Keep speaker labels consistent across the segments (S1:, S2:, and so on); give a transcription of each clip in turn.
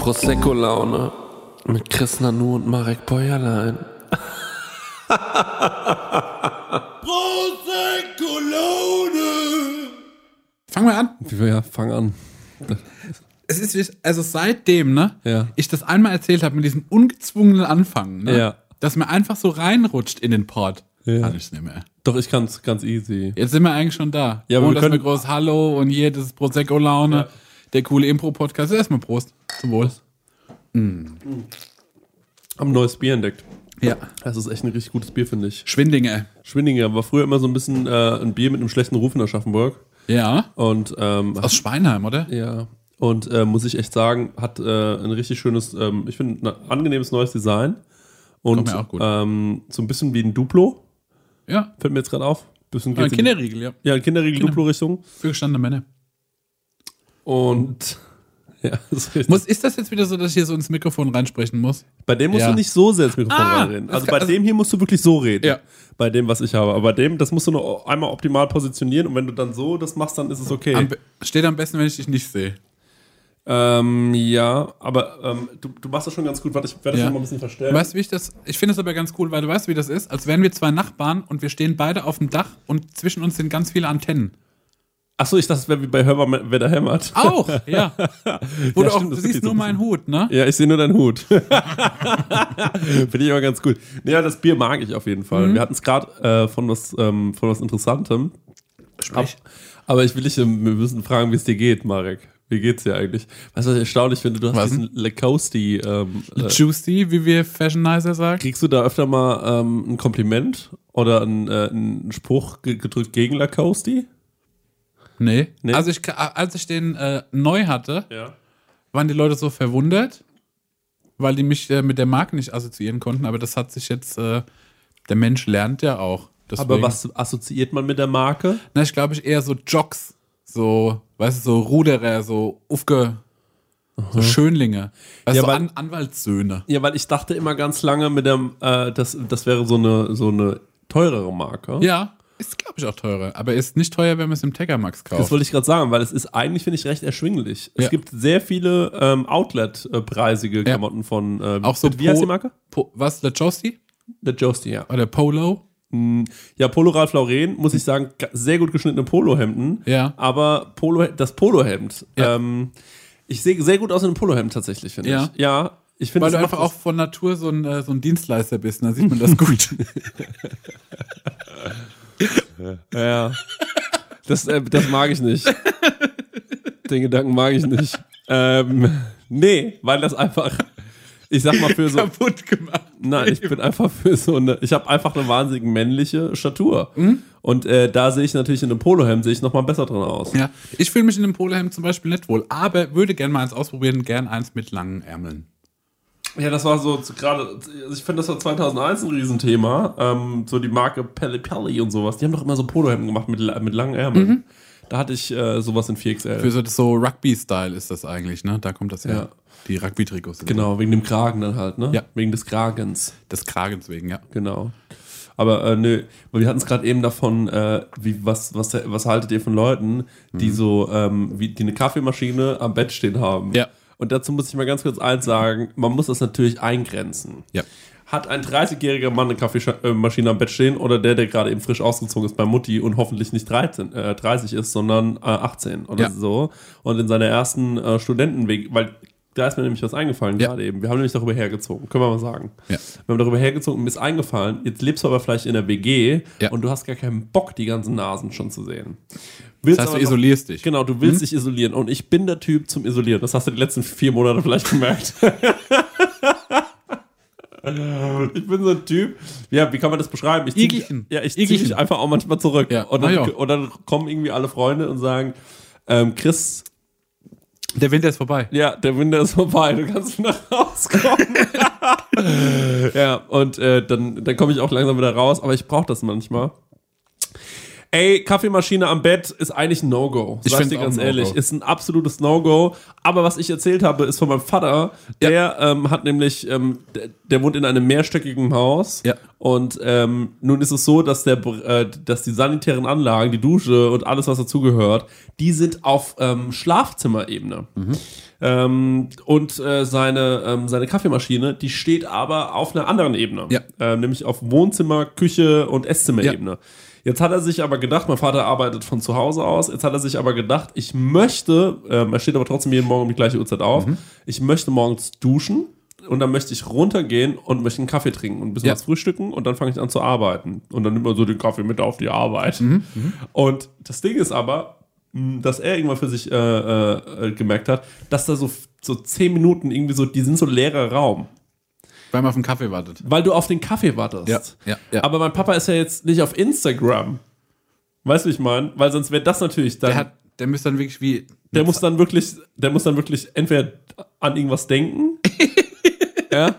S1: Prosecco-Laune mit Chris Nanu und Marek Bäuerlein.
S2: Prosecco-Laune!
S3: Fangen wir an.
S1: Ja, fang an.
S3: Es ist, wie- also seitdem, ne,
S1: Ja.
S3: ich das einmal erzählt habe mit diesem ungezwungenen Anfang, ne,
S1: Ja.
S3: dass mir einfach so reinrutscht in den Port.
S1: Ja.
S3: Kann ich nicht mehr.
S1: Doch, ich kann's ganz easy.
S3: Jetzt sind wir eigentlich schon da.
S1: Ja, aber
S3: Ohne
S1: wir
S3: dass
S1: können-
S3: groß Hallo und hier, das ist Prosecco-Laune, der coole Impro-Podcast. Erstmal Prost. Zum Wohl.
S1: Hab ein neues Bier entdeckt.
S3: Ja.
S1: Das ist echt ein richtig gutes Bier, finde ich.
S3: Schwindinger.
S1: Schwindinger war früher immer so ein bisschen äh, ein Bier mit einem schlechten Ruf in Aschaffenburg.
S3: Ja.
S1: Und, ähm,
S3: Aus Schweinheim, oder?
S1: ja. Und äh, muss ich echt sagen, hat äh, ein richtig schönes, ähm, ich finde, ein angenehmes neues Design. Und
S3: Kommt mir auch gut.
S1: Ähm, so ein bisschen wie ein Duplo,
S3: Ja.
S1: fällt mir jetzt gerade auf. Bisschen
S3: Ein
S1: geht's in die-
S3: Ah, Kinderriegel, ja.
S1: Ja, ein Kinderriegel-Duplo-Richtung.
S3: Für gestandene Männer.
S1: Und ja, das ist
S3: Muss, ist das jetzt wieder so, dass ich hier so ins Mikrofon reinsprechen muss?
S1: Bei dem musst
S3: Ja.
S1: du nicht so sehr ins Mikrofon
S3: Ah,
S1: reinreden.
S3: das
S1: Also
S3: kann-
S1: bei
S3: also-
S1: dem hier musst du wirklich so reden.
S3: Ja.
S1: Bei dem, was ich habe. Aber bei dem, das musst du nur einmal optimal positionieren und wenn du dann so das machst, dann ist es okay.
S3: Am be- steht am besten, wenn ich dich nicht sehe.
S1: Ähm, ja, aber ähm, du, du machst das schon ganz gut. Warte, ich werde das
S3: Ja.
S1: noch mal ein bisschen verstellen.
S3: Weißt du, wie ich das? Ich finde es aber ganz cool, weil du weißt, wie das ist, als wären wir zwei Nachbarn und wir stehen beide auf dem Dach und zwischen uns sind ganz viele Antennen.
S1: Achso, ich dachte, es wäre wie bei Hörmer, wer da hämmert.
S3: Auch, ja. Wo
S1: Ja,
S3: du auch,
S1: stimmt,
S3: du
S1: das
S3: siehst
S1: ist so
S3: nur
S1: ein
S3: meinen Hut, ne?
S1: Ja, ich sehe nur deinen Hut. Finde ich aber ganz gut. Naja, das Bier mag ich auf jeden Fall.
S3: Mhm.
S1: Wir hatten es gerade äh, von, was, ähm, von was Interessantem.
S3: Sprich.
S1: Ab, aber ich will dich, ähm, wir müssen fragen, wie es dir geht, Marek. Wie geht's dir eigentlich? Weißt du, was ich erstaunlich finde? Du hast
S3: Was?
S1: diesen Lacoste. Ähm, äh,
S3: Juicy, wie wir Fashionizer sagen.
S1: kriegst du da öfter mal ähm, ein Kompliment oder einen, äh, einen Spruch ge- gedrückt gegen Lacoste?
S3: Nee.
S1: Nee.
S3: Also ich, ka- als ich den äh, neu hatte,
S1: Ja.
S3: waren die Leute so verwundert, weil die mich äh, mit der Marke nicht assoziieren konnten, aber das hat sich jetzt, äh, der Mensch lernt ja auch.
S1: Aber
S3: Deswegen-
S1: was assoziiert man mit der Marke?
S3: Na, ich glaube, ich eher so Jocks, so, weißt du, so Ruderer, so Ufke, so Schönlinge,
S1: Mhm.
S3: weißt
S1: Ja,
S3: du, so
S1: aber-
S3: An Anwaltssöhne.
S1: Ja, weil ich dachte immer ganz lange mit dem, äh, das, das wäre so eine, so eine teurere Marke.
S3: Ja, ist, glaube ich, auch teurer, aber ist nicht teuer, wenn man es im Tegamax kauft.
S1: Das wollte ich gerade sagen, weil es ist eigentlich, finde ich, recht erschwinglich. Es
S3: Ja.
S1: gibt sehr viele ähm, Outlet-preisige Klamotten von. Ähm,
S3: Auch so
S1: Wie heißt die
S3: Pro-
S1: Marke?
S3: Po, was, Lechosti
S1: Der Josty, ja.
S3: oder Polo?
S1: Ja, Polo Ralph Lauren, muss ich sagen, ga- sehr gut geschnittene Polohemden.
S3: Ja.
S1: Aber Polo, das Polohemd.
S3: Ja.
S1: Ähm, ich sehe sehr gut aus in einem Polohemd tatsächlich, finde
S3: Ja.
S1: ich. Ja. Ich finde
S3: Weil
S1: es
S3: du
S1: macht
S3: einfach auch von Natur so ein, äh, so ein Dienstleister bist, dann sieht man das gut.
S1: Ja. Das, äh, das mag ich nicht. Den Gedanken mag ich nicht. Ähm, nee, weil das einfach. Ich sag mal für so.
S3: kaputt gemacht.
S1: Nein, ich bin einfach für so eine. Ich habe einfach eine wahnsinnige männliche Statur.
S3: Mhm.
S1: Und äh, da sehe ich natürlich in einem Polohemd sehe ich nochmal besser drin aus.
S3: Ja, ich fühle mich in dem Polohemd zum Beispiel nicht wohl, aber würde gerne mal eins ausprobieren, gern eins mit langen Ärmeln.
S1: Ja, das war so zu- gerade. also Ich finde, das war 2001 ein Riesenthema. Ähm, so die Marke Pelle Pelle und sowas. Die haben doch immer so Polohemden gemacht mit, la- mit langen Ärmeln. Da hatte ich äh, sowas in 4XL.
S3: Mhm. Für so, so Rugby-Style ist das eigentlich, ne? Da kommt das her.
S1: Ja.
S3: Die Rugby-Trikots. sind
S1: Genau, wegen dem Kragen dann halt, ne?
S3: Ja.
S1: Wegen des Kragens,
S3: Des Kragens wegen, ja.
S1: genau. Aber äh, nö, weil wir hatten es gerade eben davon, äh, wie, was, was, was haltet ihr von Leuten, die
S3: Mhm.
S1: so, ähm, wie, die eine Kaffeemaschine am Bett stehen haben.
S3: Ja.
S1: Und dazu muss ich mal ganz kurz eins sagen, man muss das natürlich eingrenzen.
S3: Ja.
S1: Hat ein 30-jähriger Mann eine Kaffeemaschine am Bett stehen oder der, der gerade eben frisch ausgezogen ist bei Mutti und hoffentlich nicht 13, äh, 30 ist, sondern äh, 18 oder
S3: Ja.
S1: so und in seiner ersten äh, Studentenweg, weil da ist mir nämlich was eingefallen
S3: Ja.
S1: gerade eben. Wir haben nämlich darüber hergezogen, können wir mal sagen.
S3: Ja.
S1: Wir haben darüber hergezogen und mir ist eingefallen, jetzt lebst du aber vielleicht in der WG
S3: Ja.
S1: und du hast gar keinen Bock, die ganzen Nasen schon zu sehen.
S3: Das
S1: Willst
S3: heißt, du
S1: aber noch-
S3: isolierst dich.
S1: Genau, du
S3: Hm?
S1: willst dich isolieren und ich bin der Typ zum Isolieren. Das hast du die letzten vier Monate vielleicht gemerkt. ich bin so ein Typ, ja, wie kann man das beschreiben? Ich zieh mich,
S3: Igelchen.
S1: ja, ich zieh
S3: Igelchen.
S1: mich einfach auch manchmal zurück.
S3: Ja,
S1: und,
S3: na
S1: dann,
S3: ja.
S1: und dann kommen irgendwie alle Freunde und sagen, ähm, Chris,
S3: Der Winter ist vorbei.
S1: ja, der Winter ist vorbei, du kannst wieder rauskommen. ja, und äh, dann, dann komme ich auch langsam wieder raus, aber ich brauche das manchmal. Ey, Kaffeemaschine am Bett ist eigentlich ein No-Go.
S4: Ich
S1: Sag ich dir
S4: find's auch
S1: ganz
S4: ein
S1: ehrlich.
S4: No-Go.
S1: Ist ein absolutes No-Go. Aber was ich erzählt habe, ist von meinem Vater. Der ähm, hat nämlich, ähm, der, der wohnt in einem mehrstöckigen Haus.
S4: Ja.
S1: Und ähm, nun ist es so, dass, der, äh, dass die sanitären Anlagen, die Dusche und alles, was dazugehört, die sind auf ähm, Schlafzimmerebene. Ähm, und äh, seine, ähm, seine Kaffeemaschine, die steht aber auf einer anderen Ebene.
S4: Ja.
S1: Ähm, nämlich auf Wohnzimmer, Küche und Esszimmerebene. Jetzt hat er sich aber gedacht, mein Vater arbeitet von zu Hause aus, jetzt hat er sich aber gedacht, ich möchte, ähm, er steht aber trotzdem jeden Morgen um die gleiche Uhrzeit auf, ich möchte morgens duschen und dann möchte ich runtergehen und möchte einen Kaffee trinken und ein bisschen
S4: Ja.
S1: was frühstücken und dann fange ich an zu arbeiten. Und dann nimmt man so den Kaffee mit auf die Arbeit. Und das Ding ist aber, mh, dass er irgendwann für sich äh, äh, äh, gemerkt hat, dass da so, so zehn Minuten irgendwie so, die sind so leerer Raum.
S4: Weil man auf den Kaffee wartet.
S1: Weil du auf den Kaffee wartest.
S4: Ja, ja, ja.
S1: Aber mein Papa ist ja jetzt nicht auf Instagram. Weißt du, wie ich meine? Weil sonst wäre das natürlich dann.
S4: Der, hat, der müsste dann wirklich wie.
S1: der muss dann wirklich, der muss dann wirklich entweder an irgendwas denken. ja.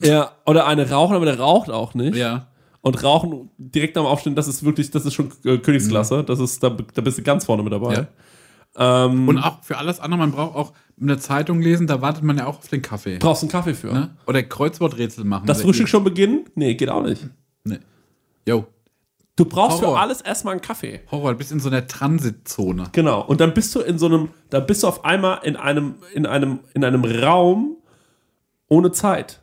S1: ja. Oder eine rauchen, aber der raucht auch nicht.
S4: Ja.
S1: Und rauchen direkt am Aufstehen, das ist wirklich, das ist schon äh, Königsklasse.
S4: Mhm.
S1: Das ist, da, da bist du ganz vorne mit dabei. Ähm,
S4: Und auch für alles andere, man braucht auch eine Zeitung lesen, da wartet man ja auch auf den Kaffee.
S1: brauchst einen Kaffee für.
S4: Ne? Oder Kreuzworträtsel machen.
S1: Das
S4: Oder-
S1: Frühstück schon beginnen? Nee, geht auch nicht.
S4: Nee. Yo,
S1: Du brauchst für
S4: Horror.
S1: alles erstmal einen Kaffee.
S4: Horror, du bist in so einer Transitzone.
S1: Genau. Und dann bist du in so einem, da bist du auf einmal in einem, in einem, in einem Raum ohne Zeit.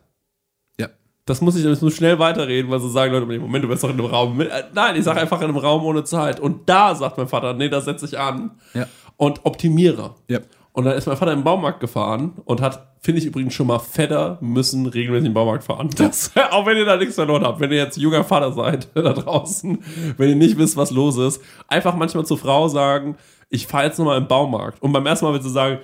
S4: Ja.
S1: Das muss ich jetzt nur schnell weiterreden, weil so sagen Leute, Moment, du bist doch in einem Raum. Mit, äh, nein, ich sage einfach in einem Raum ohne Zeit. Und da sagt mein Vater, nee, da setze ich an
S4: Ja.
S1: und optimiere.
S4: Ja.
S1: Und dann ist mein Vater im Baumarkt gefahren und hat, finde ich übrigens schon mal, Väter müssen regelmäßig im Baumarkt fahren. Das, auch wenn ihr da nichts verloren habt, wenn ihr jetzt junger Vater seid da draußen, wenn ihr nicht wisst, was los ist, einfach manchmal zur Frau sagen, ich fahre jetzt nochmal im Baumarkt. Und beim ersten Mal wird sie sagen,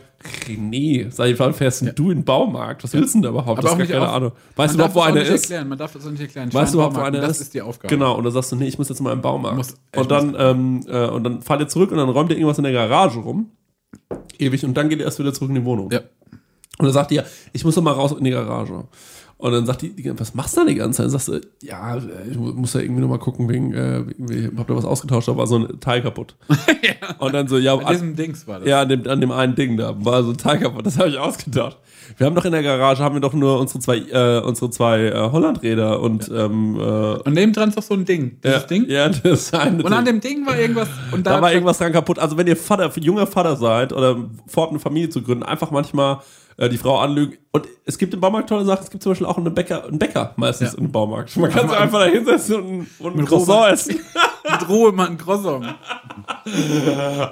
S1: René, sag ich, wann fährst denn du in den Baumarkt? Was willst du denn da überhaupt?
S4: Aber
S1: das
S4: auch
S1: ist gar
S4: nicht
S1: keine
S4: auf-
S1: Ahnung. Weißt du
S4: Man darf
S1: überhaupt, wo
S4: das auch
S1: einer
S4: nicht
S1: ist?
S4: Erklären. Man darf das auch nicht erklären. Ich
S1: Weißt du
S4: war im
S1: überhaupt, wo
S4: Baumarkt
S1: einer
S4: und
S1: ist?
S4: Das ist die Aufgabe.
S1: Genau, und dann sagst du, nee, ich muss jetzt mal im Baumarkt.
S4: Muss- ich
S1: und dann, ähm, äh, und dann fahrt ihr zurück und dann räumt ihr irgendwas in der Garage rum. Ewig. Und dann geht ihr erst wieder zurück in die Wohnung.
S4: Ja.
S1: Und dann sagt ihr, ich muss doch mal raus in die Garage. Und dann sagt die, die, was machst du da die ganze Zeit? Dann sagst du, ja, ich muss ja irgendwie nochmal gucken, wegen, äh, irgendwie, hab da was ausgetauscht, da war so ein Teil kaputt. Und dann so, ja,
S4: Bei diesem Dings war das.
S1: Also- ja, an dem, an dem einen Ding da war so ein Teil kaputt. Das habe ich ausgedacht. Wir haben doch in der Garage haben wir doch nur unsere zwei, äh, unsere zwei äh, Hollandräder und ähm, äh,
S4: Und nebendran ist doch so ein Ding. Dieses
S1: ja,
S4: Ding.
S1: Ja, das eine
S4: Und an
S1: Ding.
S4: dem Ding war irgendwas. Und da,
S1: Da war irgendwas dran kaputt. Also wenn ihr Vater, junger Vater seid oder vorhabt eine Familie zu gründen, einfach manchmal äh, die Frau anlügen. Und es gibt im Baumarkt tolle Sachen. Es gibt zum Beispiel auch einen Bäcker, einen Bäcker meistens
S4: Ja.
S1: im Baumarkt. Man kann sich einfach da hinsetzen und, und ein
S4: Mit
S1: Croissant
S4: Robert.
S1: essen.
S4: drohe mal ein Grossong.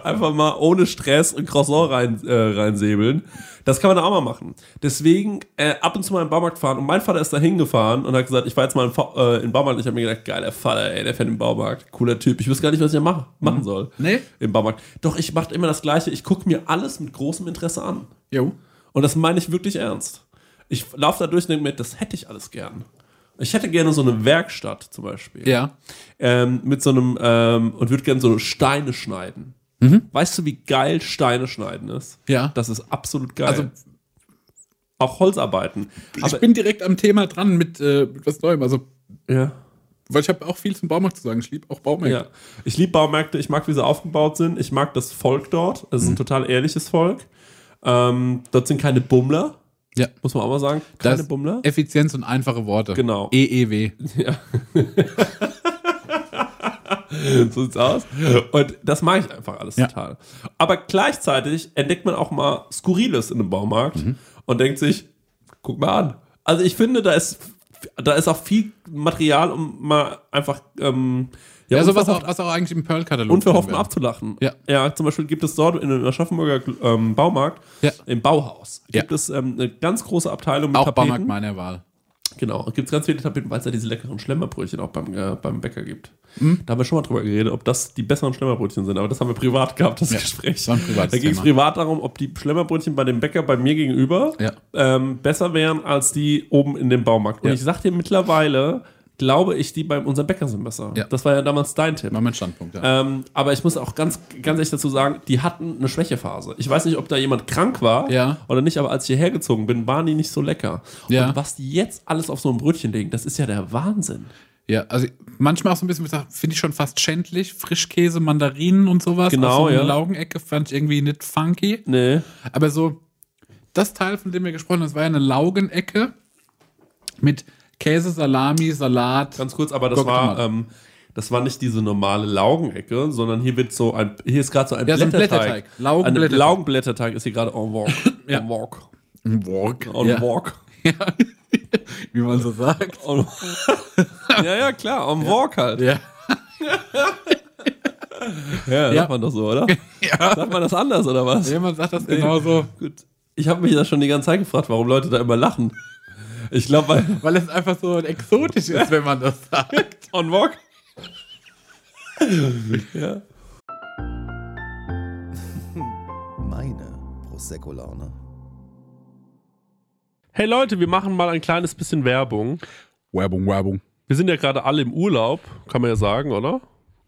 S1: einfach mal ohne Stress ein Croissant rein, äh, reinsäbeln. Das kann man da auch mal machen. Deswegen äh, ab und zu mal in den Baumarkt fahren. Und mein Vater ist da hingefahren und hat gesagt, ich war jetzt mal im, Fa- äh, in den Baumarkt. Ich habe mir gedacht, geiler Vater, ey, der fährt im Baumarkt. Cooler Typ. Ich wüsste gar nicht, was ich da mache, machen soll.
S4: Nee?
S1: Im Baumarkt. Doch, ich mache immer das Gleiche. Ich gucke mir alles mit großem Interesse an.
S4: Jo.
S1: Und das meine ich wirklich ernst. Ich laufe da durch und denke mir, das hätte ich alles gern. Ich hätte gerne so eine Werkstatt zum Beispiel
S4: Ja.
S1: ähm, mit so einem ähm, und würde gerne so Steine schneiden. Weißt du, wie geil Steine schneiden ist?
S4: Mhm. Ja.
S1: Das ist absolut geil.
S4: Also-
S1: auch Holzarbeiten.
S4: ich bin direkt am Thema dran mit, äh, mit was Neuem. Also,
S1: ja.
S4: weil ich habe auch viel zum Baumarkt zu sagen. Ich liebe auch
S1: Ja.
S4: Baumärkte.
S1: Ich liebe Baumärkte, ich mag, wie sie aufgebaut sind. Ich mag das Volk dort.
S4: Mhm.
S1: Es ist ein total ehrliches Volk. Ähm, dort sind keine Bummler,
S4: Ja.
S1: muss man auch mal sagen. Keine
S4: Das
S1: Bummler.
S4: Effizienz und einfache Worte.
S1: Genau.
S3: E
S4: EEW.
S1: so sieht's aus. Und das mag ich einfach alles
S4: Ja.
S1: total. Aber gleichzeitig entdeckt man auch mal Skurriles in einem Baumarkt
S4: Mhm.
S1: und denkt sich, guck mal an. Also ich finde, da ist, da ist auch viel Material, um mal einfach ähm,
S4: Ja, sowas
S1: unverhofft-
S4: auch, was auch eigentlich im Pearl-Katalog.
S1: unverhofft
S4: drin
S1: mal
S4: wäre.
S1: abzulachen.
S4: Ja.
S1: ja, zum Beispiel gibt es dort in dem Aschaffenburger ähm, Baumarkt,
S4: Ja.
S1: im Bauhaus, gibt
S4: Ja.
S1: es ähm, eine ganz große Abteilung mit
S4: Auch
S1: Tapeten.
S4: Baumarkt meiner Wahl.
S1: Genau, gibt es ganz viele Tapeten, weil es ja diese leckeren Schlemmerbrötchen auch beim, äh, beim Bäcker gibt.
S4: Hm?
S1: Da haben wir schon mal drüber geredet, ob das die besseren Schlemmerbrötchen sind, aber das haben wir privat gehabt, das Gespräch.
S4: war ein privates
S1: da ging es
S4: Thema.
S1: privat darum, ob die Schlemmerbrötchen bei dem Bäcker bei mir gegenüber
S4: Ja.
S1: ähm, besser wären als die oben in dem Baumarkt. Und
S4: Ja.
S1: ich sag dir mittlerweile, glaube ich, die bei unserem Bäcker sind besser.
S4: Ja.
S1: Das war ja damals dein Tipp.
S4: War mein Standpunkt. Ja.
S1: Ähm, aber ich muss auch ganz, ganz ehrlich dazu sagen, die hatten eine Schwächephase. Ich weiß nicht, ob da jemand krank war
S4: Ja.
S1: oder nicht, aber als ich hierher gezogen bin, waren die nicht so lecker.
S4: Ja.
S1: Und was die jetzt alles auf so ein Brötchen legen, das ist ja der Wahnsinn.
S3: Ja, also manchmal auch so ein bisschen, wie gesagt, finde ich schon fast schändlich. Frischkäse, Mandarinen und sowas.
S1: Genau,
S3: auch so eine
S1: ja.
S3: Laugenecke fand ich irgendwie nicht funky.
S1: Nee.
S3: Aber so, das Teil, von dem wir gesprochen haben, das war ja eine Laugenecke mit Käse, Salami, Salat.
S1: Ganz kurz, aber das
S3: Gurke,
S1: war,
S3: Tomate.
S1: ähm, das war nicht diese normale Laugenecke, sondern hier wird so ein, hier ist gerade so ein
S3: Ja, so ein
S1: Blätterteig.
S3: Blätterteig. Laugenblätterteig.
S1: Ein Laugenblätterteig ist hier gerade en vogue.
S3: Ja.
S1: En vogue.
S3: Ein Wok.
S1: En
S3: Ja,
S1: vogue.
S3: wie man so sagt.
S1: En- ja, ja, klar, en vogue halt.
S3: Ja.
S1: Ja,
S3: Ja.
S1: sagt man doch so, oder? Sagt man das anders, oder was?
S3: ja, man sagt das genauso.
S1: Gut. Ich habe mich da schon die ganze Zeit gefragt, warum Leute da immer lachen. Ich glaube, weil
S3: Weil es einfach so exotisch ist, wenn man das sagt.
S1: on vogue. ja.
S5: Meine Prosecco-Laune.
S1: Hey Leute, wir machen mal ein kleines bisschen Werbung.
S3: Werbung, Werbung.
S1: Wir sind ja gerade alle im Urlaub, kann man ja sagen, oder?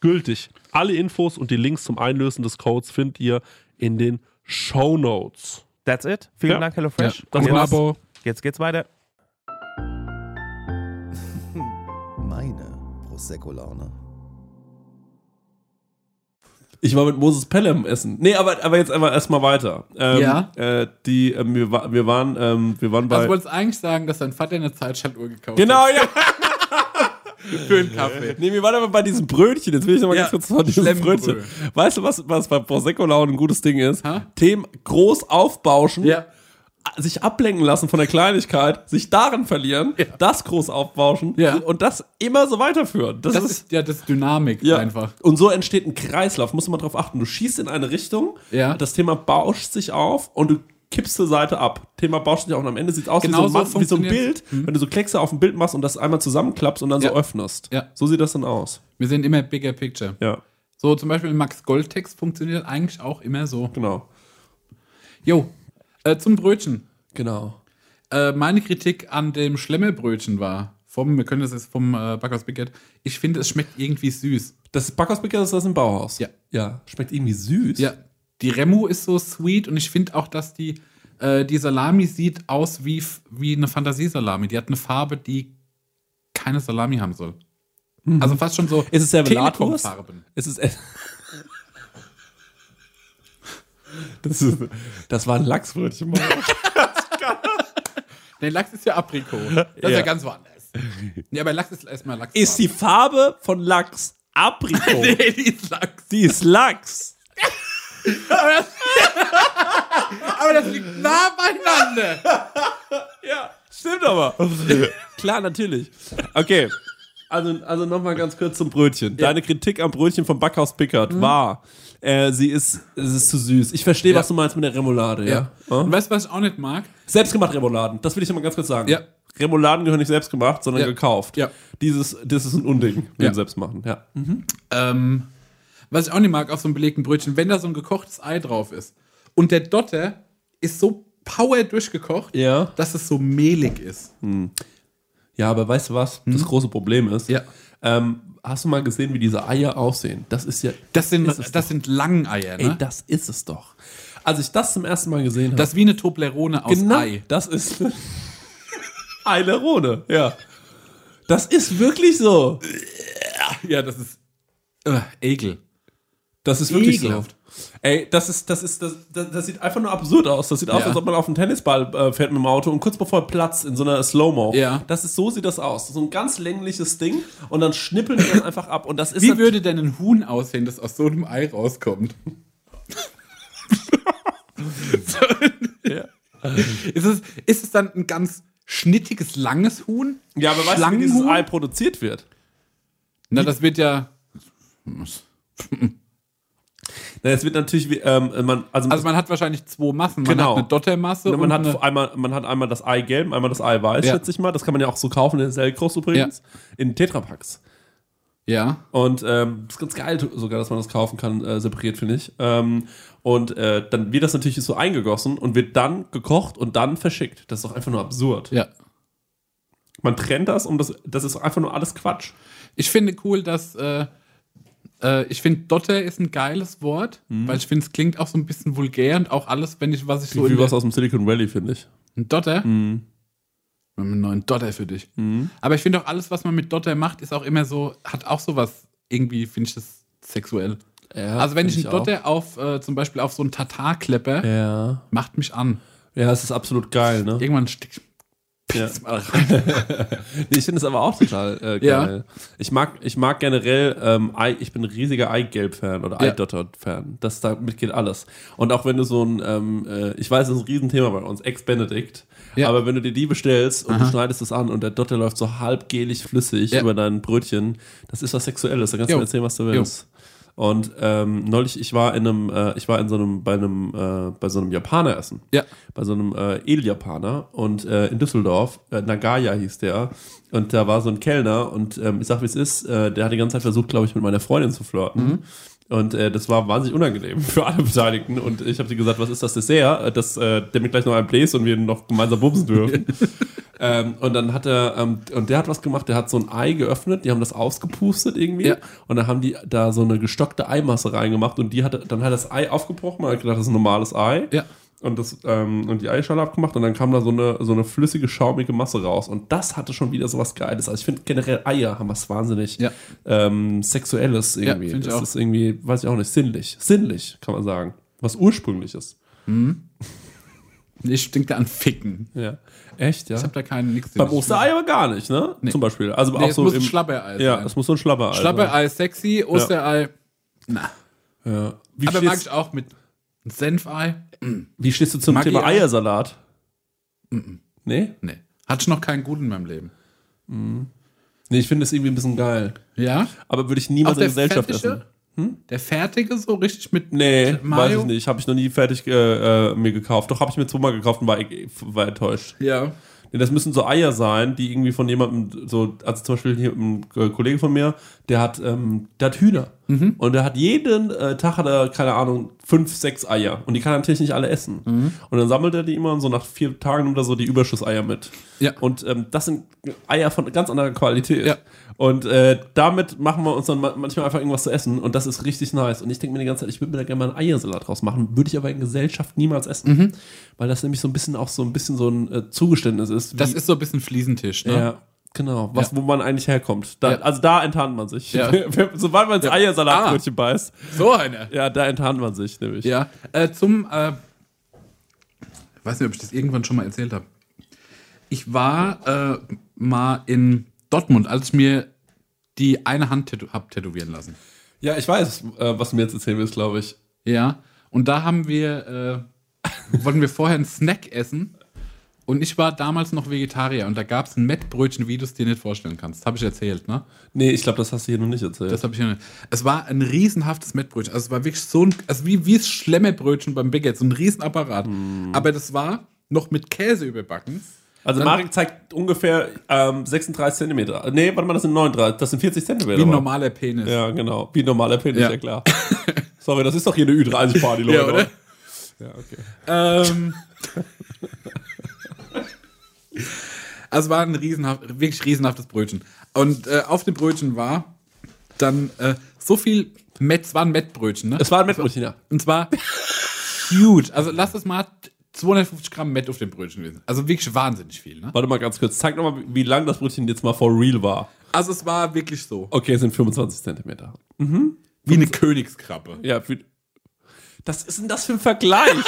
S1: gültig. Alle Infos und die Links zum Einlösen des Codes findet ihr in den Show Notes.
S6: That's it. Vielen
S1: Ja.
S6: Dank, HelloFresh.
S3: Das
S6: Und
S3: ist ein
S6: jetzt,
S3: Abo.
S6: jetzt geht's weiter.
S5: Meine Prosecco-Laune.
S1: Ich war mit Moses Pelham essen. Nee, aber, aber jetzt einfach erstmal weiter. Ähm,
S3: Ja.
S1: äh, die, ähm, wir, wa- wir waren, ähm, wir waren bei.
S3: Also wolltest eigentlich sagen, dass dein Vater eine Zeitschaltuhr gekauft
S1: genau, ja.
S3: für einen Kaffee.
S1: Nee, wir waren aber bei diesem Brötchen. Jetzt will ich nochmal
S3: Ja,
S1: ganz kurz von diesem
S3: Schlemmbrötchen.
S1: Brötchen. Weißt du, was, was bei Prosecco Laune ein gutes Ding ist?
S3: Ha?
S1: Themen groß aufbauschen.
S3: Ja.
S1: sich ablenken lassen von der Kleinigkeit, sich darin verlieren, das groß aufbauschen
S3: Ja.
S1: und das immer so weiterführen. Das,
S3: Das
S1: ist,
S3: ist ja das ist Dynamik
S1: ja.
S3: einfach.
S1: Und so entsteht ein Kreislauf, musst du mal drauf achten. Du schießt in eine Richtung,
S3: Ja.
S1: das Thema bauscht sich auf und du kippst zur Seite ab. Thema bauscht sich auf und am Ende sieht es aus wie,
S3: Genau so
S1: so ein, Ma- wie so ein
S3: funktioniert's.
S1: Bild, wenn du so Kleckse auf ein Bild machst und das einmal zusammenklappst und dann
S3: Mhm. Ja.
S1: so öffnest.
S3: Ja.
S1: So sieht das dann aus.
S3: Wir sehen immer bigger picture.
S1: Ja,
S3: So zum Beispiel Max Goldtext funktioniert eigentlich auch immer so.
S1: genau.
S3: Jo, äh, zum Brötchen.
S1: Genau.
S3: Äh, meine Kritik an dem Schlemmelbrötchen war, vom, wir können das jetzt vom äh, Backhaus Bickert, ich finde, es schmeckt irgendwie süß.
S1: Das Backhausbäcker ist das im Bauhaus.
S3: Ja.
S1: Ja. Schmeckt irgendwie süß.
S3: Ja, die Remu ist so sweet und ich finde auch, dass die, äh, die Salami sieht aus wie, f- wie eine Fantasiesalami. Die hat eine Farbe, die keine Salami haben soll. Also fast schon so
S1: Mhm. Ist es Servelatwurst?
S3: Telekom-Farben.
S1: Es ist. Das, ist, das war ein Lachsbrötchen. Mann.
S3: Nee, Lachs ist ja Aprikot. Das ist ja ganz woanders. Ja, aber Lachs ist erstmal Lachs.
S1: Ist die Farbe von Lachs Aprikot?
S3: Nee, die ist Lachs.
S1: Die ist Lachs.
S3: Aber das liegt nah beieinander.
S1: Ja, stimmt aber. Klar, natürlich. Okay. Also, also nochmal ganz kurz zum Brötchen. Deine Kritik am Brötchen von Backhaus Pickard war, äh, sie ist, es ist zu süß. Ich verstehe,
S3: Ja.
S1: was du meinst mit der Remoulade. Ja.
S3: Ja. Und weißt du, was ich auch nicht mag?
S1: Selbstgemacht Remouladen, das will ich mal ganz kurz sagen.
S3: Ja.
S1: Remouladen gehören nicht selbst gemacht, sondern
S3: Ja.
S1: gekauft.
S3: Ja.
S1: Dieses, das ist ein Unding mit
S3: Ja.
S1: dem Selbstmachen. Ja.
S3: Ähm, was ich auch nicht mag auf so einem belegten Brötchen, wenn da so ein gekochtes Ei drauf ist und der Dotter ist so power durchgekocht,
S1: Ja.
S3: dass es so mehlig ist.
S1: ja, aber weißt du was? Das große Problem ist,
S3: Hm? Ja.
S1: ähm, hast du mal gesehen, wie diese Eier aussehen? Das ist ja,
S3: Das sind,
S1: Ist es
S3: das sind Langeneier,
S1: ey,
S3: ne?
S1: das ist es doch. Als ich das zum ersten Mal gesehen habe,
S3: das ist wie eine Toblerone aus
S1: genau,
S3: Ei.
S1: das ist Eilerone, ja. Das ist wirklich so.
S3: Ja, das ist äh, Ekel.
S1: Das ist wirklich
S3: Ekelhaft.
S1: so. Ey, das ist, das ist, das, das, das sieht einfach nur absurd aus. Das sieht aus,
S3: Ja.
S1: als ob man auf einen Tennisball äh, fährt mit dem Auto und kurz bevor er platzt in so einer Slow-Mo.
S3: Ja.
S1: Das ist, so sieht das aus. So ein ganz längliches Ding und dann schnippeln die das einfach ab. Und das ist
S3: Wie
S1: nat-
S3: würde denn ein Huhn aussehen, das aus so einem Ei rauskommt? ist, es, ist es dann ein ganz schnittiges, langes Huhn?
S1: ja, aber weißt du, wie dieses
S3: Schlangenhuhn?
S1: Ei produziert wird?
S3: Na, das wird ja.
S1: Na, es wird natürlich, wie, ähm, man, also,
S3: Also man hat wahrscheinlich zwei Massen. Man
S1: Genau.
S3: hat eine Dottermasse
S1: man, hat
S3: eine,
S1: einmal, man hat einmal das Ei gelb, einmal das Ei weiß,
S3: äh, Ja.
S1: schätze ich mal. Das kann man ja auch so kaufen, in sehr groß übrigens, in Tetrapacks.
S3: ja.
S1: Und ähm, das ist ganz geil sogar, dass man das kaufen kann, äh, separiert, finde ich. Ähm, und äh, dann wird das natürlich so eingegossen und wird dann gekocht und dann verschickt. Das ist doch einfach nur absurd.
S3: Ja.
S1: Man trennt das und das, das ist einfach nur alles Quatsch.
S3: Ich finde cool, dass äh, äh, ich finde Dotter ist ein geiles Wort,
S1: Mhm.
S3: weil ich finde es klingt auch so ein bisschen vulgär und auch alles, wenn ich was ich so
S1: Wie
S3: in
S1: was Mhm. aus dem Silicon Valley, finde ich. Hm.
S3: Ein Dotter? Wir haben einen neuen Dotter für dich.
S1: Mhm.
S3: Aber ich finde auch alles, was man mit Dotter macht, ist auch immer so, hat auch sowas, irgendwie finde ich das sexuell. also wenn ich einen Dotter auf, äh, zum Beispiel auf so einen Tatar kleppe,
S1: Ja.
S3: macht mich an.
S1: Ja, es ist absolut geil, ne?
S3: Irgendwann steckt
S1: Ja.
S3: mal rein.
S1: Nee, ich finde es aber auch total äh, geil. Ich, mag, ich mag generell, ähm, Ei, ich bin ein riesiger Eigelb-Fan oder
S3: Ja.
S1: Eidotter-Fan. Das damit geht alles. Und auch wenn du so ein, ähm, äh, ich weiß, das ist ein Riesenthema bei uns, Ex-Benedict.
S3: Ja.
S1: Aber wenn du dir die bestellst und du schneidest es an und der Dotter läuft so halbgelig flüssig
S3: Ja.
S1: über dein Brötchen, das ist was Sexuelles. Da kannst du
S3: Jo.
S1: mir erzählen, was du willst. Und ähm, neulich, ich war in einem, äh, ich war in so einem, bei einem, äh, bei so einem Japaner essen
S3: Ja.
S1: bei so einem äh, Edeljapaner und äh, in Düsseldorf, äh, Nagaya hieß der, und da war so ein Kellner und ähm, ich sag, wie es ist, äh, der hat die ganze Zeit versucht, glaube ich, mit meiner Freundin zu flirten. Und äh, das war wahnsinnig unangenehm für alle Beteiligten. Und ich habe sie gesagt, was ist das Dessert? Äh, Das, äh, der mir gleich noch einen bläst und wir noch gemeinsam bumsen dürfen. Ähm, und dann hat er, ähm, und der hat was gemacht, der hat so ein Ei geöffnet, die haben das ausgepustet irgendwie.
S3: Ja.
S1: Und dann haben die da so eine gestockte Eimasse reingemacht und die hat, dann hat das Ei aufgebrochen, man hat gedacht, das ist ein normales Ei.
S3: Ja.
S1: Und, das, ähm, und die Eischale abgemacht und dann kam da so eine, so eine flüssige, schaumige Masse raus. Und das hatte schon wieder so was Geiles. Also ich finde generell Eier haben was wahnsinnig
S3: Ja.
S1: ähm, Sexuelles irgendwie.
S3: find ich
S1: das
S3: auch.
S1: ist irgendwie, weiß ich auch nicht, sinnlich. Sinnlich, kann man sagen. Was ursprüngliches.
S3: Ich stinke an Ficken.
S1: Ja. Echt, ja.
S3: Ich habe da keinen nichts.
S1: Beim Osterei aber gar nicht, ne? Zum Beispiel. Also
S3: Nee,
S1: auch
S3: es
S1: so
S3: muss ein
S1: im,
S3: Schlapperei
S1: Ja,
S3: sein.
S1: es muss so ein Schlapperei sein.
S3: Schlapperei sexy, Osterei. Na.
S1: Ja. Wie,
S3: Aber mag
S1: stehst,
S3: ich auch mit Senfei.
S1: wie stehst du zum
S3: mag
S1: Thema
S3: ich auch.
S1: Eiersalat? Nee?
S3: Nee. Hatte ich noch keinen guten in meinem Leben.
S1: Nee, ich finde das irgendwie ein bisschen geil.
S3: Ja?
S1: Aber würde ich niemals in der Gesellschaft
S3: fertige?
S1: essen.
S3: Hm? Der fertige so richtig mit.
S1: Nee,
S3: Mayo?
S1: weiß ich nicht. Habe ich noch nie fertig äh, äh, mir gekauft. Doch, habe ich mir zweimal gekauft und war, äh, war enttäuscht.
S3: Ja.
S1: Denn das müssen so Eier sein, die irgendwie von jemandem, so, also zum Beispiel hier ein äh, Kollege von mir, der hat, ähm, der hat Hühner.
S3: Mhm.
S1: Und der hat jeden äh, Tag, hat er, keine Ahnung, fünf, sechs Eier. Und die kann er natürlich nicht alle essen.
S3: Mhm.
S1: Und dann sammelt er die immer und so nach vier Tagen nimmt er so die Überschusseier mit.
S3: Ja.
S1: Und ähm, das sind Eier von ganz anderer Qualität.
S3: Ja.
S1: Und äh, damit machen wir uns dann ma- manchmal einfach irgendwas zu essen und das ist richtig nice. Und ich denke mir die ganze Zeit, ich würde mir da gerne mal einen Eiersalat draus machen, würde ich aber in Gesellschaft niemals essen.
S3: Mhm.
S1: Weil das nämlich so ein bisschen auch so ein bisschen so ein äh, Zugeständnis ist. wie-
S3: Das ist so ein bisschen Fliesentisch, ne?
S1: ja, genau. Was,
S3: Ja.
S1: Wo man eigentlich herkommt. Da,
S3: Ja.
S1: Also da enttarnt man sich.
S3: Ja.
S1: Sobald man ins
S3: Ja.
S1: Eiersalatbrötchen beißt,
S3: So einer.
S1: ja, da enttarnt man sich nämlich.
S3: Ja. Äh, zum. Äh, weiß nicht, ob ich das irgendwann schon mal erzählt habe. Ich war äh, mal in Dortmund, als ich mir die eine Hand tätow habe tätowieren lassen.
S1: Ja, ich weiß, äh, was du mir jetzt erzählen willst, glaube ich.
S3: Ja, und da haben wir, äh, wollten wir vorher einen Snack essen. Und ich war damals noch Vegetarier und da gab es ein Mettbrötchen, wie du es dir nicht vorstellen kannst. Habe ich erzählt, ne?
S1: Nee, ich glaube, das hast du hier noch nicht erzählt.
S3: Das habe ich. ja- Es war ein riesenhaftes Mettbrötchen. Also es war wirklich so ein, also wie wie das Schlemmerbrötchen beim Big Ed, so ein Riesenapparat.
S1: Mm.
S3: Aber das war noch mit Käse überbacken.
S1: also
S3: Dann-
S1: Marek zeigt ungefähr ähm, 36 Zentimeter. Nee, warte mal, das sind 39, das sind 40 Zentimeter.
S3: Wie ein
S1: aber.
S3: normaler Penis.
S1: Ja, genau. Wie ein normaler Penis, ja,
S3: Ja.
S1: klar. Sorry, das ist doch hier eine Ü30-Party, Leute.
S3: Ja, oder?
S1: Ja, okay.
S3: Ähm. also war ein riesenhaft, wirklich riesenhaftes Brötchen. Und äh, auf dem Brötchen war dann äh, so viel Met, es war ein Mettbrötchen, ne?
S1: Es war ein Mettbrötchen, ja.
S3: Und zwar huge. Also lass es mal 250 Gramm Met auf dem Brötchen gewesen. Also wirklich wahnsinnig viel, ne?
S1: Warte mal ganz kurz. Zeig nochmal, wie lang das Brötchen jetzt mal for real war.
S3: Also es war wirklich so.
S1: Okay, es sind 25 Zentimeter.
S3: Wie eine Königskrabbe.
S1: Ja, für, das ist denn das für ein Vergleich?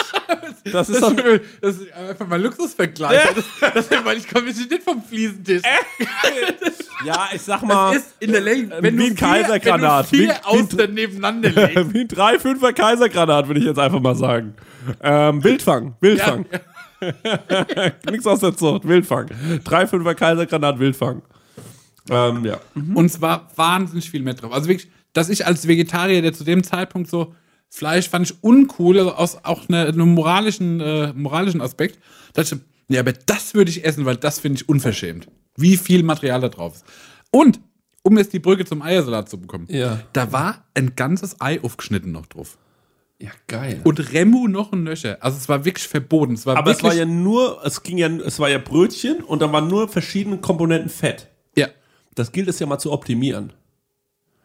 S1: das ist doch.
S3: Das ist einfach mal Luxusvergleich. Das, das, weil ich komme nicht vom Fliesentisch.
S1: Ja, ich sag
S3: Das
S1: mal.
S3: ist in der Länge,
S1: äh,
S3: wenn
S1: wie
S3: du
S1: ein Kaisergranat.
S3: Vier,
S1: Wie-
S3: wenn
S1: wie
S3: du vier Austern nebeneinander legst.
S1: Wie ein 3-5er Kaisergranat, würde ich jetzt einfach mal sagen. Ähm, Wildfang, Wildfang. Nix aus der Zucht, Wildfang. 3-5er Kaisergranat, Wildfang. Ähm, ja.
S3: Und es war wahnsinnig viel Met drauf. Also wirklich, dass ich als Vegetarier, der zu dem Zeitpunkt so Fleisch fand ich uncool, also aus auch ne- einem moralischen, äh, moralischen Aspekt, dachte ich, nee, aber das würde ich essen, weil das finde ich unverschämt. Wie viel Material da drauf ist. Und, um jetzt die Brücke zum Eiersalat zu bekommen,
S1: Ja.
S3: da war ein ganzes Ei aufgeschnitten noch drauf.
S1: Ja, geil.
S3: Und Remu noch ein Nöcher. Also es war wirklich verboten. Es war
S1: Aber es
S3: wirklich,
S1: war ja nur, es ging ja, es war ja Brötchen und dann waren nur verschiedene Komponenten Fett.
S3: ja.
S1: Das gilt es ja mal zu optimieren.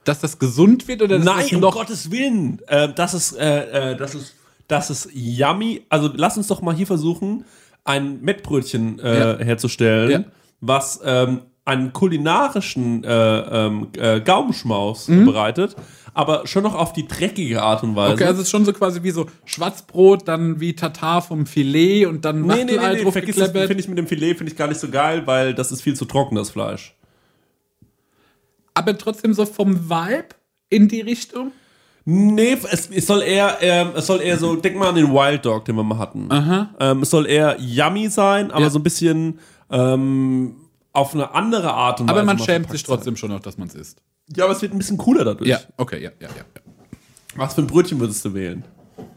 S3: Dass das gesund wird oder dass
S1: Nein,
S3: das
S1: um
S3: noch
S1: Gottes Willen. Ähm, das ist, äh, äh, das ist, das ist yummy. Also lass uns doch mal hier versuchen, ein Mettbrötchen äh, herzustellen,
S3: Ja.
S1: was ähm, einen kulinarischen äh, ähm, äh, Gaumenschmaus bereitet, aber schon noch auf die dreckige Art und Weise.
S3: Mhm. Okay, also es ist schon so quasi wie so Schwarzbrot, dann wie Tatar vom Filet und dann
S1: nee, nee,
S3: Wachtelei
S1: nee, nee,
S3: drauf
S1: vergiss das,
S3: gekleppert.
S1: finde ich mit dem Filet finde ich gar nicht so geil, weil das ist viel zu trockenes Fleisch.
S3: Aber trotzdem so vom Vibe in die Richtung.
S1: Nee, es, es soll eher, ähm, es soll eher so, denk mal an den Wild Dog, den wir mal hatten. Ähm, es soll eher yummy sein, aber
S3: Ja.
S1: so ein bisschen ähm, auf eine andere Art und Weise.
S3: Aber man
S1: also mal
S3: schämt
S1: verpackt
S3: sich trotzdem schon noch, dass man es isst.
S1: Sein. Ja, aber es wird ein bisschen cooler dadurch.
S3: Ja, okay, ja, ja, ja.
S1: Was für ein Brötchen würdest du wählen?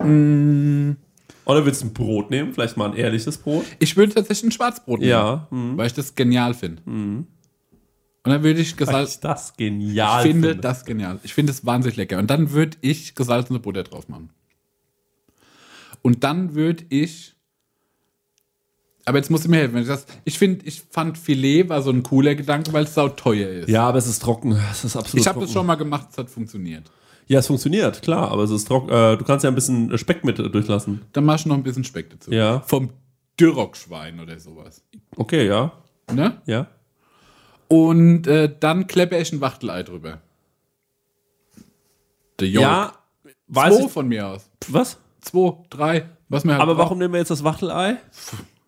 S3: Mm.
S1: Oder willst du ein Brot nehmen? Vielleicht mal ein ehrliches Brot?
S3: Ich würde tatsächlich ein Schwarzbrot nehmen,
S1: Ja. Mhm. Hm.
S3: weil ich das genial finde. Und dann würde ich
S1: Weil ich
S3: gesalzen.
S1: das
S3: Ich
S1: genial
S3: finde das genial. Ich finde es wahnsinnig lecker. Und dann würde ich gesalzene Butter drauf machen. Und dann würde ich. Aber jetzt musst du mir helfen. wenn du sagst, Ich, finde, ich fand Filet war so ein cooler Gedanke, weil es sauteuer ist.
S1: Ja, aber es ist trocken. Es ist absolut
S3: ich habe
S1: trocken.
S3: das schon mal gemacht, es hat funktioniert.
S1: Ja, es funktioniert, klar, aber es ist trocken. Äh, du kannst ja ein bisschen Speck mit äh, durchlassen.
S3: Dann machst du noch ein bisschen Speck dazu.
S1: Ja.
S3: Vom Dürrockschwein oder sowas.
S1: Okay, ja.
S3: Ne?
S1: Ja.
S3: Und äh, dann kleppe ich ein Wachtelei drüber. Der Jörg.
S1: Ja, weiß
S3: Zwei
S1: ich.
S3: von mir aus.
S1: Was?
S3: Zwei, drei, was mir halt
S1: Aber
S3: braucht.
S1: warum nehmen wir jetzt das Wachtelei?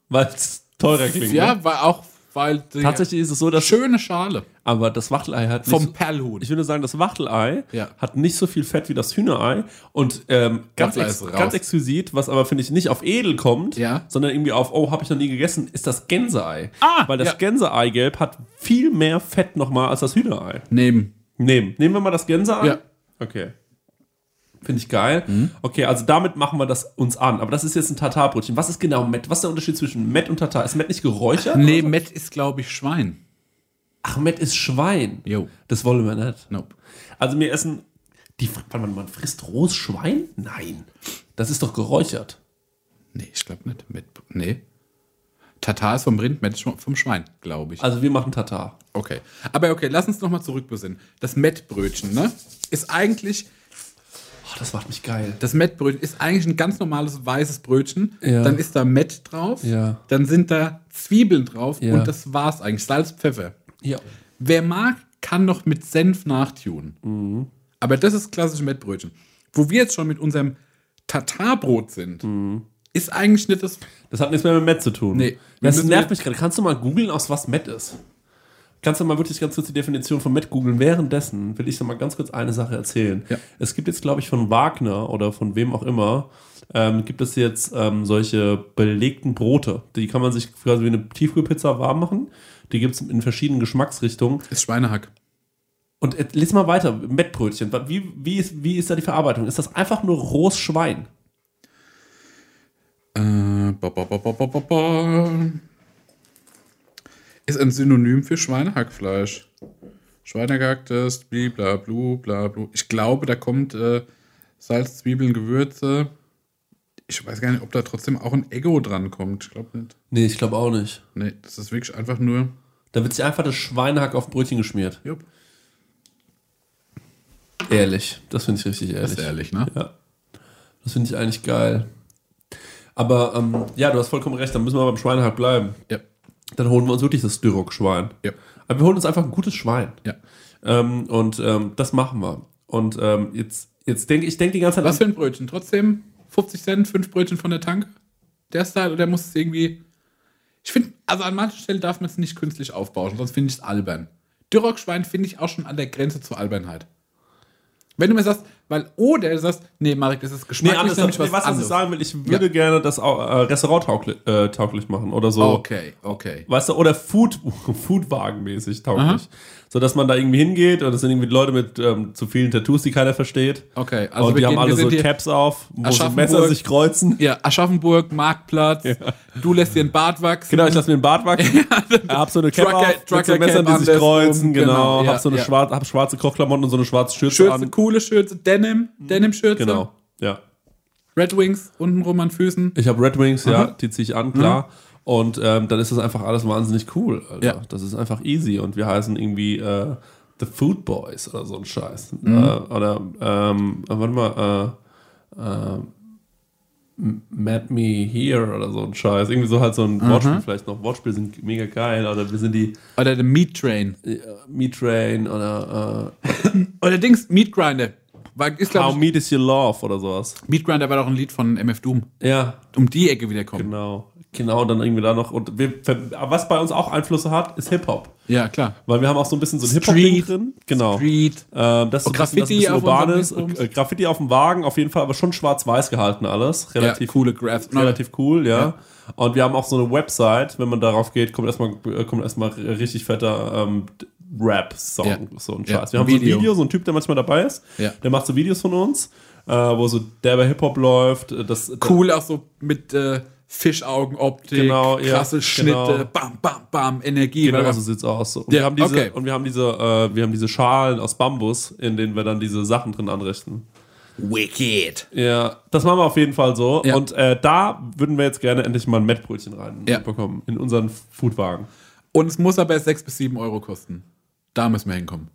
S1: Weil es teurer klingt. ne?
S3: Ja, war auch weil die
S1: Tatsächlich ist es so, dass.
S3: schöne Schale
S1: Aber das Wachtelei hat.
S3: vom
S1: nicht so,
S3: Perlhuhn.
S1: ich würde sagen, das Wachtelei
S3: Ja.
S1: hat nicht so viel Fett wie das Hühnerei. Und ähm, ganz,
S3: Wachtelei
S1: ex
S3: ist raus.
S1: ganz exquisit, was aber, finde ich, nicht auf edel kommt,
S3: Ja.
S1: sondern irgendwie auf, oh, habe ich noch nie gegessen, ist das Gänseei.
S4: Ah,
S1: Weil das
S3: ja.
S1: Gänseeigelb hat viel mehr Fett nochmal als das Hühnerei.
S3: Nehmen.
S1: Nehmen. Nehmen wir mal das Gänseei.
S3: Ja. Mhm.
S1: Okay. Finde ich geil. Okay, also damit machen wir das uns an. Aber das ist jetzt ein Tatarbrötchen. Was ist genau Met? Was ist der Unterschied zwischen Met und Tatar? Ist Met nicht geräuchert?
S3: Nee, Met ist, glaube ich, Schwein.
S1: Ach, Met ist Schwein.
S3: Jo.
S1: Das wollen wir nicht.
S3: Nope.
S1: Also wir essen. Die, fr- warte mal, man frisst rohes Schwein? Nein. Das ist doch geräuchert.
S3: Nee, ich glaube nicht. Met, nee. Tatar ist vom Rind, Met ist vom Schwein, glaube ich.
S1: Also wir machen Tatar.
S3: Okay. Aber okay, lass uns nochmal zurückbesinnen. Das Mettbrötchen, ne? Ist eigentlich,
S1: Oh, das macht mich geil.
S3: das Mettbrötchen ist eigentlich ein ganz normales weißes Brötchen.
S1: Ja.
S3: Dann ist da Mett drauf.
S1: Ja.
S3: Dann sind da Zwiebeln drauf.
S1: Ja.
S3: Und das war's eigentlich. Salz, Pfeffer.
S1: Ja.
S3: Wer mag, kann noch mit Senf nachtun. Aber das ist klassische Mettbrötchen. Wo wir jetzt schon mit unserem Tatarbrot sind, ist eigentlich nicht das.
S1: Das hat nichts mehr mit Met zu tun.
S3: Nee. Wir
S1: Das
S3: müssen
S1: nervt
S3: wir-
S1: mich gerade. Kannst du mal googeln, aus was Met ist? Kannst du mal wirklich ganz kurz die Definition von Met googeln? Währenddessen will ich noch mal ganz kurz eine Sache erzählen.
S3: Ja.
S1: Es gibt jetzt, glaube ich, von Wagner oder von wem auch immer, ähm, gibt es jetzt ähm, solche belegten Brote. Die kann man sich quasi wie eine Tiefkühlpizza warm machen. Die gibt es in verschiedenen Geschmacksrichtungen.
S3: Ist Schweinehack.
S1: Und jetzt lies mal weiter, Mettbrötchen. Wie, wie, ist, wie ist da die Verarbeitung? Ist das einfach nur rohes Schwein?
S3: Äh, ba, ba, ba, ba, ba, ba, ba. Ist ein Synonym für Schweinehackfleisch. Schweinegehacktes, blibla, blu, bla, blu. Ich glaube, da kommt äh, Salz, Zwiebeln, Gewürze. Ich weiß gar nicht, ob da trotzdem auch ein Ego dran kommt. Ich glaube nicht.
S1: Nee, ich glaube auch nicht.
S3: Nee, das ist wirklich einfach nur.
S1: Da wird sich einfach das Schweinehack auf Brötchen geschmiert.
S3: Jupp.
S1: Ehrlich. Das finde ich richtig ehrlich.
S3: Das ist ehrlich, ne?
S1: Ja. Das finde ich eigentlich geil. Aber ähm, ja, du hast vollkommen recht, dann müssen wir beim Schweinehack bleiben.
S3: Ja.
S1: Dann holen wir uns wirklich das Styrock-Schwein.
S3: Ja.
S1: Aber wir holen uns einfach ein gutes Schwein.
S3: ja.
S1: Ähm, und ähm, das machen wir. Und ähm, jetzt, jetzt denke ich denke die ganze Zeit.
S3: Was
S1: an-
S3: für ein Brötchen? Trotzdem 50 Cent, 5 Brötchen von der Tanke? Der Style oder muss es irgendwie. Ich finde, also an manchen Stellen darf man es nicht künstlich aufbauschen, sonst finde ich es albern. Dürrockschwein finde ich auch schon an der Grenze zur Albernheit. Wenn du mir sagst, weil, oder du sagst, nee, Marek, das ist
S1: Nee,
S3: geschmacklich
S1: anders,
S3: nämlich
S1: was, was, ich sagen will, ich würde
S3: Ja.
S1: gerne das auch, äh, Restaurant tauglich, äh, tauglich machen oder so.
S3: Ah, Okay, okay.
S1: Weißt du, oder Food, Foodwagen-mäßig tauglich. So dass man da irgendwie hingeht und es sind irgendwie Leute mit ähm, zu vielen Tattoos, die keiner versteht.
S3: Okay, also
S1: und
S3: wir
S1: die haben
S3: gehen- wir
S1: alle so
S3: sind hier-
S1: Caps auf, wo so
S3: Aschaffenburg.
S1: Messer sich kreuzen.
S3: Ja, Aschaffenburg, Marktplatz, du lässt dir einen Bart wachsen.
S1: Genau, ich lasse mir den Bart wachsen. hab so eine Cap
S3: Trucker-
S1: auf, mit so
S3: Trucker-Cap
S1: Messern, die sich
S3: andersrum,
S1: kreuzen, genau.
S3: genau, ja,
S1: hab so eine
S3: ja.
S1: schwarze, hab schwarze Kochklamotten und so eine schwarze Schürze,
S3: Schürze,
S1: an.
S3: coole Schürze, Denim, Denim-Schürze.
S1: Genau, ja.
S3: Red Wings untenrum an Füßen.
S1: Ich habe Red Wings, ja, die ziehe ich an, klar. Und ähm, dann ist das einfach alles wahnsinnig cool. Alter.
S3: Ja.
S1: Das ist einfach easy. Und wir heißen irgendwie äh, The Food Boys oder so ein Scheiß. Äh, oder, ähm, äh, warte mal, äh, äh, M- Mad Me Here oder so ein Scheiß. Irgendwie so halt so ein Wortspiel vielleicht noch. Wortspiele sind mega geil. Oder wir sind die
S3: Oder der Meat Train.
S1: äh, Meat Train oder äh,
S3: Oder Dings, Meat Grinder. War, ist,
S1: How
S3: glaub ich,
S1: Meat Is Your Love oder sowas.
S3: Meat Grinder war doch ein Lied von MF Doom.
S1: Ja,
S3: Um die Ecke wieder kommen.
S1: genau. Genau, dann irgendwie da noch. Und wir, was bei uns auch Einflüsse hat, ist Hip-Hop.
S3: Ja, klar.
S1: Weil wir haben auch so ein bisschen so ein Hip-Hop-Ding
S3: Street.
S1: drin. Genau.
S3: Street.
S1: Ähm, das ist so ein bisschen, das ein
S3: Und Graffiti
S1: bisschen
S3: auf
S1: urbanes.
S3: unserem Dingsbums.
S1: Äh, Graffiti auf dem Wagen, auf jeden Fall, aber schon schwarz-weiß gehalten alles. Relativ
S3: ja, coole Graphs.
S1: Relativ cool, ja. Und wir haben auch so eine Website, wenn man darauf geht, kommt erstmal äh, kommt erstmal richtig fetter ähm, Rap-Song,
S3: Ja.
S1: so ein
S3: Ja,
S1: Scheiß. Wir
S3: ein
S1: haben so ein
S3: Video.
S1: Video, so ein Typ, der manchmal dabei ist,
S3: Ja.
S1: der macht so Videos von uns, äh, wo so derber Hip-Hop läuft. äh, Das,
S3: Cool auch so mit äh, Fischaugenoptik,
S1: Genau, ja,
S3: krasse Schnitte,
S1: genau.
S3: bam, bam, bam, Energie.
S1: Genau
S3: Weil-
S1: so sieht's aus. Und,
S3: Ja,
S1: wir haben diese,
S3: okay.
S1: und wir haben diese, äh, wir haben diese Schalen aus Bambus, in denen wir dann diese Sachen drin anrichten.
S3: Wicked.
S1: Ja, das machen wir auf jeden Fall so.
S3: Ja.
S1: Und äh, da würden wir jetzt gerne endlich mal ein Mettbrötchen
S3: Ja.
S1: reinbekommen in unseren Foodwagen.
S3: Und es muss aber 6 bis 7 Euro kosten. Da müssen wir hinkommen.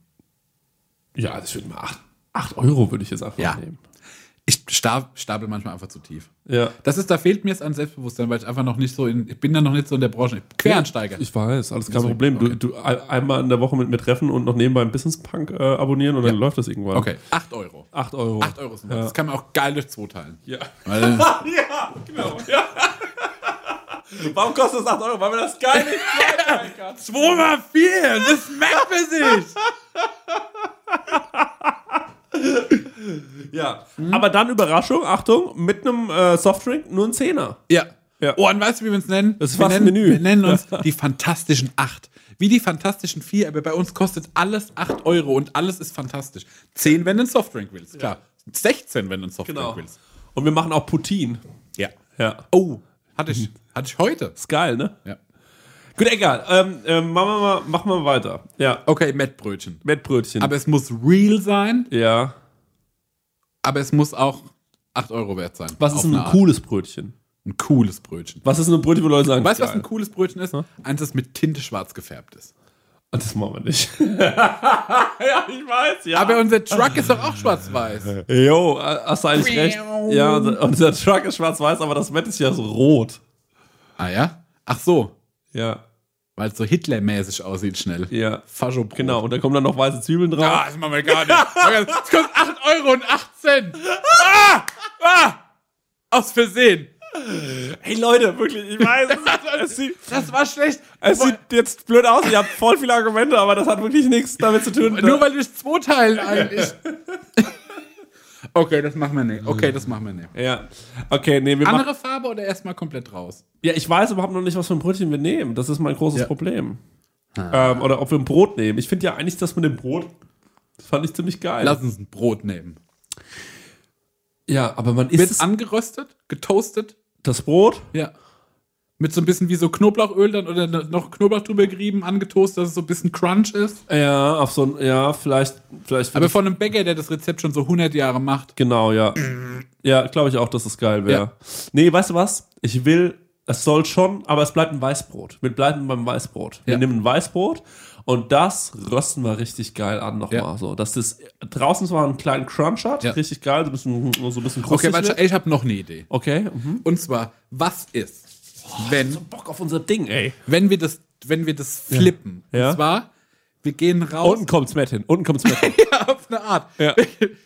S1: Ja, also ich würde mal 8, Euro würde ich jetzt einfach
S3: Ja.
S1: nehmen.
S3: Ich sta- stapel manchmal einfach zu tief.
S1: Ja.
S3: Das ist, da fehlt mir es an Selbstbewusstsein, weil ich einfach noch nicht so in, ich bin da noch nicht so in der Branche. Quereinsteiger.
S1: Ich weiß, alles kein Problem.
S3: Deswegen,
S1: Du,
S3: okay.
S1: du ein- einmal in der Woche mit mir treffen und noch nebenbei ein Business Punk äh, abonnieren und dann
S3: Ja.
S1: läuft das irgendwann.
S3: Okay, 8 Euro.
S1: 8 Euro.
S3: 8 Euro sind
S1: ja.
S3: das. Das kann man auch geil durch zwei teilen.
S1: Ja.
S3: Weil,
S1: ja, genau. Ja. Warum kostet das 8 Euro? Weil wir das geil nicht zweiteilen kann.
S3: 2 mal 4, das merkt man sich.
S1: Ja. Hm. Aber dann Überraschung, Achtung, mit einem äh, Softdrink nur ein Zehner.
S3: Ja.
S1: Ja.
S3: Oh, und weißt du, wie wir uns nennen?
S1: Das ist
S3: wir
S1: fast ein
S3: nennen,
S1: Menü.
S3: Wir nennen uns die Fantastischen Acht. Wie die Fantastischen Vier, aber bei uns kostet alles 8 Euro und alles ist fantastisch. 10, wenn du einen Softdrink willst, klar. 16, wenn du einen Softdrink willst.
S1: Und wir machen auch Poutine.
S3: Ja.
S1: Genau. Ja.
S3: Oh, hatte ich,
S1: Mhm.
S3: hatte ich heute.
S1: Ist geil, ne?
S3: Ja.
S1: Gut, egal. Ähm, ähm, machen, wir mal, machen wir weiter. Ja.
S3: Okay, Mettbrötchen.
S1: Mettbrötchen.
S3: Aber es muss real sein,
S1: ja.
S3: aber es muss auch 8 Euro wert sein.
S1: Was ist
S3: Auf
S1: denn
S3: eine
S1: ein
S3: Art.
S1: cooles Brötchen?
S3: ein cooles Brötchen?
S1: Was ist denn ein Brötchen, wo Leute sagen,
S3: Weißt du,
S1: geil.
S3: was ein cooles Brötchen ist? Eins, das mit Tinte schwarz gefärbt ist.
S1: Das machen wir nicht. ja, ich weiß, ja.
S3: Aber unser Truck ist doch auch schwarz-weiß.
S1: Jo, äh, hast du eigentlich recht. Ja, unser, unser Truck ist schwarz-weiß, aber das Mett ist ja so rot.
S3: Ah ja? Ach so,
S1: Ja,
S3: weil es so Hitler-mäßig aussieht schnell.
S1: ja.
S3: Fascho
S1: Genau, und da kommen dann noch weiße Zwiebeln drauf.
S3: Ah, das machen wir gar nicht. Es kostet 8 Euro und 8 Cent. Ah! Ah! Aus Versehen.
S1: Hey Leute, wirklich, ich weiß, es, es, sieht,
S3: Das war schlecht.
S1: es sieht jetzt blöd aus, ihr habt voll viele Argumente, aber das hat wirklich nichts damit zu tun.
S3: Nur weil du es zwei teilen eigentlich. okay, das machen wir nicht. Okay, das machen wir nicht.
S1: ja, okay, nee, wir machen,
S3: Andere Farbe oder erstmal komplett raus?
S1: Ja, ich weiß überhaupt noch nicht, was für ein Brötchen wir nehmen. Das ist mein großes
S3: Ja.
S1: Problem. Ähm, oder ob wir ein Brot nehmen. Ich finde ja eigentlich, dass mit dem Brot, das fand ich ziemlich geil.
S3: Lass uns ein Brot nehmen.
S1: ja, aber man
S3: Wird
S1: isst
S3: angeröstet, getoastet.
S1: das Brot
S3: Ja. Mit so ein bisschen wie so Knoblauchöl dann oder noch Knoblauch drüber gerieben, angetoastet, dass es so ein bisschen Crunch ist.
S1: Ja, auf so ein, ja, vielleicht, vielleicht.
S3: Aber von einem Bäcker, der das Rezept schon so 100 Jahre macht.
S1: genau, ja. Ja, glaube ich auch, dass es geil wäre. Nee, weißt du was? Ich will, es soll schon, aber es bleibt ein Weißbrot. Wir bleiben beim Weißbrot. Wir
S3: Ja.
S1: nehmen ein Weißbrot und das rösten wir richtig geil an nochmal.
S3: Ja.
S1: So, dass das draußen zwar einen kleinen Crunch hat,
S3: Ja.
S1: richtig geil, so ein bisschen, so ein bisschen
S3: Okay,
S1: krustig
S3: warte,
S1: wird.
S3: ich habe noch eine Idee.
S1: Okay, mhm.
S3: Und zwar, was ist, wenn,
S1: Bock auf unser Ding, ey.
S3: wenn wir das, wenn wir das flippen?
S1: Ja.
S3: Und zwar, wir gehen raus
S1: Unten kommt's Matt hin. Unten kommt's Matt hin.
S3: Ja, auf eine Art.
S1: Ja.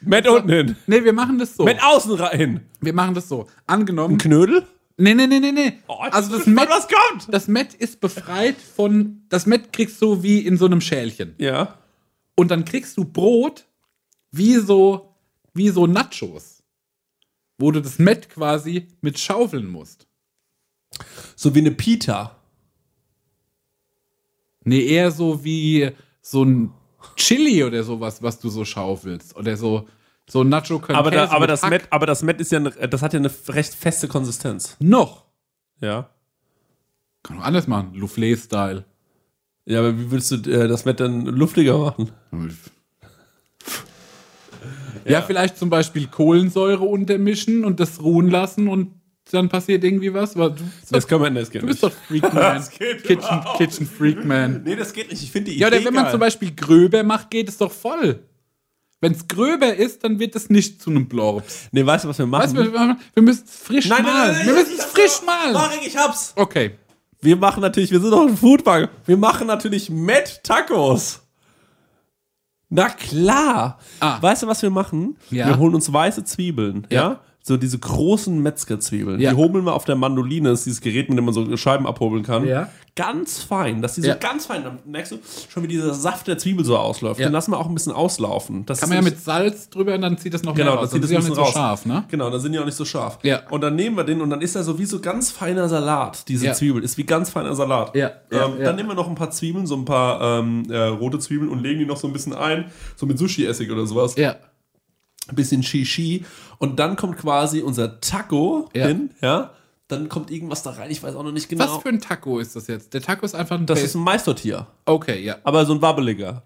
S1: Matt unten hin.
S3: Nee, wir machen das so.
S1: Matt außen rein hin.
S3: Wir machen das so.
S1: Ein
S3: Angenommen.
S1: Knödel?
S3: Nee, nee, nee, nee, nee.
S1: Oh, jetzt
S3: also das
S1: bin ich
S3: Met,
S1: gespannt, was kommt.
S3: das Met ist befreit von. Das Met kriegst du wie in so einem Schälchen.
S1: Ja.
S3: Und dann kriegst du Brot wie so, wie so Nachos. Wo du das Met quasi mit schaufeln musst.
S1: So wie eine Pita.
S3: Nee, eher so wie so ein Chili oder sowas, was du so schaufelst. Oder so, so ein Nacho con
S1: aber, da,
S3: Käse
S1: aber,
S3: mit
S1: das
S3: Hack.
S1: Met, aber das Met ist ja eine, das hat ja eine recht feste Konsistenz.
S3: Noch.
S1: Ja.
S3: Kann man anders machen. Soufflé-Style.
S1: Ja, aber wie würdest du äh, das Met dann luftiger machen?
S3: Ja, vielleicht zum Beispiel Kohlensäure untermischen und das ruhen lassen und dann passiert irgendwie was. Weil du, bist
S1: Das
S3: doch,
S1: kann man das geht
S3: du bist
S1: nicht.
S3: doch Freakman.
S1: geht
S3: Kitchen,
S1: überhaupt
S3: Kitchen Freakman.
S1: nee, das geht nicht. Ich finde die
S3: Ja, oder wenn man
S1: geil.
S3: zum Beispiel gröber macht, geht es doch voll. Wenn es gröber ist, dann wird es nicht zu einem Blorbs.
S1: Nee, weißt du, was wir machen?
S3: Weißt du, wir, wir müssen es frisch
S1: nein, nein,
S3: malen.
S1: nein, nein,
S3: wir
S1: ich-
S3: müssen es
S1: ich-
S3: frisch malen.
S1: Marek, ich hab's.
S3: Okay.
S1: Wir machen natürlich, wir sind doch ein Foodbank. Wir machen natürlich Met Tacos. Na klar.
S3: Ah.
S1: Weißt du, was wir machen?
S3: Ja.
S1: Wir holen uns weiße Zwiebeln, ja?
S3: Ja.
S1: So diese großen Metzgerzwiebeln.
S3: Ja.
S1: Die hobeln wir auf der Mandoline, das ist dieses Gerät, mit dem man so Scheiben abhobeln kann.
S3: Ja.
S1: Ganz fein, dass die so
S3: Ja.
S1: ganz fein, dann merkst du schon, wie dieser Saft der Zwiebel so ausläuft.
S3: Ja.
S1: Den lassen wir auch ein bisschen auslaufen. Das
S3: Kann
S1: ist
S3: man ja
S1: nämlich-
S3: mit Salz drüber und dann zieht das noch
S1: Genau,
S3: mehr
S1: dann
S3: raus.
S1: zieht
S3: Dann
S1: es
S3: ist ja
S1: ein
S3: auch
S1: bisschen
S3: nicht so
S1: raus.
S3: scharf, ne?
S1: Genau, dann sind die auch nicht so scharf.
S3: Ja.
S1: Und dann nehmen wir den und dann ist er so wie so ganz feiner Salat. Diese
S3: Ja.
S1: Zwiebel ist wie ganz feiner Salat.
S3: Ja, ja,
S1: ähm,
S3: ja.
S1: Dann nehmen wir noch ein paar Zwiebeln, so ein paar ähm, äh, rote Zwiebeln und legen die noch so ein bisschen ein, so mit Sushi-Essig oder sowas.
S3: Ja.
S1: Ein bisschen Shishi. Und dann kommt quasi unser Taco
S3: Ja.
S1: hin, ja. Dann kommt irgendwas da rein, ich weiß auch noch nicht genau.
S3: Was für ein Taco ist das jetzt? Der Taco ist einfach ein
S1: das
S3: Base-
S1: ist ein Also Meistertier,
S3: Okay, ja.
S1: aber so ein wabbeliger.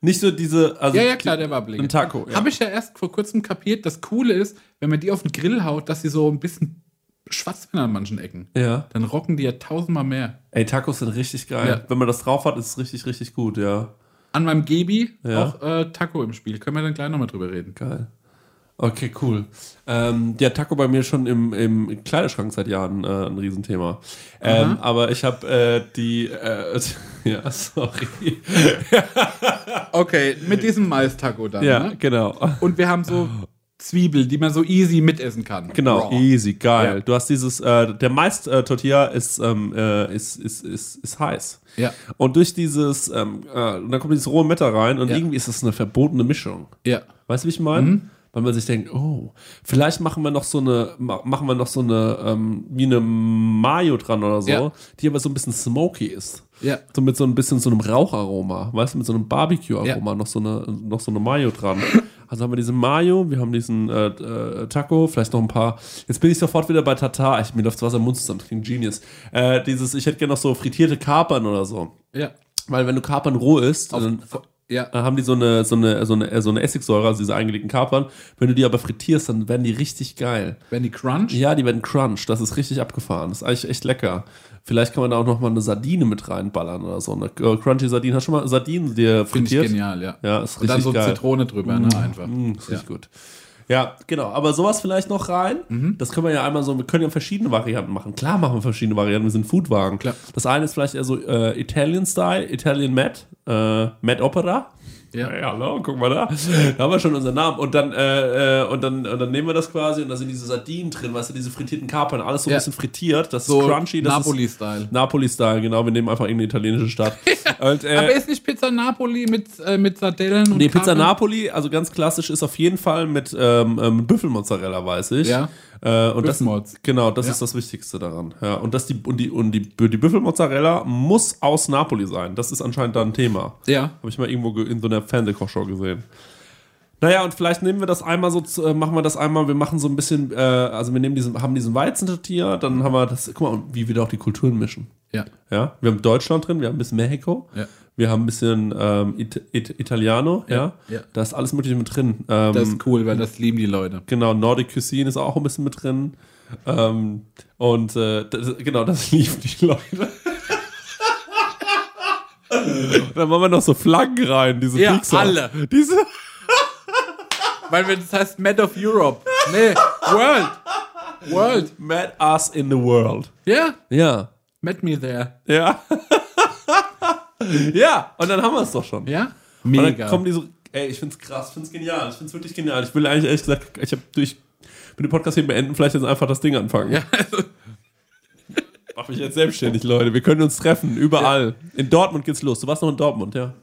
S1: Nicht so diese. Also
S3: Ja, ja, klar, der war blind.
S1: Ein Taco, ja.
S3: Habe ich ja erst vor kurzem kapiert, das Coole ist, wenn man die auf den Grill haut, dass sie so ein bisschen schwarz werden an manchen Ecken.
S1: Ja.
S3: Dann rocken die ja tausendmal mehr.
S1: Ey, Tacos sind richtig geil.
S3: Ja.
S1: Wenn man das drauf hat, ist es richtig, richtig gut, ja.
S3: An meinem Gebi
S1: Ja.
S3: auch äh, Taco im Spiel. Können wir dann gleich nochmal drüber reden.
S1: Geil. Okay, cool. Ähm, ja, Taco bei mir schon im, im Kleiderschrank seit Jahren äh, ein Riesenthema. Ähm, aber ich habe äh, die. Äh, ja, sorry.
S3: Okay, mit diesem Mais-Taco dann.
S1: Ja,
S3: Ne?
S1: genau.
S3: Und wir haben so Zwiebel, die man so easy mitessen kann.
S1: Genau,
S3: Raw.
S1: easy, geil.
S3: Ja.
S1: Du hast dieses, äh, der meist äh, Tortilla ist, ähm, äh, ist, ist, ist, ist heiß.
S3: Ja,
S1: Und durch dieses, ähm, äh, und dann kommt dieses rohe Metter rein und
S3: Ja.
S1: irgendwie ist das eine verbotene Mischung.
S3: ja.
S1: Weißt du, wie ich meine?
S3: Mhm.
S1: Weil man sich denkt, oh, vielleicht machen wir noch so eine, ma machen wir noch so eine, ähm, wie eine Mayo dran oder so,
S3: Ja.
S1: die aber so ein bisschen smoky ist.
S3: Ja.
S1: So mit so ein bisschen so einem Raucharoma, weißt du, mit so einem Barbecue-Aroma, noch, so eine, noch so eine Mayo dran. Also haben wir diesen Mayo, wir haben diesen äh, äh, Taco, vielleicht noch ein paar. Jetzt bin ich sofort wieder bei Tatar. Ich, mir läuft das Wasser im Mund zusammen, das klingt genius. Äh, dieses, ich hätte gerne noch so frittierte Kapern oder so.
S3: Ja.
S1: Weil wenn du Kapern roh isst,
S3: Auf,
S1: dann
S3: ja.
S1: dann haben die so eine, so eine, so eine, so eine Essigsäure, also diese eingelegten Kapern. Wenn du die aber frittierst, dann werden die richtig geil.
S3: Wenn die Crunch.
S1: Ja, die werden crunch. Das ist richtig abgefahren. Das ist eigentlich echt lecker. Vielleicht kann man da auch nochmal eine Sardine mit reinballern oder so. Eine äh, crunchy Sardine. Hast du schon mal Sardinen dir
S3: Finde ich
S1: frittiert?
S3: genial, ja.
S1: Ja, ist
S3: Und dann
S1: richtig
S3: so
S1: geil.
S3: Zitrone drüber, ne, einfach.
S1: Mm, ist
S3: ja.
S1: richtig gut. Ja, genau. Aber sowas vielleicht noch rein.
S3: Mhm.
S1: Das können wir ja einmal so, wir können ja verschiedene Varianten machen. Klar machen wir verschiedene Varianten, wir sind Foodwagen.
S3: Klar.
S1: Das eine ist vielleicht eher so äh, Italian-Style, Italian-Mad, äh, Mad-Opera.
S3: Ja.
S1: Hey, hallo, guck mal da. Da haben wir schon unseren Namen. Und dann, äh, äh, und dann, und dann nehmen wir das quasi und da sind diese Sardinen drin, weißt du, diese frittierten Kapern, alles so ein
S3: Ja.
S1: bisschen frittiert. Das
S3: So
S1: ist crunchy. Das
S3: Napoli-Style.
S1: ist Napoli-Style, genau. Wir nehmen einfach irgendeine italienische Stadt. und, äh,
S3: Aber ist nicht Pizza Napoli mit, äh, mit Sardellen und
S1: Nee, Pizza
S3: Kapern?
S1: Napoli, also ganz klassisch, ist auf jeden Fall mit ähm, ähm, Büffelmozzarella, weiß ich.
S3: Ja.
S1: Äh, und das,
S3: Büffelmozz.
S1: genau, das
S3: Ja.
S1: ist das Wichtigste daran. Ja, und das die, und die, und die, die Büffelmozzarella muss aus Napoli sein. Das ist anscheinend da ein Thema.
S3: Ja.
S1: Habe ich mal irgendwo ge- in so einer Fernsehkochshow gesehen. Naja, und vielleicht nehmen wir das einmal so, zu- äh, machen wir das einmal, wir machen so ein bisschen, äh, also wir nehmen diesen, haben diesen Weizentortilla, dann haben wir das, guck mal, wie wir da auch die Kulturen mischen.
S3: Ja.
S1: Ja, wir haben Deutschland drin, wir haben ein bisschen Mexiko,
S3: Ja.
S1: wir haben ein bisschen ähm, It It Italiano, ja.
S3: ja.
S1: Da ist alles Mögliche mit drin. Ähm,
S3: Das ist cool, weil das lieben die Leute.
S1: genau, Nordic Cuisine ist auch ein bisschen mit drin. Ähm, und äh, das, genau, das lieben die Leute. Dann machen wir noch so Flaggen rein, diese
S3: Ja,
S1: Pizza.
S3: alle.
S1: Diese,
S3: Weil wenn das heißt Mad of Europe. Nee, World. World.
S1: mad us in the world.
S3: Ja,
S1: Ja,
S3: Mad Me There.
S1: ja. ja, und dann haben wir es doch schon.
S3: Ja?
S1: Und dann kommen die so, ey, ich find's krass, ich find's genial, ich find's wirklich genial. Ich will eigentlich ehrlich gesagt, ich hab durch, mit dem Podcast hier beenden, vielleicht jetzt einfach das Ding anfangen.
S3: Ja. also
S1: Mach mich jetzt selbstständig, Leute. Wir können uns treffen, überall. In Dortmund geht's los. Du warst noch in Dortmund, ja.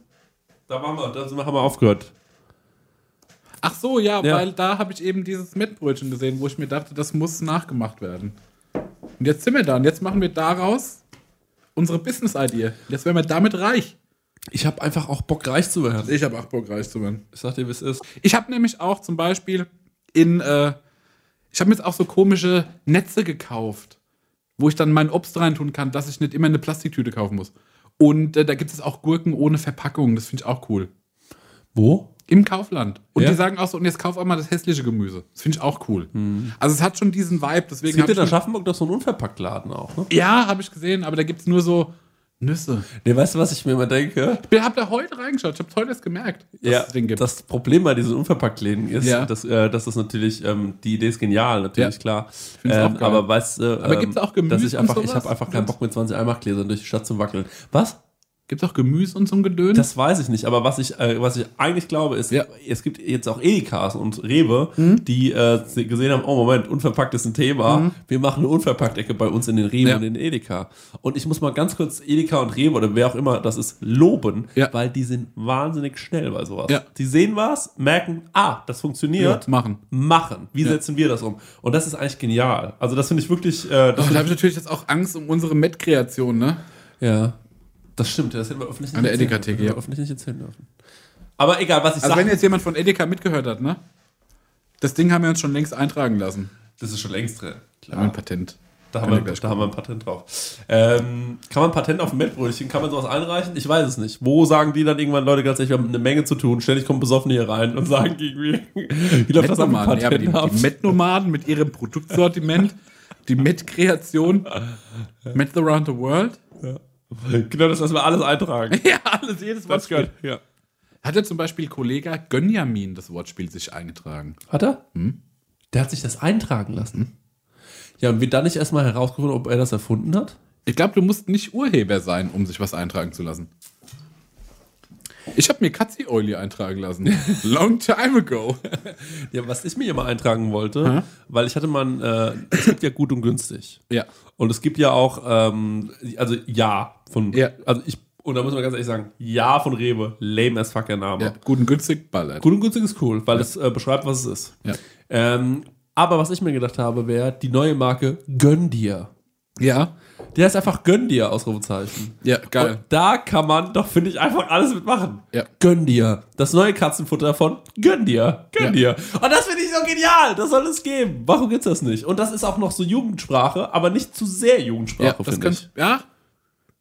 S1: Da waren wir, da sind wir- haben wir aufgehört.
S3: Ach so, ja,
S1: Ja.
S3: weil da habe ich eben dieses Mettbrötchen gesehen, wo ich mir dachte, das muss nachgemacht werden. Und jetzt sind wir da und jetzt machen wir daraus unsere Business-Idee. Jetzt werden wir damit reich.
S1: Ich habe einfach auch Bock, reich zu werden.
S3: Ich habe auch Bock, reich zu werden.
S1: Ich sag dir, wie es ist.
S3: Ich habe nämlich auch zum Beispiel in, äh, ich habe mir jetzt auch so komische Netze gekauft, wo ich dann mein Obst reintun kann, dass ich nicht immer eine Plastiktüte kaufen muss. Und äh, da gibt es auch Gurken ohne Verpackung, das finde ich auch cool.
S1: Wo?
S3: Im Kaufland. Und
S1: Ja.
S3: die sagen auch so, und jetzt kauf auch mal das hässliche Gemüse. Das finde ich auch cool.
S1: Mhm.
S3: Also es hat schon diesen Vibe,
S1: Es
S3: deswegen
S1: gibt
S3: habe
S1: in
S3: ich. mir-
S1: Aschaffenburg doch so einen Unverpacktladen auch, ne?
S3: Ja, habe ich gesehen, aber da gibt es nur so Nüsse.
S1: Nee, weißt du, was ich mir immer denke?
S3: Ich habe da heute reingeschaut, ich habe heute erst gemerkt, dass
S1: Ja,
S3: es den gibt.
S1: das Problem bei diesen Unverpacktläden ist,
S3: Ja.
S1: dass, äh, dass das natürlich, ähm, die Idee ist genial, natürlich,
S3: Ja.
S1: klar.
S3: find's auch
S1: Ähm,
S3: geil.
S1: aber weißt du,
S3: Aber
S1: ähm,
S3: gibt's auch Gemüse
S1: dass ich
S3: und
S1: einfach, ich
S3: sowas?
S1: habe einfach keinen Bock mit 20 Eimachgläsern durch die Stadt zu wackeln. Was?
S3: Gibt es auch Gemüse und so ein Gedöns?
S1: Das weiß ich nicht, aber was ich, äh, was ich eigentlich glaube, ist,
S3: Hm? Ja. Hm?
S1: es gibt jetzt auch Edekas und Rewe, die äh, se- gesehen haben, oh Moment, unverpackt ist ein Thema, wir machen eine Unverpackt-Ecke bei uns in den Rewe
S3: Ja.
S1: und in den Edeka. Und ich muss mal ganz kurz Edeka und Rewe oder wer auch immer das ist, loben,
S3: Ja.
S1: weil die sind wahnsinnig schnell bei sowas.
S3: Ja.
S1: Die sehen was, merken, ah, das funktioniert,
S3: Ja, machen.
S1: machen. Wie setzen wir das um? Und das ist eigentlich genial. Also das finde ich wirklich, äh, das
S3: Oh, da
S1: find
S3: habe ich natürlich jetzt auch Angst um unsere Met-Kreation, ne?
S1: ich, ja. Das stimmt, das hätten wir öffentlich nicht
S3: An der
S1: erzählen
S3: Edeka-Theke,
S1: dürfen.
S3: ja.
S1: öffentlich nicht erzählen dürfen. Aber egal, was ich
S3: Also
S1: sage.
S3: wenn jetzt jemand von Edeka mitgehört hat, ne? Das Ding haben wir uns schon längst eintragen lassen.
S1: Das ist schon längst drin.
S3: Da haben wir ein Patent.
S1: Da
S3: Können
S1: haben, wir,
S3: gleich
S1: da haben wir ein Patent drauf. Ähm, kann man ein Patent auf ein Mettbrötchen, kann man sowas einreichen? Ich weiß es nicht. Wo sagen die dann irgendwann, Leute, ganz ehrlich, wir haben eine Menge zu tun, ständig kommen Besoffene hier rein und sagen irgendwie, ich glaube, das haben wir ein
S3: Met-Nomaden, ja, aber
S1: Patent
S3: die,
S1: ab.
S3: die Met-Nomaden mit ihrem Produktsortiment, die Met-Kreation, Met Around the World.
S1: Genau, das lassen wir alles eintragen.
S3: Ja, alles, jedes Wortspiel.
S1: ja.
S3: Hat ja zum Beispiel Kollege Gönjamin das Wortspiel sich eingetragen.
S1: Hat er? Der hat sich das eintragen lassen. Hm? Ja, und wird dann nicht erstmal herausgefunden, ob er das erfunden hat?
S3: Ich glaube, du musst nicht Urheber sein, um sich was eintragen zu lassen. Ich habe mir Katzi Oily eintragen lassen. Long time ago.
S1: Ja, was ich mir immer eintragen wollte, weil ich hatte mal, ein, äh, es gibt ja gut und günstig.
S3: ja.
S1: Und es gibt ja auch, ähm, also ja von,
S3: Ja.
S1: also ich, und da muss man ganz ehrlich sagen, ja von Rewe, lame as fuck der Name.
S3: ja. Gut und günstig ballert.
S1: Gut und günstig ist cool, weil es äh, beschreibt, was es ist.
S3: Ja.
S1: Ähm, aber was ich mir gedacht habe, wäre die neue Marke Gönn dir.
S3: Ja.
S1: Der ist einfach Gönn dir, Ausrufezeichen.
S3: Ja, geil.
S1: Und da kann man doch, finde ich, einfach alles mitmachen.
S3: Ja.
S1: Gönn dir. Das neue Katzenfutter von Gönn dir. Gönn dir. Und das finde ich so genial. Das soll es geben. Warum gibt's das nicht? Und das ist auch noch so Jugendsprache, aber nicht zu sehr
S3: ja,
S1: Jugendsprache,
S3: das
S1: finde
S3: kann,
S1: ich.
S3: ja,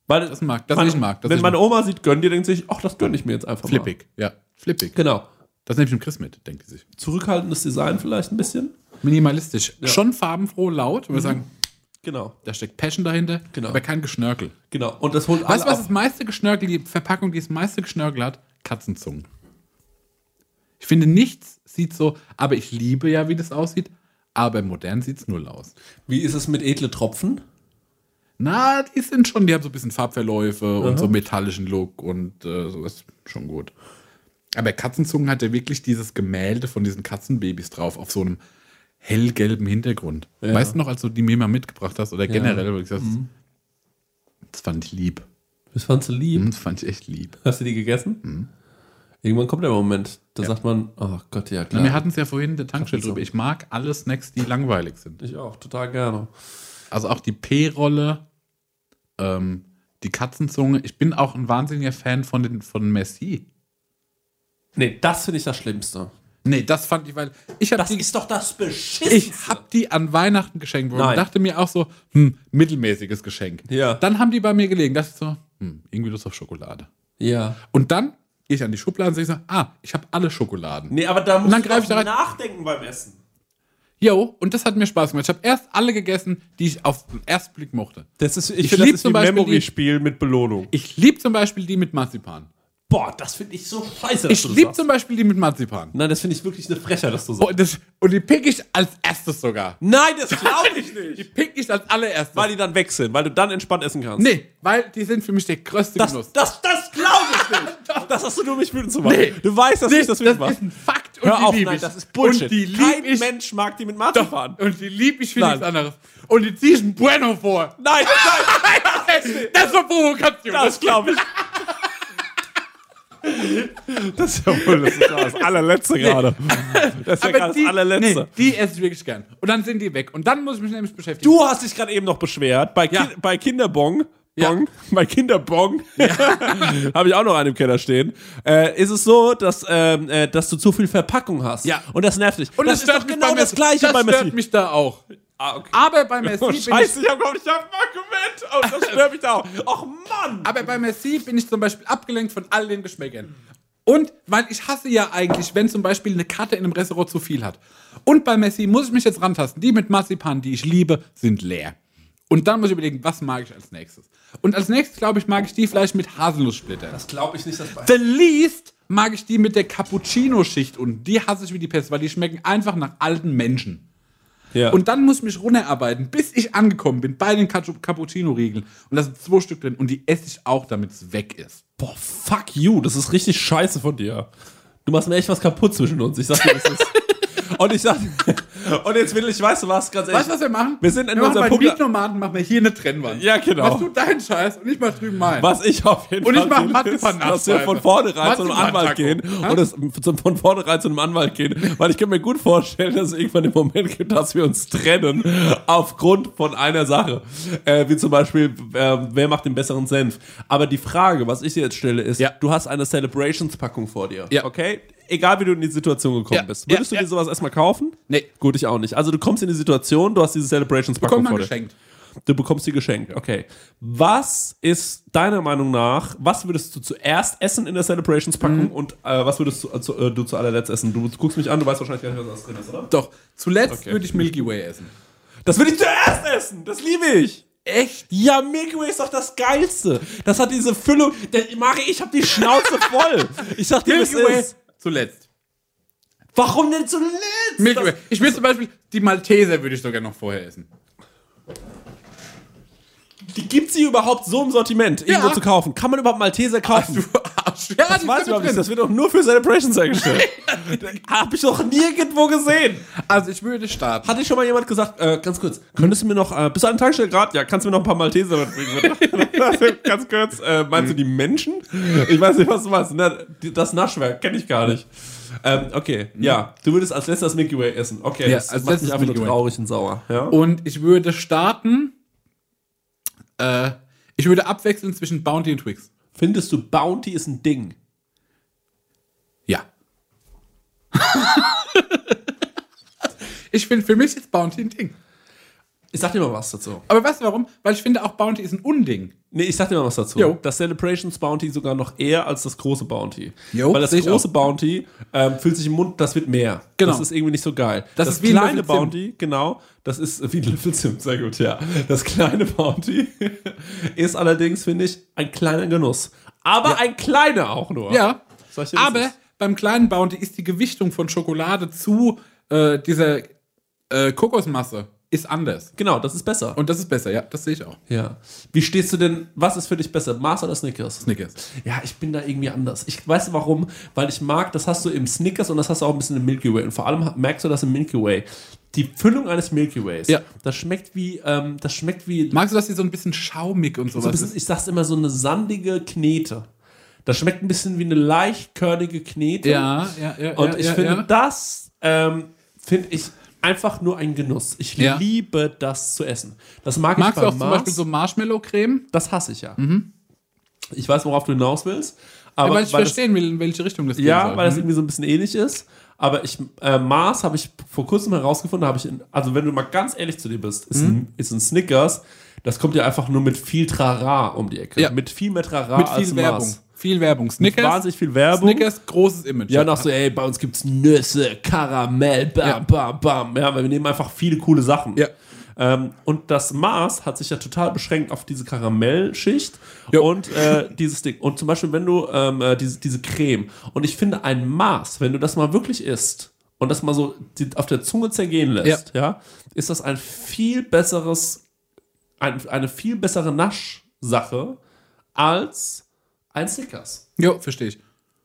S1: Weil
S3: das mag- das ich mag, das
S1: wenn
S3: ich
S1: meine Oma sieht, gönn dir, denkt sich, ach, das gönn ich mir jetzt einfach
S3: flippig. Ja, flippig.
S1: mal. Genau.
S3: Das nehme ich dem Chris mit, denkt sie sich.
S1: Zurückhaltendes Design vielleicht ein bisschen.
S3: Minimalistisch. Schon farbenfroh, laut. Und wir sagen,
S1: Genau.
S3: da steckt Passion dahinter,
S1: Genau.
S3: aber kein Geschnörkel.
S1: Genau. Und das holt
S3: Weißt du,
S1: alle
S3: was
S1: ab.
S3: das meiste Geschnörkel, die Verpackung, die das meiste Geschnörkel hat? Katzenzungen. Ich finde, nichts sieht so, aber ich liebe ja, wie das aussieht, aber modern sieht es null aus.
S1: Wie ist es mit edle Tropfen?
S3: Na, die sind schon, die haben so ein bisschen Farbverläufe und so einen metallischen Look und äh, so ist schon gut. Aber Katzenzungen hat ja wirklich dieses Gemälde von diesen Katzenbabys drauf auf so einem hellgelben Hintergrund. Weißt du noch, als du die mir mal mitgebracht hast oder generell, wo ich gesagt, hast, das fand ich lieb.
S1: Das fandst du lieb.
S3: Das fand ich echt lieb.
S1: Hast du die gegessen?
S3: Mhm.
S1: Irgendwann kommt der Moment, da sagt man, oh Gott, ja
S3: Na,
S1: klar.
S3: Wir hatten es ja vorhin in der Tankstelle
S1: Katzenzungen.
S3: drüber. Ich mag alle Snacks, die langweilig sind.
S1: ich auch, total gerne.
S3: Also auch die P-Rolle, ähm, die Katzenzunge. Ich bin auch ein wahnsinniger Fan von, den, von Messi.
S1: Nee, das finde ich das Schlimmste.
S3: Nee, das fand ich, weil ich habe
S1: Das
S3: die,
S1: ist doch das Beschissenste.
S3: ich hab die an Weihnachten geschenkt bekommen
S1: Nein.
S3: und dachte mir auch so, hm, mittelmäßiges Geschenk.
S1: Ja.
S3: Dann haben die bei mir gelegen, dachte ich so, hm, irgendwie Lust auf Schokolade.
S1: ja.
S3: Und dann gehe ich an die Schublade und sehe so, ah, ich habe alle Schokoladen.
S1: Nee, aber da muss
S3: Und dann greif ich da rein.
S1: nachdenken beim Essen.
S3: Jo, und das hat mir Spaß gemacht. Ich habe erst alle gegessen, die ich auf den ersten Blick mochte.
S1: Das ist, ich,
S3: Ich
S1: finde,
S3: lieb
S1: das ist
S3: zum
S1: wie
S3: Beispiel
S1: Memory-Spiel mit Belohnung.
S3: Ich liebe zum Beispiel die mit Marzipan.
S1: Boah, das finde ich so scheiße. dass
S3: Ich
S1: du das
S3: liebe
S1: sagst.
S3: zum Beispiel die mit Marzipan.
S1: Nein, das finde ich wirklich eine Frecher, dass du so.
S3: Und, das, und die pick ich als erstes sogar.
S1: Nein, das glaube ich
S3: Die
S1: nicht.
S3: pick ich als allererstes.
S1: Weil die dann weg sind, weil du dann entspannt essen kannst.
S3: nee, weil die sind für mich der größte
S1: Das,
S3: Genuss.
S1: das, das glaube ich nicht. Das hast du nur um mich wütend zu machen.
S3: Nee.
S1: Du weißt, dass
S3: Nee,
S1: ich das wütend
S3: das
S1: mache.
S3: ist ein Fakt und
S1: Hör auf,
S3: die liebe
S1: nein,
S3: ich.
S1: das ist Bullshit.
S3: Und die liebe
S1: Kein
S3: ich.
S1: Mensch mag die mit
S3: Doch.
S1: Martin fahren.
S3: Und die liebe ich für
S1: Nein.
S3: nichts anderes. Und die ziehe ich ein Bueno vor.
S1: Nein, nein,
S3: Das ist eine Provokation.
S1: das glaube ich. Das ist ja wohl das, ist ja das allerletzte gerade. Das ist ja gerade das allerletzte.
S3: nee, die esse ich wirklich gern. Und dann sind die weg. Und dann muss ich mich nämlich beschäftigen.
S1: Du hast dich gerade eben noch beschwert bei,
S3: Ja.
S1: Kin bei Kinderbong.
S3: Ja.
S1: Bong, Bei Kinderbong habe ich auch noch einen im Keller stehen. Äh, ist es so, dass, ähm, äh, dass du zu viel Verpackung hast?
S3: Ja.
S1: Und das nervt dich.
S3: Und
S1: das, ist doch
S3: mich
S1: genau
S3: bei
S1: das
S3: Messi.
S1: Gleiche
S3: das
S1: bei Messi.
S3: stört mich da auch.
S1: Ah, okay.
S3: Aber bei Messi
S1: Oh,
S3: bin ich
S1: scheiße, ich habe ich hab Mark gewinnt. Und das stört mich da auch. Och Mann.
S3: Aber bei Merci bin ich zum Beispiel abgelenkt von all den Geschmäckern. Und weil ich hasse ja eigentlich, wenn zum Beispiel eine Karte in einem Restaurant zu viel hat. Und bei Messi muss ich mich jetzt rantasten. Die mit Marzipan, die ich liebe, sind leer. Und dann muss ich überlegen, was mag ich als nächstes. Und als nächstes, glaube ich, mag ich die vielleicht mit Haselnusssplitter.
S1: Das glaube ich nicht, dass bei
S3: The least mag ich die mit der Cappuccino-Schicht unten. Die hasse ich wie die Pest, weil die schmecken einfach nach alten Menschen.
S1: ja.
S3: Und dann muss ich mich runterarbeiten, bis ich angekommen bin bei den Capu- Cappuccino-Riegeln. Und da sind zwei Stück drin und die esse ich auch, damit es weg ist.
S1: Boah, fuck you, das ist richtig scheiße von dir. Du machst mir echt was kaputt zwischen uns. Ich sag dir, das ist. und ich sag. Und jetzt will ich, weißt du was, ganz ehrlich.
S3: Weißt du, was wir machen?
S1: Wir sind in
S3: wir machen
S1: unserem
S3: bei
S1: Punkt-
S3: Mietnomaden machen wir hier eine Trennwand.
S1: Ja, genau.
S3: Machst du deinen Scheiß und ich mach drüben meinen.
S1: Was ich auf jeden
S3: Und ich
S1: Fall
S3: mach
S1: will,
S3: Marzipan-
S1: dass wir von vornherein zu einem Anwalt
S3: Marzipan-Taco.
S1: gehen
S3: Hä?
S1: und es zum, von vornherein zu einem Anwalt gehen, weil ich kann mir gut vorstellen, dass es irgendwann den Moment gibt, dass wir uns trennen aufgrund von einer Sache, äh, wie zum Beispiel, äh, wer macht den besseren Senf. Aber die Frage, was ich dir jetzt stelle, ist,
S3: Ja.
S1: du hast eine Celebrations-Packung vor dir,
S3: Ja.
S1: okay? Egal, wie du in die Situation gekommen
S3: Ja.
S1: bist. Würdest
S3: Ja.
S1: du dir sowas erstmal kaufen?
S3: Nee.
S1: Gut, ich auch nicht. Also du kommst in die Situation, du hast diese Celebrations-Packung
S3: Bekommt man
S1: vor dir.
S3: geschenkt.
S1: Du bekommst sie geschenkt. Okay. Was ist deiner Meinung nach, was würdest du zuerst essen in der Celebrations-Packung und äh, was würdest du, äh, zu, äh, du zu allerletzt essen? Du guckst mich an, du weißt wahrscheinlich gar nicht, was da drin ist, oder?
S3: Doch, zuletzt
S1: Okay.
S3: würde ich Milky Way essen.
S1: Das würde ich zuerst essen! Das liebe ich!
S3: Echt?
S1: Ja, Milky Way ist doch das Geilste! Das hat diese Füllung. Der, Mari, ich hab die Schnauze voll! Ich sag dir, was
S3: Milky Way
S1: ist.
S3: zuletzt.
S1: Warum denn zuletzt?
S3: Milky
S1: Das-
S3: Way. Ich will zum Beispiel die Malteser würde ich sogar noch vorher essen.
S1: Die gibt's hier überhaupt so im Sortiment, irgendwo zu kaufen? Kann man überhaupt Malteser kaufen?
S3: Du Arsch. Ja,
S1: Das weiß ich überhaupt nicht. Das wird doch nur für Celebrations hergestellt. Hab ich noch nirgendwo gesehen.
S3: Also ich würde starten.
S1: Hatte schon mal jemand gesagt, äh, ganz kurz, könntest du mir noch, äh, bist du an Tankstelle gerade? Ja, kannst du mir noch ein paar Malteser mitbringen? bitte? Also, ganz kurz, äh, meinst du die Menschen? Ich weiß nicht, was du meinst. Na, die- das Naschwerk kenne ich gar nicht. Ähm, okay, ja, du würdest als letztes Milky Way essen. Okay,
S3: Ja,
S1: das
S3: als
S1: macht
S3: letztes
S1: mich einfach
S3: Milky
S1: nur
S3: Way.
S1: traurig und sauer. Ja?
S3: Und ich würde starten. Äh, ich würde abwechseln zwischen Bounty und Twix.
S1: Findest du, Bounty ist ein Ding?
S3: Ja. ich finde, für mich ist Bounty ein Ding.
S1: Ich sag dir mal was dazu.
S3: Aber weißt du warum? Weil ich finde auch Bounty ist ein Unding.
S1: Nee, ich sag dir mal was dazu.
S3: Jo.
S1: Das Celebrations Bounty sogar noch eher als das große Bounty.
S3: Jo,
S1: Weil das
S3: seh ich
S1: große
S3: auch.
S1: Bounty ähm, fühlt sich im Mund, das wird mehr.
S3: Genau.
S1: Das ist irgendwie nicht so geil.
S3: Das ist wie ein
S1: kleine
S3: Löffel Zimt.
S1: Bounty, genau, das ist wie ein Löffel Zimt, sehr gut, ja. Das kleine Bounty ist allerdings, finde ich, ein kleiner Genuss. Aber ein kleiner auch nur.
S3: Ja.
S1: Soll ich dir das
S3: Aber
S1: jetzt-
S3: beim kleinen Bounty ist die Gewichtung von Schokolade zu äh, dieser äh, Kokosmasse ist anders.
S1: Genau, das ist besser.
S3: Und das ist besser, ja, das sehe ich auch.
S1: ja. Wie stehst du denn, was ist für dich besser, Mars oder Snickers?
S3: Snickers.
S1: Ja, ich bin da irgendwie anders. Ich weiß warum, weil ich mag, das hast du im Snickers und das hast du auch ein bisschen im Milky Way. Und vor allem merkst du das im Milky Way. Die Füllung eines Milky Ways,
S3: Ja.
S1: das schmeckt wie, ähm, das schmeckt wie,
S3: Magst du, dass die so ein bisschen schaumig und sowas
S1: so ein bisschen,
S3: ist?
S1: ich sag's immer, so eine sandige Knete. Das schmeckt ein bisschen wie eine leichtkörnige Knete.
S3: Ja, ja, ja.
S1: Und
S3: ja,
S1: ich
S3: ja,
S1: finde,
S3: ja.
S1: das ähm, finde ich einfach nur ein Genuss. Ich
S3: Ja.
S1: liebe das zu essen. Das mag
S3: Magst
S1: ich
S3: du
S1: bei
S3: auch zum
S1: Mars.
S3: Beispiel so Marshmallow-Creme?
S1: das hasse ich ja. Ich weiß, worauf du hinaus willst.
S3: Ja,
S1: Aber
S3: weil ich
S1: weil das-
S3: verstehen will, in welche Richtung das geht.
S1: Ja, weil das irgendwie so ein bisschen ähnlich ist. Aber ich, äh, Mars habe ich vor kurzem herausgefunden, habe ich, in, also wenn du mal ganz ehrlich zu dir bist, ist,
S3: Mhm.
S1: ein, ist ein Snickers, das kommt ja einfach nur mit viel Trara um die Ecke.
S3: Ja.
S1: Mit viel mehr Trara
S3: Mit
S1: als
S3: viel Werbung.
S1: Mars.
S3: Viel Werbung.
S1: Mit
S3: Snickers,
S1: wahnsinnig viel Werbung.
S3: Snickers, großes Image.
S1: Ja, und auch so, ey, bei uns gibt's Nüsse, Karamell, bam,
S3: Ja.
S1: bam, bam. Ja, weil wir nehmen einfach viele coole Sachen.
S3: Ja.
S1: Ähm, und das Maß hat sich ja total beschränkt auf diese Karamellschicht und äh, dieses Ding. Und zum Beispiel, wenn du ähm, äh, diese, diese Creme. Und ich finde, ein Maß, wenn du das mal wirklich isst und das mal so die- auf der Zunge zergehen lässt, ja, ist das ein viel besseres, ein, eine viel bessere Naschsache als ein Snickers.
S3: Jo, verstehe ich.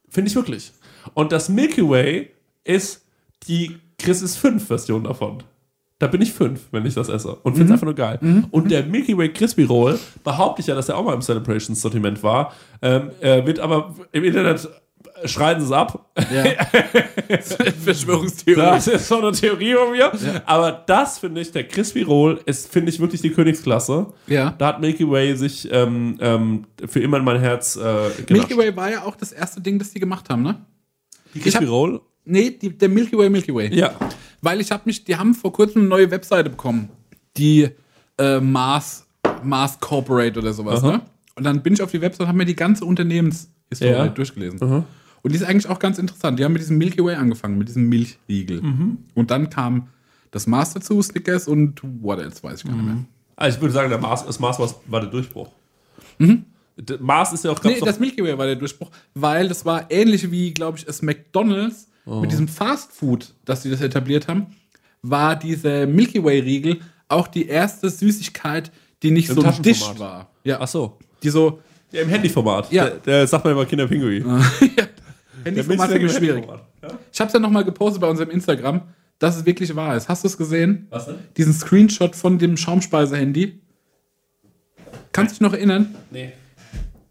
S1: Finde ich wirklich. Und das Milky Way ist die Chris ist 5 Version davon. Da bin ich 5, wenn ich das esse. Und
S3: Mhm.
S1: finde es einfach nur geil. Und der Milky Way Crispy Roll, behaupte ich ja, dass er auch mal im Celebrations Sortiment war, ähm, äh, wird aber im Internet äh, schreien sie es ab.
S3: Verschwörungstheorie.
S1: Das ist so eine Theorie von mir. Aber das finde ich, der Crispy Roll ist, finde ich, wirklich die Königsklasse.
S3: Ja.
S1: Da hat Milky Way sich ähm, ähm, für immer in mein Herz äh, genascht.
S3: Milky Way war ja auch das erste Ding, das die gemacht haben, ne?
S1: Die
S3: ich
S1: Crispy
S3: hab-
S1: Roll?
S3: Nee, die, der Milky Way, Milky Way.
S1: Ja.
S3: Weil ich habe mich, die haben vor kurzem eine neue Webseite bekommen. Die äh, Mars, Mars Corporate oder sowas, ne? Und dann bin ich auf die Webseite und habe mir die ganze Unternehmenshistorie
S1: Ja.
S3: durchgelesen. Und die ist eigentlich auch ganz interessant. Die haben mit diesem Milky Way angefangen, mit diesem Milchriegel.
S1: Mhm.
S3: Und dann kam das Mars dazu, Snickers und what else, weiß ich gar nicht mehr.
S1: Also ich würde sagen, der Mars, das Mars war, war der Durchbruch. D- Mars ist ja auch
S3: Mhm. Nee,
S1: ganz
S3: das Milky Way war der Durchbruch, weil das war ähnlich wie, glaube ich, das McDonalds
S1: Oh.
S3: mit diesem Fast Food, dass sie das etabliert haben, war diese Milky Way Riegel auch die erste Süßigkeit, die nicht so ein
S1: Taschenformat.
S3: Dish war. Ja,
S1: Ach so.
S3: die so
S1: ja, im Handyformat.
S3: Ja.
S1: Der, der sagt man immer Kinderpinguin. Der
S3: Handyformat
S1: Milchshake
S3: ist
S1: im
S3: schwierig.
S1: Handyformat. Ja?
S3: Ich habe es ja nochmal gepostet bei unserem Instagram, dass es wirklich wahr ist. Hast du es gesehen?
S1: Was denn?
S3: Diesen Screenshot von dem Schaumspeiser-Handy. Kannst du dich noch erinnern?
S1: Nee.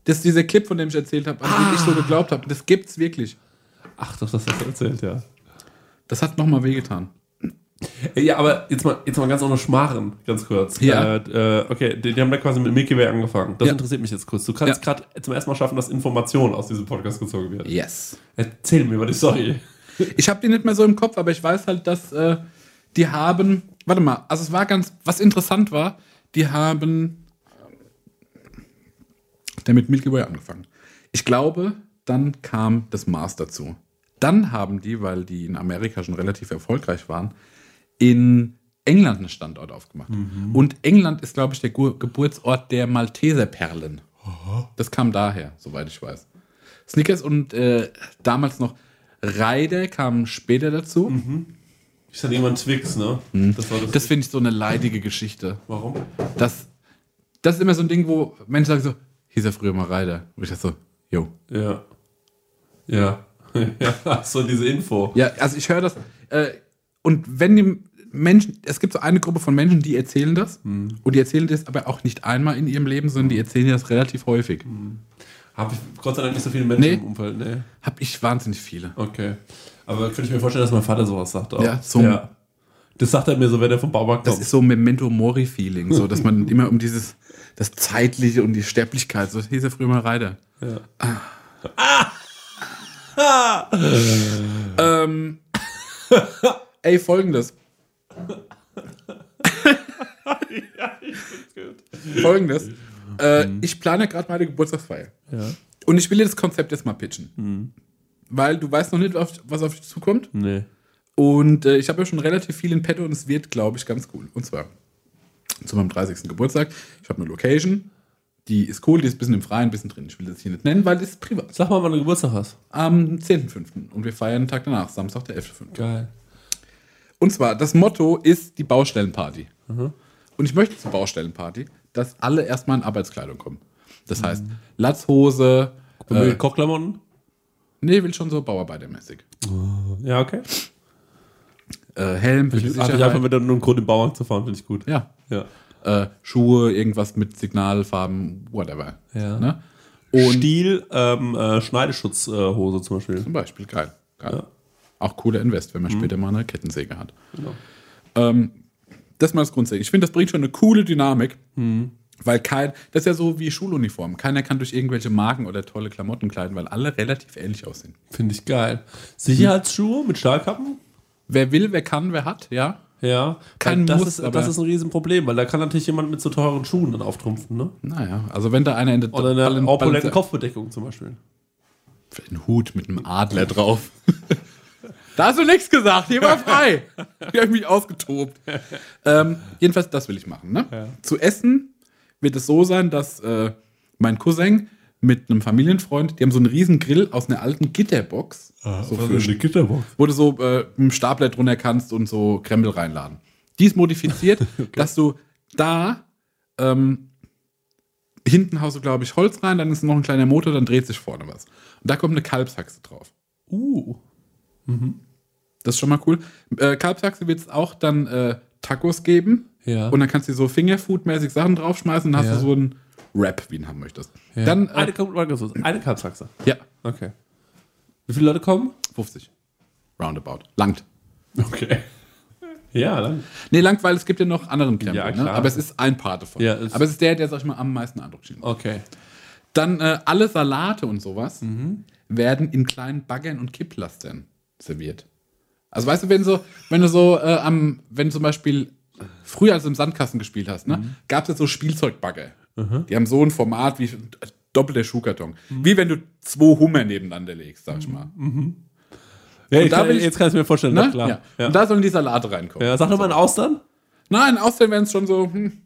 S3: Das ist dieser Clip, von dem ich erzählt habe, an den ich
S1: Ah.
S3: so geglaubt habe. Das gibt's wirklich.
S1: Ach doch, das hast du erzählt, ja.
S3: Das hat nochmal wehgetan.
S1: Ey, Äh, Ja, aber jetzt mal, jetzt mal ganz ohne Schmarren, ganz kurz.
S3: Ja.
S1: Äh, äh, okay, die, die haben da quasi mit Milky Way angefangen. Das
S3: Ja.
S1: interessiert mich jetzt kurz. Du kannst
S3: Ja.
S1: gerade zum ersten Mal schaffen, dass Information aus diesem Podcast gezogen wird.
S3: Yes.
S1: Erzähl mir über die Story.
S3: Ich habe die nicht mehr so im Kopf, aber ich weiß halt, dass äh, die haben. Warte mal, also es war ganz. Was interessant war, die haben. Der mit Milky Way angefangen. Ich glaube, dann kam das Mars dazu. Dann haben die, weil die in Amerika schon relativ erfolgreich waren, in England einen Standort aufgemacht. Und England ist, glaube ich, der Gu- Geburtsort der Malteserperlen. Das kam daher, soweit ich weiß. Snickers und äh, damals noch Reider kam später dazu.
S1: Ich hatte jemand Twix, ne? Das war das.
S3: Mhm. Das finde ich so eine leidige Geschichte.
S1: Warum?
S3: Das, das ist immer so ein Ding, wo Menschen sagen so, hieß er früher mal Reider. Und ich dachte so, jo,
S1: Ja. Ja. ja. So diese Info.
S3: Ja, also ich höre das. Äh, und wenn die Menschen, es gibt so eine Gruppe von Menschen, die erzählen das. Und die erzählen das aber auch nicht einmal in ihrem Leben, sondern die erzählen das relativ häufig.
S1: Habe ich Gott sei Dank nicht so viele Menschen
S3: Nee.
S1: im Umfeld. Nee.
S3: Hab ich wahnsinnig viele.
S1: Okay. Aber könnte ich mir vorstellen, dass mein Vater sowas sagt auch.
S3: Ja, so-
S1: Das sagt er mir so, wenn er vom Baumarkt
S3: Das
S1: kommt.
S3: ist so Memento Mori-Feeling, so dass man immer um dieses, das Zeitliche und die Sterblichkeit, so hieß ja früher mal Reiter. Ah. ähm, ey, folgendes. Folgendes. Äh, Ich plane gerade meine Geburtstagsfeier. Und ich will dir das Konzept jetzt mal pitchen. Weil du weißt noch nicht, auf- was auf dich zukommt.
S1: nee.
S3: Und äh, ich habe ja schon relativ viel in petto und es wird, glaube ich, ganz cool. Und zwar zu meinem 30. Geburtstag. Ich habe eine Location. Die ist cool, die ist ein bisschen im Freien, ein bisschen drin. Ich will das hier nicht nennen, weil das ist privat.
S1: Sag mal, wann du Geburtstag hast.
S3: Am 10.5. Und wir feiern einen Tag danach, Samstag, der 11.5.
S1: Geil.
S3: Und zwar, das Motto ist die Baustellenparty. Und ich möchte zur Baustellenparty, dass alle erstmal in Arbeitskleidung kommen. Das heißt, Latzhose, äh,
S1: Mit Kochklamotten?
S3: nee, will schon so Bauarbeitermäßig.
S1: Ja, okay.
S3: Äh, Helm, für die
S1: Ich habe ich
S3: Sicherheit.
S1: einfach wieder nur einen Grund, im Baumarkt zu fahren, finde ich gut.
S3: ja,
S1: Ja.
S3: äh, Schuhe, irgendwas mit Signalfarben, whatever.
S1: Ja.
S3: Ne? Und
S1: Stiel, ähm, äh, Schneideschutzhose äh, Hose zum Beispiel.
S3: zum Beispiel, geil. geil. Auch cooler Invest, wenn man später mal eine Kettensäge hat.
S1: Mhm. Genau.
S3: Ähm, das mal das Grundsätzliche. Ich finde, das bringt schon eine coole Dynamik.
S1: Mhm.
S3: Weil kein, das ist ja so wie Schuluniformen. Keiner kann durch irgendwelche Marken oder tolle Klamotten kleiden, weil alle relativ ähnlich aussehen.
S1: Finde ich geil. Sicherheitsschuhe mit Stahlkappen?
S3: Wer will, wer kann, wer hat, ja.
S1: Ja.
S3: Kein
S1: Weil das
S3: Muss,
S1: ist,
S3: aber-
S1: das ist ein Riesenproblem, weil da kann natürlich jemand mit so teuren Schuhen dann auftrumpfen, ne?
S3: Naja, also wenn da einer in der
S1: Oder eine
S3: Ballen-
S1: opulente
S3: Ballen-
S1: Kopfbedeckung zum Beispiel.
S3: Ein Hut mit einem Adler drauf. da hast du nichts gesagt, hier war frei. Hier habe ich mich ausgetobt. Ähm, jedenfalls, das will ich machen. Ne? Zu essen wird es so sein, dass äh, mein Cousin mit einem Familienfreund, die haben so einen riesen Grill aus einer alten Gitterbox,
S1: Ah,
S3: so für,
S1: Gitterbox.
S3: wo du so äh, mit dem Stapler drunter kannst und so Krempel reinladen. Die ist modifiziert, dass du da ähm, hinten haust du, glaube ich, Holz rein, dann ist noch ein kleiner Motor, dann dreht sich vorne was. Und da kommt eine Kalbshaxe drauf.
S1: Uh.
S3: Das ist schon mal cool. Äh, Kalbshaxe wird es auch dann äh, Tacos geben.
S1: Ja.
S3: Und dann kannst du so Fingerfood-mäßig Sachen draufschmeißen und dann
S1: Ja.
S3: hast du so einen Wrap, wie du ihn haben möchtest. Dann, äh,
S1: eine kommt ganz kurz. Eine Kalbshaxe.
S3: ja,
S1: Okay. Wie viele Leute kommen?
S3: 50. Roundabout. Langt.
S1: Okay. Ja, dann.
S3: Nee, langt, weil es gibt ja noch anderen Krempel.
S1: Ja,
S3: ne?
S1: klar.
S3: Aber es ist ein Part davon.
S1: Ja, es- Oh.
S3: Aber es ist der, der, sag ich mal, am meisten Eindruck schien.
S1: Okay.
S3: Dann äh, alle Salate und sowas
S1: Mhm.
S3: werden in kleinen Baggern und Kipplastern serviert. Also weißt du, wenn so, wenn du so äh, am, wenn zum Beispiel früher als du im Sandkasten gespielt hast, ne,
S1: Mhm.
S3: gab es jetzt so Spielzeugbagger. Die haben so ein Format wie äh, doppelter Schuhkarton.
S1: Mhm.
S3: Wie wenn du zwei Hummer nebeneinander legst, sag ich mal.
S1: Ja,
S3: Und
S1: ich
S3: da
S1: kann,
S3: bin ich-
S1: jetzt kann ich es mir vorstellen,
S3: Ne?
S1: Mhm. na klar.
S3: Ja.
S1: Ja.
S3: Und da sollen die Salate reinkommen.
S1: ja, sag doch mal einen Austern.
S3: Nein, Austern wären es schon so hm,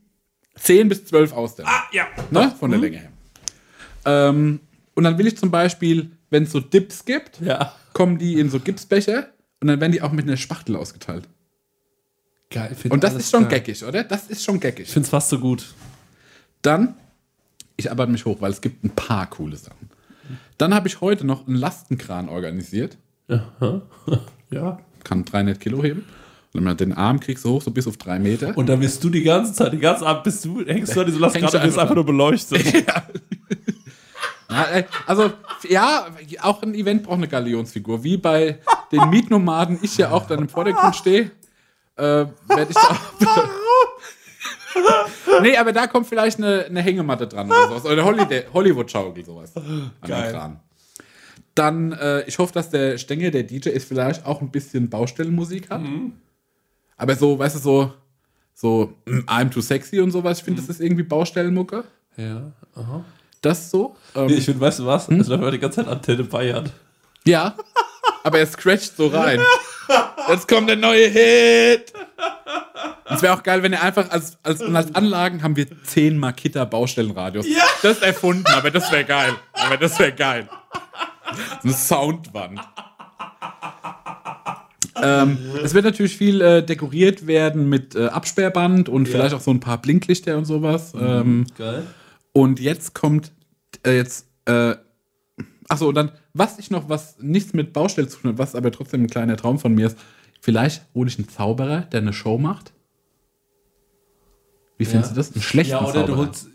S3: 10 bis 12 Austern.
S1: Ah, Ja. Mhm.
S3: ne? Von der Länge her. Ähm, und dann will ich zum Beispiel, wenn es so Dips gibt,
S1: Ja.
S3: kommen die in so Gipsbecher und dann werden die auch mit einer Spachtel ausgeteilt.
S1: Geil. find
S3: Und das
S1: alles
S3: ist schon
S1: geil.
S3: geckig, oder? Das ist schon
S1: Ich
S3: geckig.
S1: finde es fast so gut.
S3: Dann, ich arbeite mich hoch, weil es gibt ein paar coole Sachen. Dann habe ich heute noch einen Lastenkran organisiert.
S1: Ja.
S3: Kann 300 Kilo heben. Und wenn man den Arm kriegst du hoch, so bis auf drei Meter.
S1: Und dann bist du die ganze Zeit, die ganze Abend bist du, hängst du an diesem
S3: Hängst
S1: Lastrad
S3: du
S1: und wirst
S3: einfach
S1: einfach nur beleuchtet.
S3: Ja, ey, Also, ja, auch ein Event braucht eine Galionsfigur. Wie bei den Mietnomaden ich ja auch dann im Vordergrund stehe, äh, werde ich da auch. nee, aber da kommt vielleicht eine, eine Hängematte dran oder sowas. Oder eine Holiday- Hollywood-Schaukel, sowas. An
S1: Geil.
S3: den Kran. Dann, äh, ich hoffe, dass der Stängel, der DJ, ist vielleicht auch ein bisschen Baustellenmusik hat.
S1: Mhm.
S3: Aber so, weißt du, so, so mm, I'm too sexy und sowas. Ich finde,
S1: Mhm.
S3: das ist irgendwie Baustellenmucke.
S1: ja. Aha.
S3: Das so. Ähm,
S1: Nee, ich finde, weißt du was?
S3: Hm?
S1: Es läuft immer die ganze Zeit Antenne Bayern.
S3: Ja, aber er scratcht so rein. Jetzt kommt der neue Hit. Es wäre auch geil, wenn er einfach als, als, und als Anlagen haben wir 10 Makita Baustellenradios. Ja. Das erfunden, aber das wäre geil. Aber das wäre geil. Eine Soundwand. Ähm, es wird natürlich viel äh, dekoriert werden mit äh, Absperrband und vielleicht auch so ein paar Blinklichter und sowas. Ähm,
S1: Geil.
S3: und jetzt kommt äh, jetzt äh, Achso, und dann, was ich noch, was nichts mit Baustelle zu tun hat, was aber trotzdem ein kleiner Traum von mir ist, vielleicht hole ich einen Zauberer, der eine Show macht. Wie findest du das? Einen schlechten
S1: Ja, oder du
S3: Zauberer.
S1: holst.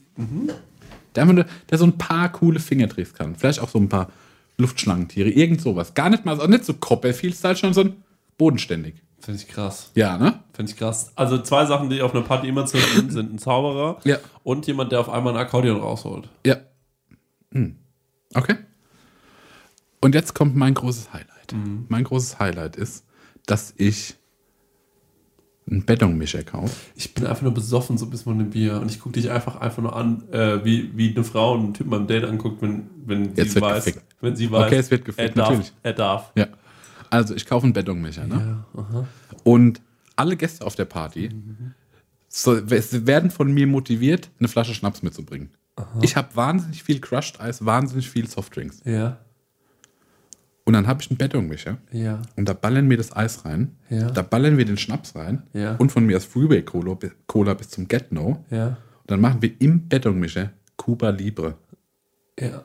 S3: Der, einfach nur- der so ein paar coole Fingerdrehs kann. Vielleicht auch so ein paar Luftschlangentiere, irgend sowas. Gar nicht mal, so- nicht so Copperfield-Style, sondern so ein bodenständig.
S1: Finde ich krass.
S3: Ja, ne?
S1: Finde ich krass. Also zwei Sachen, die auf einer Party immer zu finden sind: ein Zauberer
S3: Ja.
S1: und jemand, der auf einmal ein Akkordeon rausholt.
S3: Ja. Hm. Okay. Und jetzt kommt mein großes Highlight. Mein großes Highlight ist, dass ich einen Betonmischer kaufe.
S1: Ich bin einfach nur besoffen, so bis man ein Bier. Und ich gucke dich einfach einfach nur an, äh, wie, wie eine Frau einen Typen beim Date anguckt, wenn, wenn
S3: Jetzt
S1: sie
S3: wird
S1: weiß.
S3: gefickt.
S1: Wenn sie weiß.
S3: Okay, es wird
S1: er
S3: gefickt,
S1: darf,
S3: natürlich.
S1: Er darf.
S3: Ja. Also ich kaufe einen Betonmischer, ne? Und alle Gäste auf der Party so, es werden von mir motiviert, eine Flasche Schnaps mitzubringen. Ich habe wahnsinnig viel Crushed Eis, wahnsinnig viel Softdrinks.
S1: Ja,
S3: Und dann habe ich einen Betonmischer
S1: ja.
S3: und da ballern wir das Eis rein,
S1: Ja.
S3: da ballern wir den Schnaps rein
S1: Ja.
S3: und von mir das Freeway Cola, bi- Cola bis zum Get No. Und
S1: Ja.
S3: dann machen wir im Betonmischer Cuba Libre.
S1: Ja.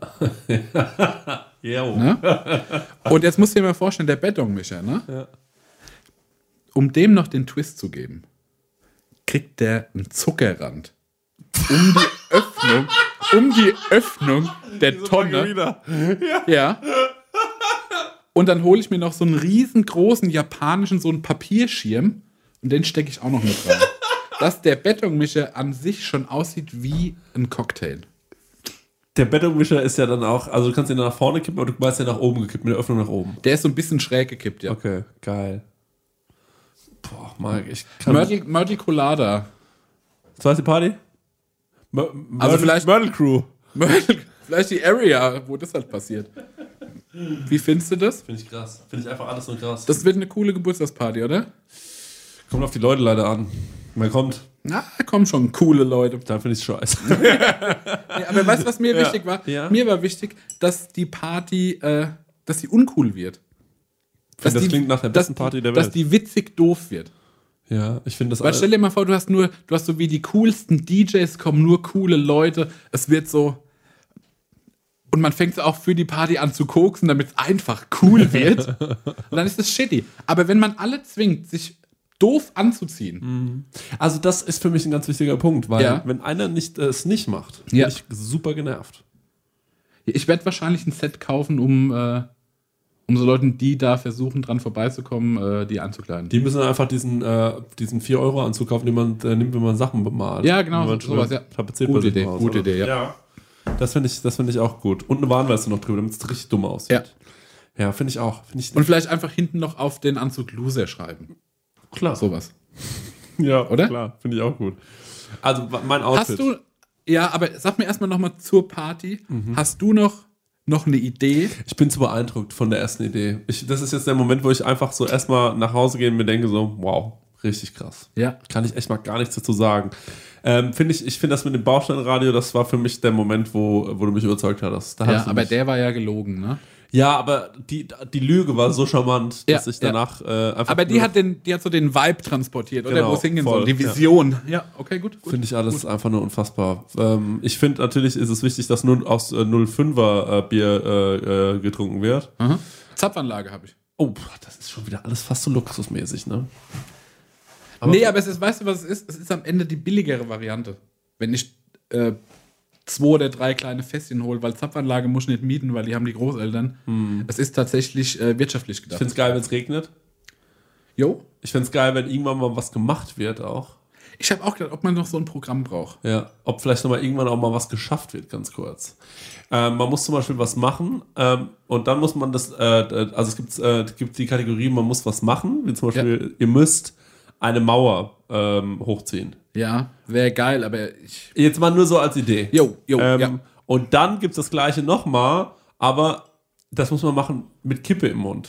S1: ja. oh.
S3: Ne? Und jetzt musst du dir mal vorstellen, der Betonmischer, ne? Um dem noch den Twist zu geben, kriegt der einen Zuckerrand um die Öffnung, um die Öffnung der Tonne.
S1: Margarita.
S3: Ja. Und dann hole ich mir noch so einen riesengroßen japanischen, so einen Papierschirm und den stecke ich auch noch mit rein. Dass der Betonmischer an sich schon aussieht wie ein Cocktail.
S1: Der Bettungwischer ist ja dann auch, also du kannst ihn nach vorne kippen, aber du weißt ja nach oben gekippt, mit der Öffnung nach oben.
S3: Der ist so ein bisschen schräg gekippt, ja.
S1: Okay, geil. Boah, Marc, ich kann.
S3: Mörtel, Mörtel Colada.
S1: Zweite Party? Also Mör- Mörtel-
S3: Also vielleicht-
S1: Mörtel Crew.
S3: Mörtel- Vielleicht die Area, wo das halt passiert. Wie findest du das?
S1: Finde ich krass. Finde ich einfach alles nur krass.
S3: Das wird eine coole Geburtstagsparty, oder?
S1: kommt auf die Leute leider an. Man kommt,
S3: Na, kommen schon coole Leute.
S1: dann finde ich es scheiße.
S3: Ja, aber weißt du, was mir wichtig war?
S1: Ja.
S3: Mir war wichtig, dass die Party, äh, dass sie uncool wird. Dass
S1: das klingt nach der besten
S3: dass,
S1: Party der
S3: Dass
S1: Welt.
S3: die witzig doof wird.
S1: ja, ich finde das
S3: Weil stell dir mal vor, du hast nur, du hast so wie die coolsten DJs kommen, nur coole Leute. Es wird so. Und man fängt auch für die Party an zu koksen, damit es einfach cool wird. Und dann ist es shitty. Aber wenn man alle zwingt, sich doof anzuziehen,
S1: Also das ist für mich ein ganz wichtiger Punkt, weil
S3: Ja.
S1: wenn einer nicht, äh, es nicht macht, bin
S3: Ja.
S1: ich super genervt.
S3: ich werde wahrscheinlich ein Set kaufen, um, äh, um so Leuten, die da versuchen, dran vorbeizukommen, äh, die anzukleiden.
S1: Die müssen einfach diesen, äh, diesen 4-Euro-Anzug kaufen, den man äh, nimmt, wenn man Sachen bemalt.
S3: Ja, genau,
S1: Wenn man
S3: so- sowas,
S1: schon
S3: ja.
S1: tapeziert
S3: Gute
S1: bei sich
S3: Idee,
S1: im Haus,
S3: gute
S1: oder?
S3: Idee, ja.
S1: Das finde ich, das finde ich auch gut. Und eine Warnleiste noch drüber, damit es richtig dumm aussieht.
S3: Ja.
S1: Ja, finde ich auch. Finde ich
S3: Und vielleicht einfach hinten noch auf den Anzug Loser schreiben.
S1: klar.
S3: Sowas.
S1: ja,
S3: oder?
S1: Klar, finde ich auch gut. Also wa- mein Outfit.
S3: Hast du, ja, aber sag mir erstmal nochmal zur Party.
S1: Mhm.
S3: Hast du noch, noch eine Idee?
S1: Ich bin zu beeindruckt von der ersten Idee. Ich, das ist jetzt der Moment, wo ich einfach so erstmal nach Hause gehe und mir denke so, wow, richtig krass.
S3: Ja.
S1: Kann ich echt mal gar nichts dazu sagen. Ähm, finde ich, ich finde das mit dem Bausteinradio, das war für mich der Moment, wo, wo du mich überzeugt hattest. Da
S3: Ja,
S1: hast du
S3: aber
S1: mich,
S3: der war ja gelogen, ne?
S1: ja, aber die, die Lüge war so charmant, dass
S3: Ja,
S1: ich danach äh, einfach.
S3: Aber die
S1: nur-
S3: hat, den, die hat so den Vibe transportiert, oder?
S1: Genau,
S3: Wo es hingehen soll.
S1: voll,
S3: Die
S1: ja.
S3: Vision. Ja, okay, gut. gut.
S1: Finde ich alles einfach nur unfassbar. Ähm, ich finde natürlich ist es wichtig, dass nur aus äh, 05er äh, Bier äh, äh, getrunken wird.
S3: Mhm. Zapfanlage habe ich.
S1: Oh, das ist schon wieder alles fast so luxusmäßig, ne?
S3: nee, aber es ist, weißt du, was es ist? Es ist am Ende die billigere Variante. Wenn ich äh, zwei oder drei kleine Fässchen hole, weil Zapfanlage muss ich nicht mieten, weil die haben die Großeltern.
S1: Hm.
S3: Es ist tatsächlich äh, wirtschaftlich
S1: Ich
S3: gedacht.
S1: finde es geil, wenn es regnet.
S3: Jo,
S1: Ich finde es geil, wenn irgendwann mal was gemacht wird auch.
S3: ich habe auch gedacht, ob man noch so ein Programm braucht.
S1: Ja, ob vielleicht nochmal irgendwann auch mal was geschafft wird, ganz kurz. Ähm, man muss zum Beispiel was machen ähm, und dann muss man das, äh, also es gibt, äh, gibt die Kategorie, man muss was machen, wie zum Beispiel, ihr müsst eine Mauer ähm, hochziehen.
S3: Ja, wäre geil, aber ich.
S1: Jetzt mal nur so als Idee.
S3: Jo, jo,
S1: ähm,
S3: ja.
S1: Und dann gibt es das gleiche nochmal, aber das muss man machen mit Kippe im Mund.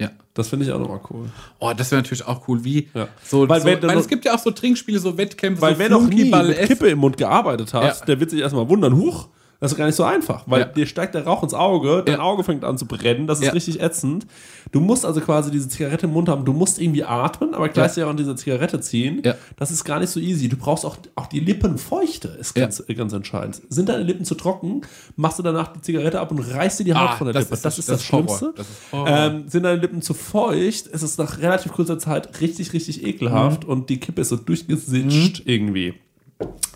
S3: Ja.
S1: Das finde ich auch nochmal cool.
S3: Oh, das wäre natürlich auch cool, wie
S1: Ja.
S3: so,
S1: Weil
S3: so
S1: wenn du
S3: weil
S1: noch-
S3: es gibt ja auch so Trinkspiele, so Wettkämpfe,
S1: Weil
S3: so
S1: wer noch nie
S3: Flunkyball
S1: mit
S3: F.
S1: Kippe im Mund gearbeitet hat,
S3: Ja.
S1: der wird sich erstmal wundern, huch, Das ist gar nicht so einfach, weil
S3: Ja.
S1: dir steigt der Rauch ins Auge, dein
S3: Ja.
S1: Auge fängt an zu brennen, das ist
S3: Ja.
S1: richtig ätzend. Du musst also quasi diese Zigarette im Mund haben, du musst irgendwie atmen, aber gleichzeitig auch an diese Zigarette ziehen.
S3: Ja.
S1: Das ist gar nicht so easy. Du brauchst auch, auch die Lippenfeuchte, ist
S3: Ja.
S1: ganz, ganz entscheidend. Sind deine Lippen zu trocken, machst du danach die Zigarette ab und reißt dir die Haut
S3: Ah,
S1: von der
S3: das
S1: Lippe.
S3: ist-
S1: das ist das,
S3: das ist Horror.
S1: Schlimmste.
S3: Das ist Horror.
S1: ähm, sind deine Lippen zu feucht, ist es nach relativ kurzer Zeit richtig, richtig ekelhaft
S3: Mhm.
S1: und die Kippe ist so durchgesitscht irgendwie.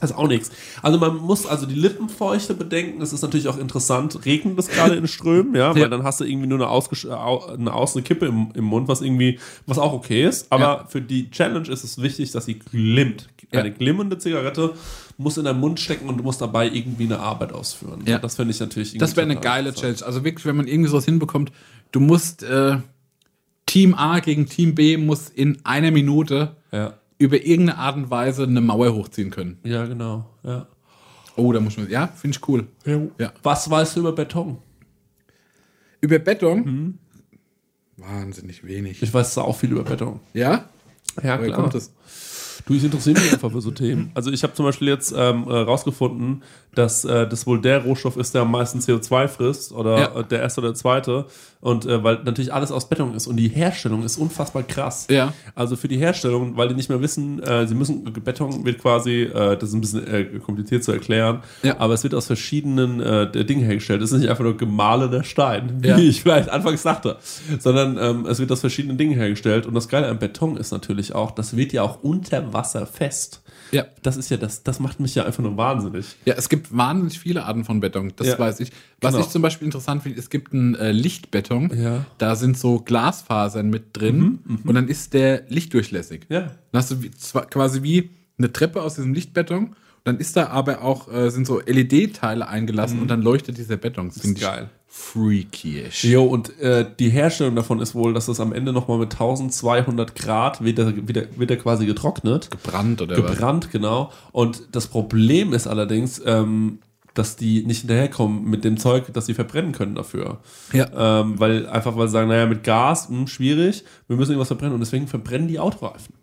S1: Das ist auch nichts. Also man muss also die Lippenfeuchte bedenken. Es ist natürlich auch interessant, regnet es gerade in Strömen, ja, weil
S3: Ja.
S1: dann hast du irgendwie nur eine, ausgesch- äh, au- eine außen Kippe im, im Mund, was irgendwie, was auch okay ist. Aber
S3: Ja.
S1: für die Challenge ist es wichtig, dass sie glimmt.
S3: Ja.
S1: Eine glimmende Zigarette muss in deinen Mund stecken und du musst dabei irgendwie eine Arbeit ausführen.
S3: Ja.
S1: Das finde ich natürlich irgendwie
S3: Das wäre eine
S1: total
S3: geile
S1: interessant.
S3: Challenge. Also wirklich, wenn man irgendwie sowas hinbekommt, du musst äh, Team A gegen Team B muss in einer Minute
S1: Ja.
S3: über irgendeine Art und Weise eine Mauer hochziehen können.
S1: Ja, genau. Ja.
S3: Oh, da muss man. Ja, finde ich cool. Ja.
S1: Was weißt du über Beton?
S3: Über Beton? Wahnsinnig wenig.
S1: Mhm. Ich weiß auch viel über Beton.
S3: Ja?
S1: Ja,
S3: Woher kommt das?
S1: Du, ich interessiere mich einfach für so Themen. Also ich habe zum Beispiel jetzt ähm, äh, rausgefunden, dass äh, das wohl der Rohstoff ist, der am meisten CO2 frisst oder
S3: Ja.
S1: äh, der erste oder der zweite. Und äh, weil natürlich alles aus Beton ist und die Herstellung ist unfassbar krass.
S3: Ja.
S1: Also für die Herstellung, weil die nicht mehr wissen, äh, sie müssen, Beton wird quasi, äh, das ist ein bisschen äh, kompliziert zu erklären,
S3: Ja.
S1: aber es wird aus verschiedenen äh, der Dingen hergestellt. Es ist nicht einfach nur gemahlener Stein, wie
S3: Ja.
S1: ich vielleicht anfangs dachte, sondern ähm, es wird aus verschiedenen Dingen hergestellt. Und das Geile am Beton ist natürlich auch, das wird ja auch unter Wasser fest.
S3: Ja.
S1: Das ist ja, das, das macht mich ja einfach nur wahnsinnig.
S3: Ja, es gibt wahnsinnig viele Arten von Beton, das
S1: Ja.
S3: weiß ich. Was
S1: Genau.
S3: ich zum Beispiel interessant finde, es gibt einen äh, Lichtbeton,
S1: Ja.
S3: da sind so Glasfasern mit drin und dann ist der lichtdurchlässig.
S1: Mhm, Ja.
S3: Dann hast du wie, zwar quasi wie eine Treppe aus diesem Lichtbeton und dann ist da aber auch, äh, sind so LED-Teile eingelassen und dann leuchtet dieser Beton. Das finde ich
S1: Mhm. geil.
S3: freakyish.
S1: Jo, und äh, die Herstellung davon ist wohl, dass das am Ende nochmal mit 1200 Grad wird der, wird der, wird der quasi getrocknet.
S3: Brand oder was?
S1: Gebrannt, genau. Und das Problem ist allerdings, ähm, dass die nicht hinterherkommen mit dem Zeug, das sie verbrennen können dafür.
S3: Ja.
S1: Ähm, weil einfach weil sie sagen, naja, mit Gas, hm, schwierig, wir müssen irgendwas verbrennen und deswegen verbrennen die Autoreifen.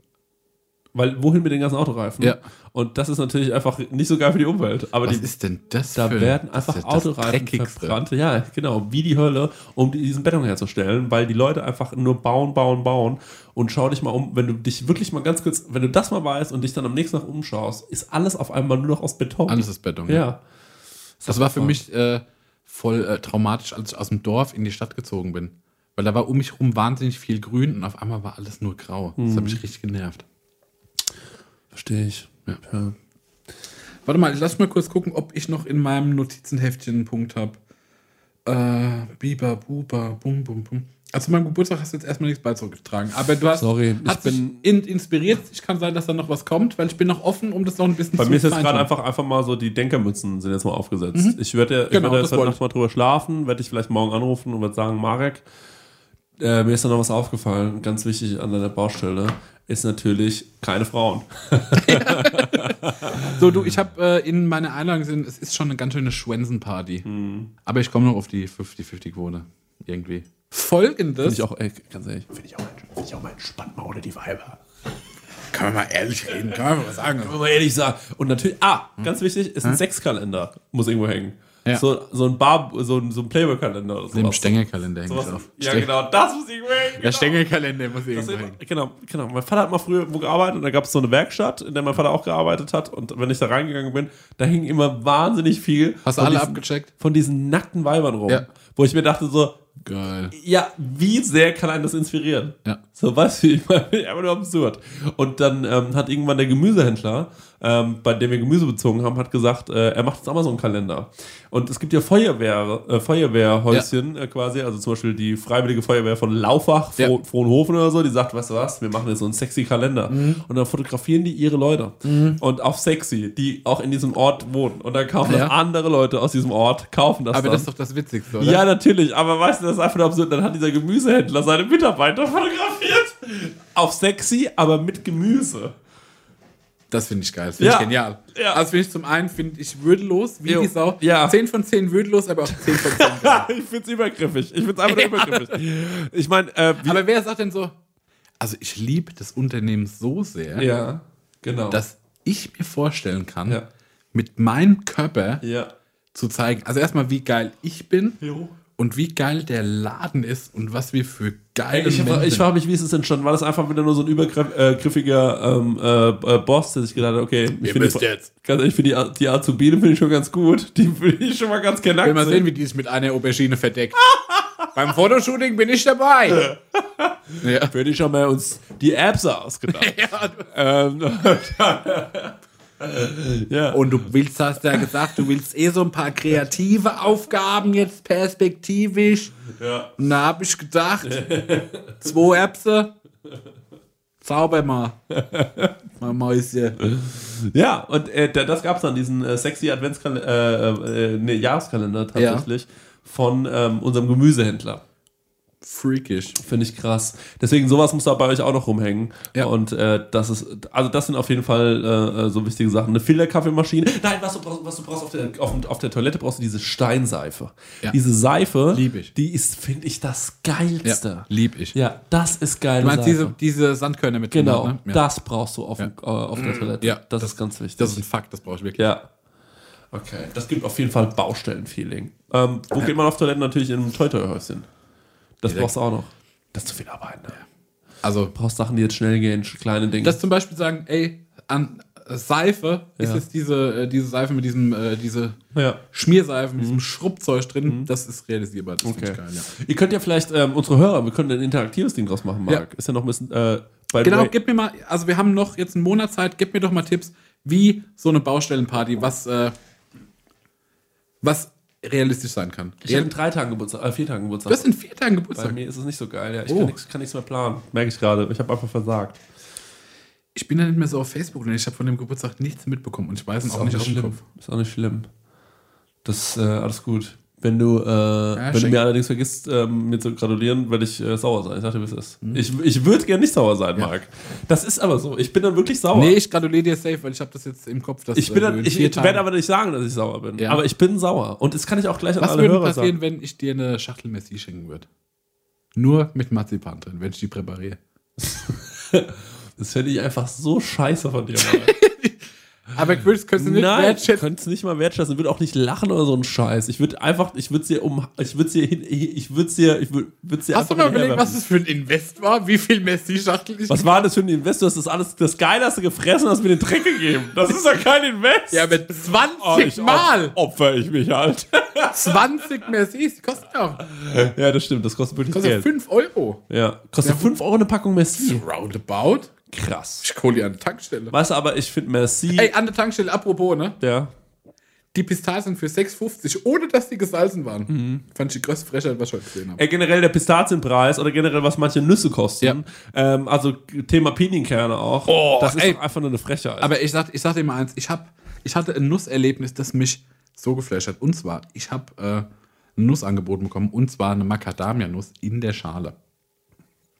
S1: Weil wohin mit den ganzen Autoreifen?
S3: Ja.
S1: Und das ist natürlich einfach nicht so geil für die Umwelt. Aber
S3: Was
S1: die,
S3: ist denn das
S1: da
S3: für
S1: werden
S3: das
S1: einfach
S3: ist ja das
S1: Autoreifen
S3: Dreckigste.
S1: verbrannt. Ja, genau, wie die Hölle, um die- diesen Beton herzustellen, weil die Leute einfach nur bauen, bauen, bauen. Und schau dich mal um, wenn du dich wirklich mal ganz kurz, wenn du das mal weißt und dich dann am nächsten Tag umschaust, ist alles auf einmal nur noch aus Beton.
S3: Alles ist Beton.
S1: ja.
S3: Das war für mich äh, voll äh, traumatisch, als ich aus dem Dorf in die Stadt gezogen bin. Weil da war um mich herum wahnsinnig viel grün und auf einmal war alles nur grau. Das
S1: Mhm.
S3: hat mich richtig genervt.
S1: Verstehe ich.
S3: Ja.
S1: Ja.
S3: Warte mal, lass mal kurz gucken, ob ich noch in meinem Notizenheftchen einen Punkt habe. Äh, Biber, Buba, Bum, Bum, Bum. Also zu meinem Geburtstag hast du jetzt erstmal nichts beizugetragen. Aber du hast,
S1: Sorry, ich
S3: hat ich
S1: bin-
S3: bin in, inspiriert. Ich kann sein, dass da noch was kommt, weil ich bin noch offen, um das noch ein bisschen
S1: Bei mir ist jetzt gerade
S3: feinzumachen.
S1: einfach, einfach mal so, die Denkermützen sind jetzt mal aufgesetzt. Ich werde ich
S3: Genau,
S1: werde jetzt
S3: das
S1: heute
S3: wollte
S1: Nacht mal drüber schlafen, werde ich vielleicht morgen anrufen und werde sagen, Marek, äh, mir ist da noch was aufgefallen, ganz wichtig an deiner Baustelle, ist natürlich keine Frauen.
S3: So, du, ich habe äh, in meiner Einladung gesehen, es ist schon eine ganz schöne Schwänzenparty.
S1: Mhm.
S3: Aber ich komme noch auf die 50-50-Quote. Irgendwie.
S1: Finde
S3: Folgendes.
S1: ich auch, ey, ganz ehrlich, finde ich auch, finde ich auch mal entspannt mal ohne die Weiber.
S3: Kann man mal ehrlich reden, kann man mal was sagen.
S1: Muss man ehrlich sagen. Und natürlich, ah, ganz wichtig, ist ein Sexkalender, muss irgendwo hängen.
S3: Ja.
S1: So, so ein Bar, so ein, so ein Playboy-Kalender oder
S3: Im
S1: sowas.
S3: Stängelkalender hängt
S1: Sowas-
S3: drauf.
S1: Ja,
S3: Ste-
S1: genau, das muss irgendwo hängen.
S3: Der
S1: Genau.
S3: Stängelkalender muss irgendwo
S1: Deswegen-
S3: hängen.
S1: Genau, genau. Mein Vater hat mal früher wo gearbeitet und da gab es so eine Werkstatt, in der mein Vater auch gearbeitet hat. Und wenn ich da reingegangen bin, da hing immer wahnsinnig viel
S3: Hast du
S1: von,
S3: alle
S1: diesen,
S3: abgecheckt?
S1: von diesen nackten Weibern rum.
S3: Ja.
S1: Wo ich mir dachte so,
S3: Geil.
S1: ja, wie sehr kann einen das inspirieren?
S3: Ja.
S1: So, weißt du, ich meine, aber nur absurd. Und dann ähm, hat irgendwann der Gemüsehändler, ähm, bei dem wir Gemüse bezogen haben, hat gesagt, äh, er macht jetzt auch mal so einen Kalender. Und es gibt ja Feuerwehr, äh, Feuerwehrhäuschen äh, quasi, also zum Beispiel die Freiwillige Feuerwehr von Laufach, Fro
S3: Ja.
S1: Frohnhofen oder so, die sagt, weißt du was, wir machen jetzt so einen sexy Kalender.
S3: Mhm.
S1: Und dann fotografieren die ihre Leute. Und auf sexy, die auch in diesem Ort wohnen. Und dann kaufen
S3: Ja.
S1: das andere Leute aus diesem Ort, kaufen das
S3: Aber
S1: dann.
S3: das ist doch das Witzigste, oder?
S1: Ja, natürlich, aber weißt du, das ist einfach nur absurd. Dann hat dieser Gemüsehändler seine Mitarbeiter fotografiert. Auf sexy, aber mit Gemüse.
S3: Das finde ich geil. Das finde
S1: Ja.
S3: ich genial.
S1: Ja.
S3: Also finde ich zum einen finde ich würdelos, wie
S1: Jo.
S3: die Sau.
S1: Ja.
S3: 10 von 10 würdelos, aber auch 10 von 10. geil.
S1: ich find's übergriffig. Ich find's einfach nur übergriffig. Ich meine, äh, wie-
S3: aber wer sagt denn so? Also ich liebe das Unternehmen so sehr.
S1: ja, genau.
S3: dass ich mir vorstellen kann,
S1: Ja.
S3: mit meinem Körper
S1: ja.
S3: zu zeigen. Also erstmal, wie geil ich bin und wie geil der Laden ist und was wir für geile
S1: Ich, fra-
S3: Menschen-
S1: ich frage mich, wie ist es entstanden? War das einfach wieder nur so ein übergriffiger ähm, äh, äh, Boss, der sich gedacht hat, okay, ich
S3: Ihr
S1: finde
S3: müsst jetzt.
S1: ganz ehrlich, ich finde die, A- die Azubine finde ich schon ganz gut. Die finde ich schon mal ganz
S3: Ich will
S1: genackt.
S3: mal sehen,
S1: sind.
S3: wie die ist mit einer Aubergine verdeckt. Beim Fotoshooting bin ich dabei. ja.
S1: Wenn ich schon mal uns die Apps ausgedacht. ähm, ja.
S3: Und du willst, hast ja gesagt, du willst eh so ein paar kreative Aufgaben jetzt perspektivisch.
S1: Ja.
S3: Und da habe ich gedacht, zwei Äpfel, zauber mal. Mein Mäuschen.
S1: Ja, und äh, da- das gab's dann, diesen äh, sexy Adventskalender, äh, äh, nee, Jahreskalender tatsächlich, von ähm, unserem Gemüsehändler.
S3: Freakish.
S1: Finde ich krass. Deswegen, sowas muss da bei euch auch noch rumhängen.
S3: Ja.
S1: Und äh, das ist, also das sind auf jeden Fall äh, äh, so wichtige Sachen. Eine Filterkaffeemaschine. Nein, was du brauchst, was du brauchst auf, der, auf, dem- auf der Toilette brauchst du diese Steinseife.
S3: Ja.
S1: Diese Seife,
S3: Lieb ich.
S1: die ist, finde ich, das
S3: Ja,
S1: Geilste. Ja,
S3: lieb ich.
S1: das ist geil.
S3: Du meinst diese, diese Sandkörner mit drin,
S1: genau,
S3: ne? ja. Mm,
S1: das brauchst du auf, dem- äh, auf der Toilette.
S3: Ja,
S1: das, ist ganz wichtig.
S3: Das ist ein Fakt, das brauche ich wirklich.
S1: Ja. Okay. Das gibt auf jeden Fall Baustellenfeeling. Ähm, wo geht man auf Toiletten? Natürlich in einem Toi-Toi-Häuschen. Das
S3: Direkt.
S1: brauchst du auch noch. Das ist zu viel Arbeit, ne?
S3: Also,
S1: Du brauchst Sachen, die jetzt schnell gehen, sch- kleine Dinge.
S3: dass zum Beispiel sagen, ey, an äh, Seife ist
S1: Ja.
S3: jetzt diese, äh, diese Seife mit diesem, äh, diese
S1: ja. Mhm.
S3: Schmierseife, mit diesem Schrubbzeug drin, das ist realisierbar. Das finde
S1: Okay.
S3: ich geil, ja.
S1: Ihr könnt ja vielleicht, ähm, unsere Hörer, wir können ein interaktives Ding draus machen, Marc. Ist ja noch ein bisschen, äh, by the
S3: Genau,
S1: way-
S3: gib mir mal, also wir haben noch jetzt einen Monat Zeit, gib mir doch mal Tipps, wie so eine Baustellenparty, was, äh, was realistisch sein kann.
S1: ich habe in drei Tagen Geburtstag, äh, vier Tagen Geburtstag.
S3: du hast in vier Tagen
S1: Bei
S3: Geburtstag.
S1: mir ist es nicht so geil, ja. Ich
S3: Oh.
S1: kann, nichts, kann nichts mehr planen. Merke ich gerade. Ich habe einfach versagt.
S3: Ich bin ja nicht mehr so auf Facebook und ich habe von dem Geburtstag nichts mitbekommen und ich weiß es auch, nicht aus dem Kopf.
S1: Ist auch nicht schlimm. Das ist äh, alles gut. Wenn du, äh, wenn du
S3: schenk.
S1: mir allerdings vergisst, ähm, mir zu gratulieren, werde ich äh, sauer sein. Ich dachte, wie es ist.
S3: Mhm.
S1: Ich, ich würde gerne nicht sauer sein, Marc. Das ist aber so. Ich bin dann wirklich sauer.
S3: Nee, ich gratuliere dir safe, weil ich habe das jetzt im Kopf. Dass,
S1: ich bin
S3: äh,
S1: dann,
S3: du in
S1: ich,
S3: vier
S1: ich
S3: Tagen-
S1: werde aber nicht sagen, dass ich sauer bin.
S3: Ja.
S1: Aber ich bin sauer. Und das kann ich auch gleich an
S3: Was
S1: alle
S3: würde
S1: Hörer
S3: passieren,
S1: sagen.
S3: wenn ich dir eine Schachtel Messi schenken würde? Nur mit Marzipan drin, wenn ich die präpariere.
S1: Das finde ich einfach so scheiße von dir, Marc.
S3: Aber Chris, könntest du nicht
S1: Nein, ich
S3: wertschätzen?
S1: könnte es nicht mal wertschätzen. Ich würde auch nicht lachen oder so einen Scheiß. Ich würde einfach, ich würde es dir um, ich würde es dir hin, ich würde es dir, ich würde es dir
S3: Hast du
S1: einfach
S3: mal überlegt,
S1: hinterherwerfen.
S3: was das für ein Invest war? Wie viel Messi-Schachtel ich
S1: Was war das für ein Invest? Du hast das alles, das Geile hast du gefressen und hast mir den Dreck gegeben. Das ist doch kein Invest.
S3: Ja, mit
S1: Oh,
S3: 20
S1: ich op-
S3: Mal.
S1: opfer ich mich halt.
S3: 20 Messis, die kosten auch.
S1: ja, das stimmt. Das kostet wirklich
S3: Kostet
S1: Geld.
S3: 5 Euro.
S1: ja. Kostet 5 Euro eine Packung Merci.
S3: Roundabout?
S1: Krass.
S3: Ich hole die an der Tankstelle.
S1: Weißt du, aber ich finde Merci,
S3: Ey, an der Tankstelle, apropos, ne?
S1: ja,
S3: Die Pistazien für 6,50, ohne dass die gesalzen waren. Fand ich die größte Frechheit, was ich heute gesehen habe.
S1: äh, generell der Pistazienpreis oder generell, was manche Nüsse kosten. Ähm, also Thema Pinienkerne auch.
S3: Oh,
S1: das ist
S3: ey.
S1: doch einfach nur eine Frechheit.
S3: Aber ich sag, ich sag dir mal eins, ich, hab, ich hatte ein Nusserlebnis, das mich so geflasht hat. Und zwar, ich habe äh, ein Nussangebot bekommen, und zwar eine Macadamia-Nuss in der Schale.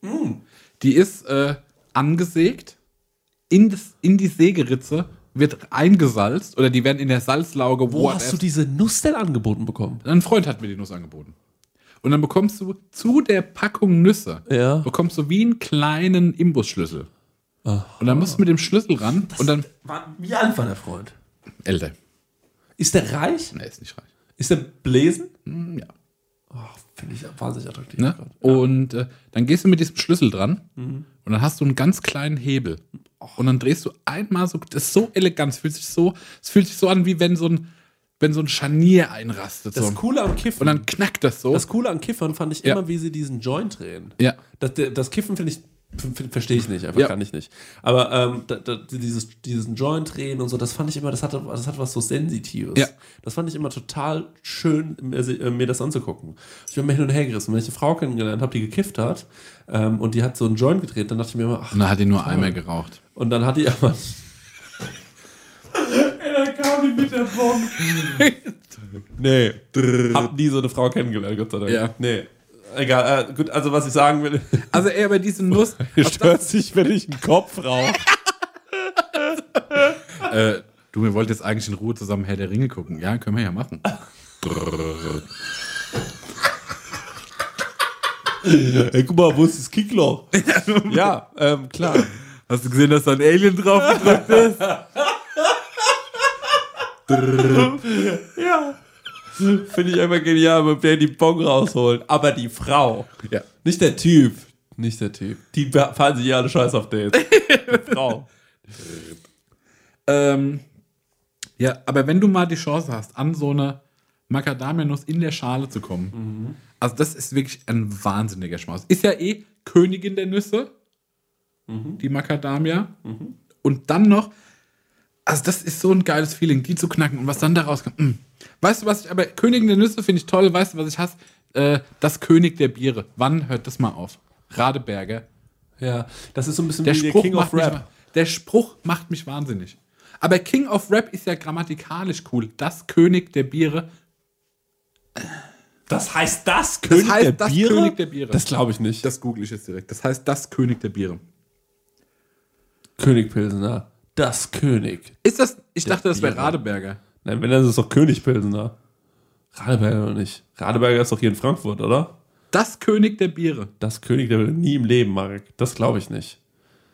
S1: Mm.
S3: Die ist äh, angesägt, in, das, in die Sägeritze wird eingesalzt oder die werden in der Salzlauge.
S1: Wo hast du diese Nuss denn angeboten bekommen?
S3: Ein Freund hat mir die Nuss angeboten. Und dann bekommst du zu der Packung Nüsse,
S1: Ja.
S3: bekommst du wie einen kleinen Imbusschlüssel.
S1: Ah.
S3: Und dann musst du mit dem Schlüssel ran und dann.
S1: War, wie alt war der Freund?
S3: Älter.
S1: Ist der reich?
S3: Ne, ist nicht reich.
S1: Ist der bläsen?
S3: Hm, Ja.
S1: Oh, finde ich wahnsinnig attraktiv.
S3: Ne?
S1: gerade.
S3: Und äh, dann gehst du mit diesem Schlüssel dran und dann hast du einen ganz kleinen Hebel. Und dann drehst du einmal so, das ist so elegant, es fühlt sich so, es fühlt sich so an, wie wenn so ein, wenn so ein Scharnier einrastet.
S1: Das
S3: so.
S1: Coole am Kiffen.
S3: Und dann knackt das so.
S1: Das Coole am Kiffern fand ich
S3: Ja.
S1: immer, wie sie diesen Joint drehen.
S3: Ja.
S1: Das, das Kiffen finde ich, f- f- verstehe ich nicht, einfach
S3: Ja.
S1: kann ich nicht. Aber ähm, da, da, dieses, diesen Joint drehen und so, das fand ich immer, das hatte, das hatte was so Sensitives.
S3: Ja.
S1: Das fand ich immer total schön, mir, äh, mir das anzugucken. Ich bin mir hin und her gerissen. Wenn ich eine Frau kennengelernt habe, die gekifft hat ähm, und die hat so einen Joint gedreht, dann dachte ich mir immer, ach,
S3: und dann hat die nur einmal geraucht.
S1: und dann hat die aber. Ey, dann kam die mit der Bombe. nee. Hab nie so eine Frau kennengelernt, Gott sei Dank.
S3: Ja.
S1: Nee. Egal, äh, gut, also was ich sagen will,
S3: Also ey, aber diese Nuss.
S1: stört sich, wenn ich einen Kopf rauche.
S3: äh, du, wir wollten jetzt eigentlich in Ruhe zusammen Herr der Ringe gucken. Ja, können wir ja machen.
S1: Ey, guck mal, wo ist das Kickloch? ja, ähm, klar.
S3: Hast du gesehen, dass da ein Alien drauf gedrückt ist?
S1: Ja. Finde ich einfach genial, wenn der die Bong rausholt. Aber die Frau.
S3: Ja.
S1: Nicht der Typ. Nicht der Typ. Die be- fahren sich ja alle scheiß auf Dates. Die Frau.
S3: Ähm, ja, aber wenn du mal die Chance hast, an so eine Macadamianuss in der Schale zu kommen, also das ist wirklich ein wahnsinniger Schmaus. Ist ja eh Königin der Nüsse, die Macadamia. Und dann noch, also das ist so ein geiles Feeling, die zu knacken und was dann daraus kommt. Mm. Weißt du, was ich, aber Königin der Nüsse finde ich toll, weißt du, was ich hasse? Äh, das König der Biere. Wann hört das mal auf? Radeberger.
S1: Ja, das ist so ein bisschen
S3: Der Spruch,
S1: King of
S3: macht Mich,
S1: Rap.
S3: wa- der Spruch macht mich wahnsinnig. Aber King of Rap ist ja grammatikalisch cool. Das König der Biere.
S1: Das heißt das
S3: Das
S1: König
S3: heißt
S1: der
S3: das
S1: Biere?
S3: König der Biere.
S1: Das glaube ich nicht.
S3: Das google ich jetzt direkt. Das heißt das König der Biere.
S1: König Pilsener. Das König.
S3: Ist das? Ich dachte, das wäre
S1: Biere.
S3: Radeberger.
S1: Nein, wenn, dann ist es doch König Pilsener. Radeberger noch nicht. Radeberger ist doch hier in Frankfurt, oder?
S3: Das König der Biere.
S1: Das König, der will nie im Leben, Marek. Das glaube ich nicht.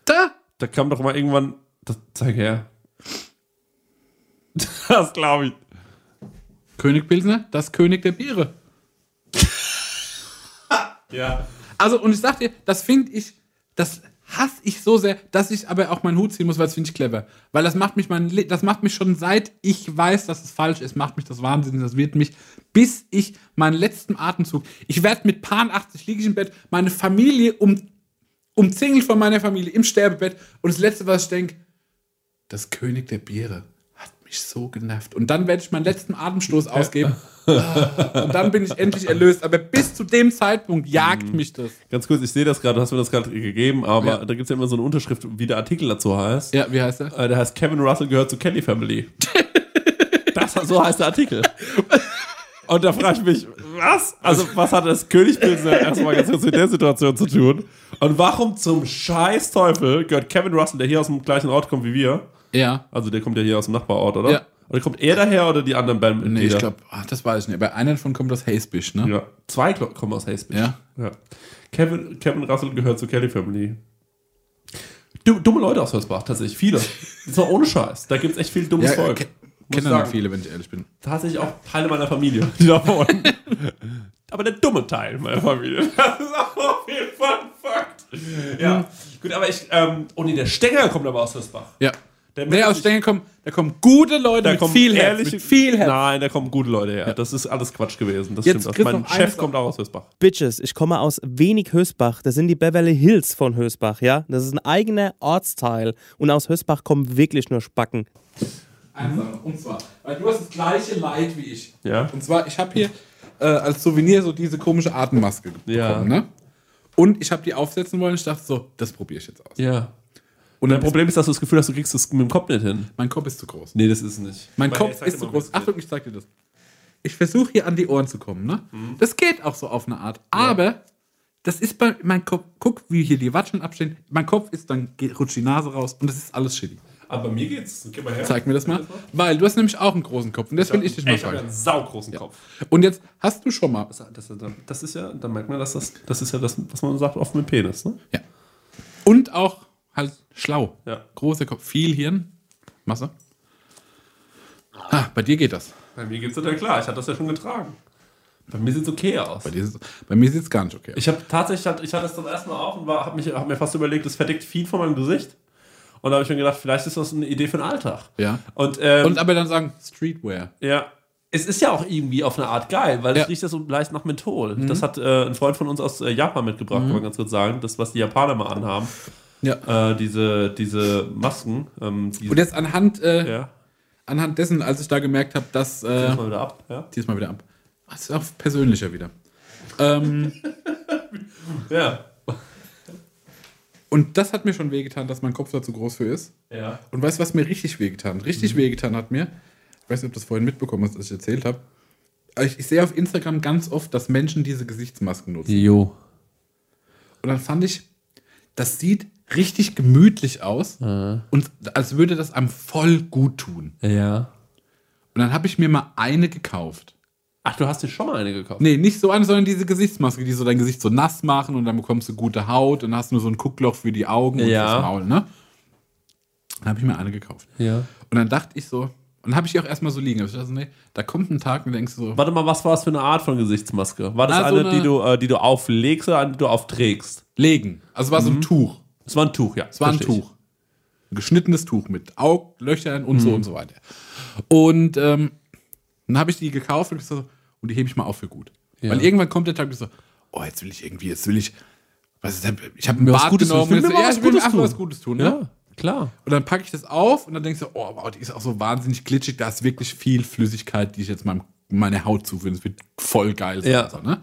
S3: Da!
S1: Da kam doch mal irgendwann. Das, zeig her. Das glaube ich.
S3: König Pilsner, das König der Biere.
S1: Ja.
S3: Also, und ich sag dir, das finde ich, das hasse ich so sehr, dass ich aber auch meinen Hut ziehen muss, weil das finde ich clever. Weil das macht mich mein, Le- das macht mich schon seit ich weiß, dass es falsch ist, macht mich das wahnsinnig, das wird mich, bis ich meinen letzten Atemzug, ich werde mit Pan 80 liege ich im Bett, meine Familie um, umzingelt von meiner Familie im Sterbebett und das Letzte, was ich denke, das König der Biere hat mich so genervt. Und dann werde ich meinen letzten Atemstoß ausgeben. Ah, Und dann bin ich endlich erlöst. Aber bis zu dem
S1: Mhm.
S3: Zeitpunkt jagt mich das.
S1: Ganz kurz, ich sehe das gerade, du hast mir das gerade gegeben, aber
S3: Ja.
S1: da gibt es ja immer so eine Unterschrift, wie der Artikel dazu heißt.
S3: Ja, wie heißt er?
S1: Äh, der heißt Kevin Russell gehört zur Kelly Family. Das, so heißt der Artikel. Und da frage ich mich, was? Also, was hat das Königpilsner erstmal ganz kurz mit der Situation zu tun? Und warum zum Scheißteufel gehört Kevin Russell, der hier aus dem gleichen Ort kommt wie wir?
S3: Ja.
S1: Also, der kommt ja hier aus dem Nachbarort, oder?
S3: Ja.
S1: Oder kommt er daher oder die anderen Bandmitglieder?
S3: Nee, ich glaube, das weiß ich nicht. Bei einer davon kommt das Hazebisch, ne?
S1: Ja. Zwei glaub, kommen aus Haysbridge.
S3: Ja.
S1: Kevin, Kevin Russell gehört zur Kelly Family. Du, dumme Leute aus Hörsbach, tatsächlich. Viele. Ist doch ohne Scheiß. Da gibt es echt viel dummes
S3: Ja,
S1: Volk.
S3: ke-
S1: Muss
S3: Kennen
S1: ich
S3: noch
S1: sagen.
S3: viele, wenn ich ehrlich bin.
S1: Tatsächlich auch Teile meiner Familie, die da wohnen. Aber der dumme Teil meiner Familie. Das ist auch auf jeden Fall ein Fakt. Ja. Gut, aber ich. Ähm, oh nee, der Stenger kommt aber aus Hörsbach.
S3: Ja.
S1: Der
S3: Nee, aus Stängel kommen, da kommen gute Leute
S1: da
S3: mit,
S1: kommen
S3: viel Herz,
S1: ehrliche,
S3: mit viel Herz.
S1: Nein, da kommen gute Leute her. Das ist alles Quatsch gewesen. Das
S3: Jetzt
S1: stimmt.
S3: kriegst du
S1: Mein
S3: noch eines
S1: Chef kommt auch aus Hörsbach.
S7: Bitches, ich komme aus Wenig Hösbach. Das sind die Beverly Hills von Hösbach, ja? Das ist ein eigener Ortsteil. Und aus Hösbach kommen wirklich nur Spacken.
S3: Eine Sache, und zwar, weil du hast das gleiche Leid wie ich.
S1: Mhm. Ja.
S3: Und zwar, ich habe hier äh, als Souvenir so diese komische Atemmaske bekommen,
S1: Ja.
S3: ne? Und ich habe die aufsetzen wollen. Ich dachte so, das probiere ich jetzt aus.
S1: Ja.
S3: Und
S1: Dein Problem ist, dass du das Gefühl hast, du kriegst es mit dem Kopf nicht hin.
S3: mein Kopf ist zu groß.
S1: Nee, das ist nicht.
S3: Mein
S1: Weil
S3: Kopf
S1: er sagt
S3: ist so
S1: immer,
S3: groß.
S1: wenn es
S3: Achtung, ich zeig dir das. Ich versuche hier an die Ohren zu kommen, ne?
S1: Mhm.
S3: Das geht auch so auf eine Art. Aber das ist bei mein Kopf. Guck, wie hier die Watschen abstehen. Mein Kopf ist dann geht- rutscht die Nase raus und das ist alles shitty.
S1: geht. Aber bei mir geht's. Geh mal her.
S3: Zeig mir das mal, weil du hast nämlich auch einen großen Kopf und das will ich dich mal
S1: Ich habe
S3: fragen.
S1: einen saugroßen Kopf.
S3: Und jetzt hast du schon mal.
S1: Das, das, das ist ja, da merkt man, dass das, das ist ja das, was man sagt, oft mit Penis, ne?
S3: Ja. Und auch halt schlau.
S1: Ja.
S3: Großer Kopf, viel Hirn, Masse. Ah, bei dir geht das.
S1: Bei mir geht's ja klar. Ich hatte das ja schon getragen. Bei mir sieht's okay aus.
S3: Bei, dir ist, bei mir sieht es gar nicht okay aus.
S1: Ich habe tatsächlich, hat- ich hatte es zum ersten Mal auf und habe hab mir fast überlegt, das verdeckt viel von meinem Gesicht. Und da habe ich mir gedacht, vielleicht ist das eine Idee für den Alltag.
S3: Ja.
S1: Und, ähm,
S3: Und aber dann sagen Streetwear.
S1: Ja. Es ist ja auch irgendwie auf eine Art geil, weil
S3: Ja. Mhm.
S1: es riecht ja so leicht nach Menthol. Das hat äh, ein Freund von uns aus äh, Japan mitgebracht, kann man ganz kurz sagen. Das, was die Japaner mal anhaben.
S3: Ja.
S1: Äh, diese, diese Masken. Ähm, die,
S3: Und jetzt anhand, äh,
S1: ja,
S3: anhand dessen, als ich da gemerkt habe, dass. Äh,
S1: mach mal wieder ab. Ja.
S3: diesmal wieder ab. Das ist auch persönlicher wieder. ähm,
S1: Ja.
S3: und das hat mir schon wehgetan, dass mein Kopf da zu groß für ist.
S1: ja.
S3: Und weißt du, was mir richtig wehgetan hat?
S1: Mhm.
S3: Richtig wehgetan hat mir, ich weiß nicht, ob du das vorhin mitbekommen hast, als ich erzählt habe. Ich, ich sehe auf Instagram ganz oft, dass Menschen diese Gesichtsmasken nutzen.
S1: Jo.
S3: Und dann fand ich, das sieht richtig gemütlich aus
S1: Äh.
S3: und als würde das einem voll gut tun.
S1: Ja.
S3: Und dann habe ich mir mal eine gekauft.
S1: Ach, du hast dir schon mal eine gekauft?
S3: Nee, nicht so eine, sondern diese Gesichtsmaske, die so dein Gesicht so nass machen und dann bekommst du gute Haut und hast nur so ein Guckloch für die Augen und
S1: Ja.
S3: fürs Maul, ne? Dann habe ich mir eine gekauft.
S1: Ja.
S3: Und dann dachte ich so, Und habe ich die auch erstmal so liegen. Ich dachte, so, nee, da kommt ein Tag und denkst du so,
S1: Warte mal, was war es für eine Art von Gesichtsmaske? War das
S3: Ah, so
S1: eine,
S3: eine-
S1: die, du, äh, die du auflegst oder eine, die du aufträgst?
S3: legen. Also war so ein Tuch.
S1: Es war ein Tuch, ja.
S3: Es war ein
S1: verstehe Mhm. ich.
S3: Tuch. Ein geschnittenes Tuch mit Auglöchern und
S1: Mhm.
S3: so und so weiter. Und ähm, dann habe ich die gekauft und, ich so, und die hebe ich mal auf für gut. Weil irgendwann kommt der Tag und ich so, oh, jetzt will ich irgendwie, jetzt will ich, was ist denn, ich habe ein
S1: was
S3: Bad
S1: Gutes
S3: genommen.
S1: tun. Ich will mir
S3: und jetzt so,
S1: mal
S3: ja,
S1: was
S3: ich will
S1: Gutes
S3: einfach
S1: tun.
S3: was Gutes tun. Ne?
S1: Ja, klar.
S3: Und dann packe ich das auf und dann denkst du, oh wow, die ist auch so wahnsinnig glitschig, da ist wirklich viel Flüssigkeit, die ich jetzt meinem, meiner Haut zuführe. Das wird voll geil. sein,
S1: Ja.
S3: So, ne?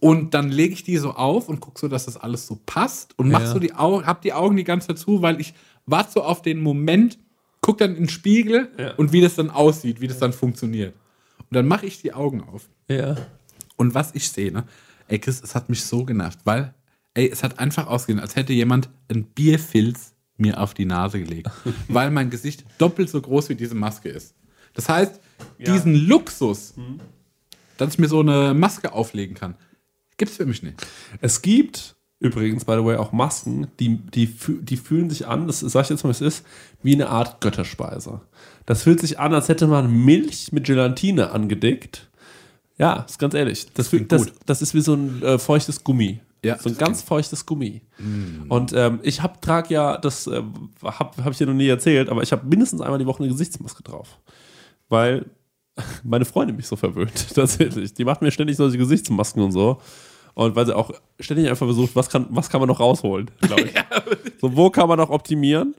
S3: Und dann lege ich die so auf und gucke so, dass das alles so passt und mach
S1: Ja.
S3: so die Augen, hab die Augen die ganze Zeit zu, weil ich warte so auf den Moment, guck dann in den Spiegel
S1: Ja.
S3: und wie das dann aussieht, wie das dann funktioniert. Und dann mache ich die Augen auf.
S1: Ja.
S3: Und was ich sehe, ne? Ey, Chris, es hat mich so genervt, weil, ey, es hat einfach ausgesehen, als hätte jemand einen Bierfilz mir auf die Nase gelegt, weil mein Gesicht doppelt so groß wie diese Maske ist. Das heißt, diesen Luxus,
S1: Hm.
S3: dass ich mir so eine Maske auflegen kann, gibt's für mich nicht.
S1: Es gibt übrigens, by the way, auch Masken, die, die, fü- die fühlen sich an, das sag ich jetzt mal, es ist, wie eine Art Götterspeise. Das fühlt sich an, als hätte man Milch mit Gelatine angedickt. Ja, ist ganz ehrlich. Das, fühlt-
S3: klingt
S1: das,
S3: gut.
S1: das ist wie so ein äh, feuchtes Gummi.
S3: Ja, Mm.
S1: so ein
S3: das
S1: ganz feuchtes Gummi. Und ähm, ich hab, trag ja, das äh, habe hab ich dir noch nie erzählt, aber ich habe mindestens einmal die Woche eine Gesichtsmaske drauf. Weil meine Freundin mich so verwöhnt, tatsächlich. Die macht mir ständig solche Gesichtsmasken und so. Und weil sie auch ständig einfach versucht, was kann, was kann man noch rausholen, glaube ich. So, wo kann man noch optimieren?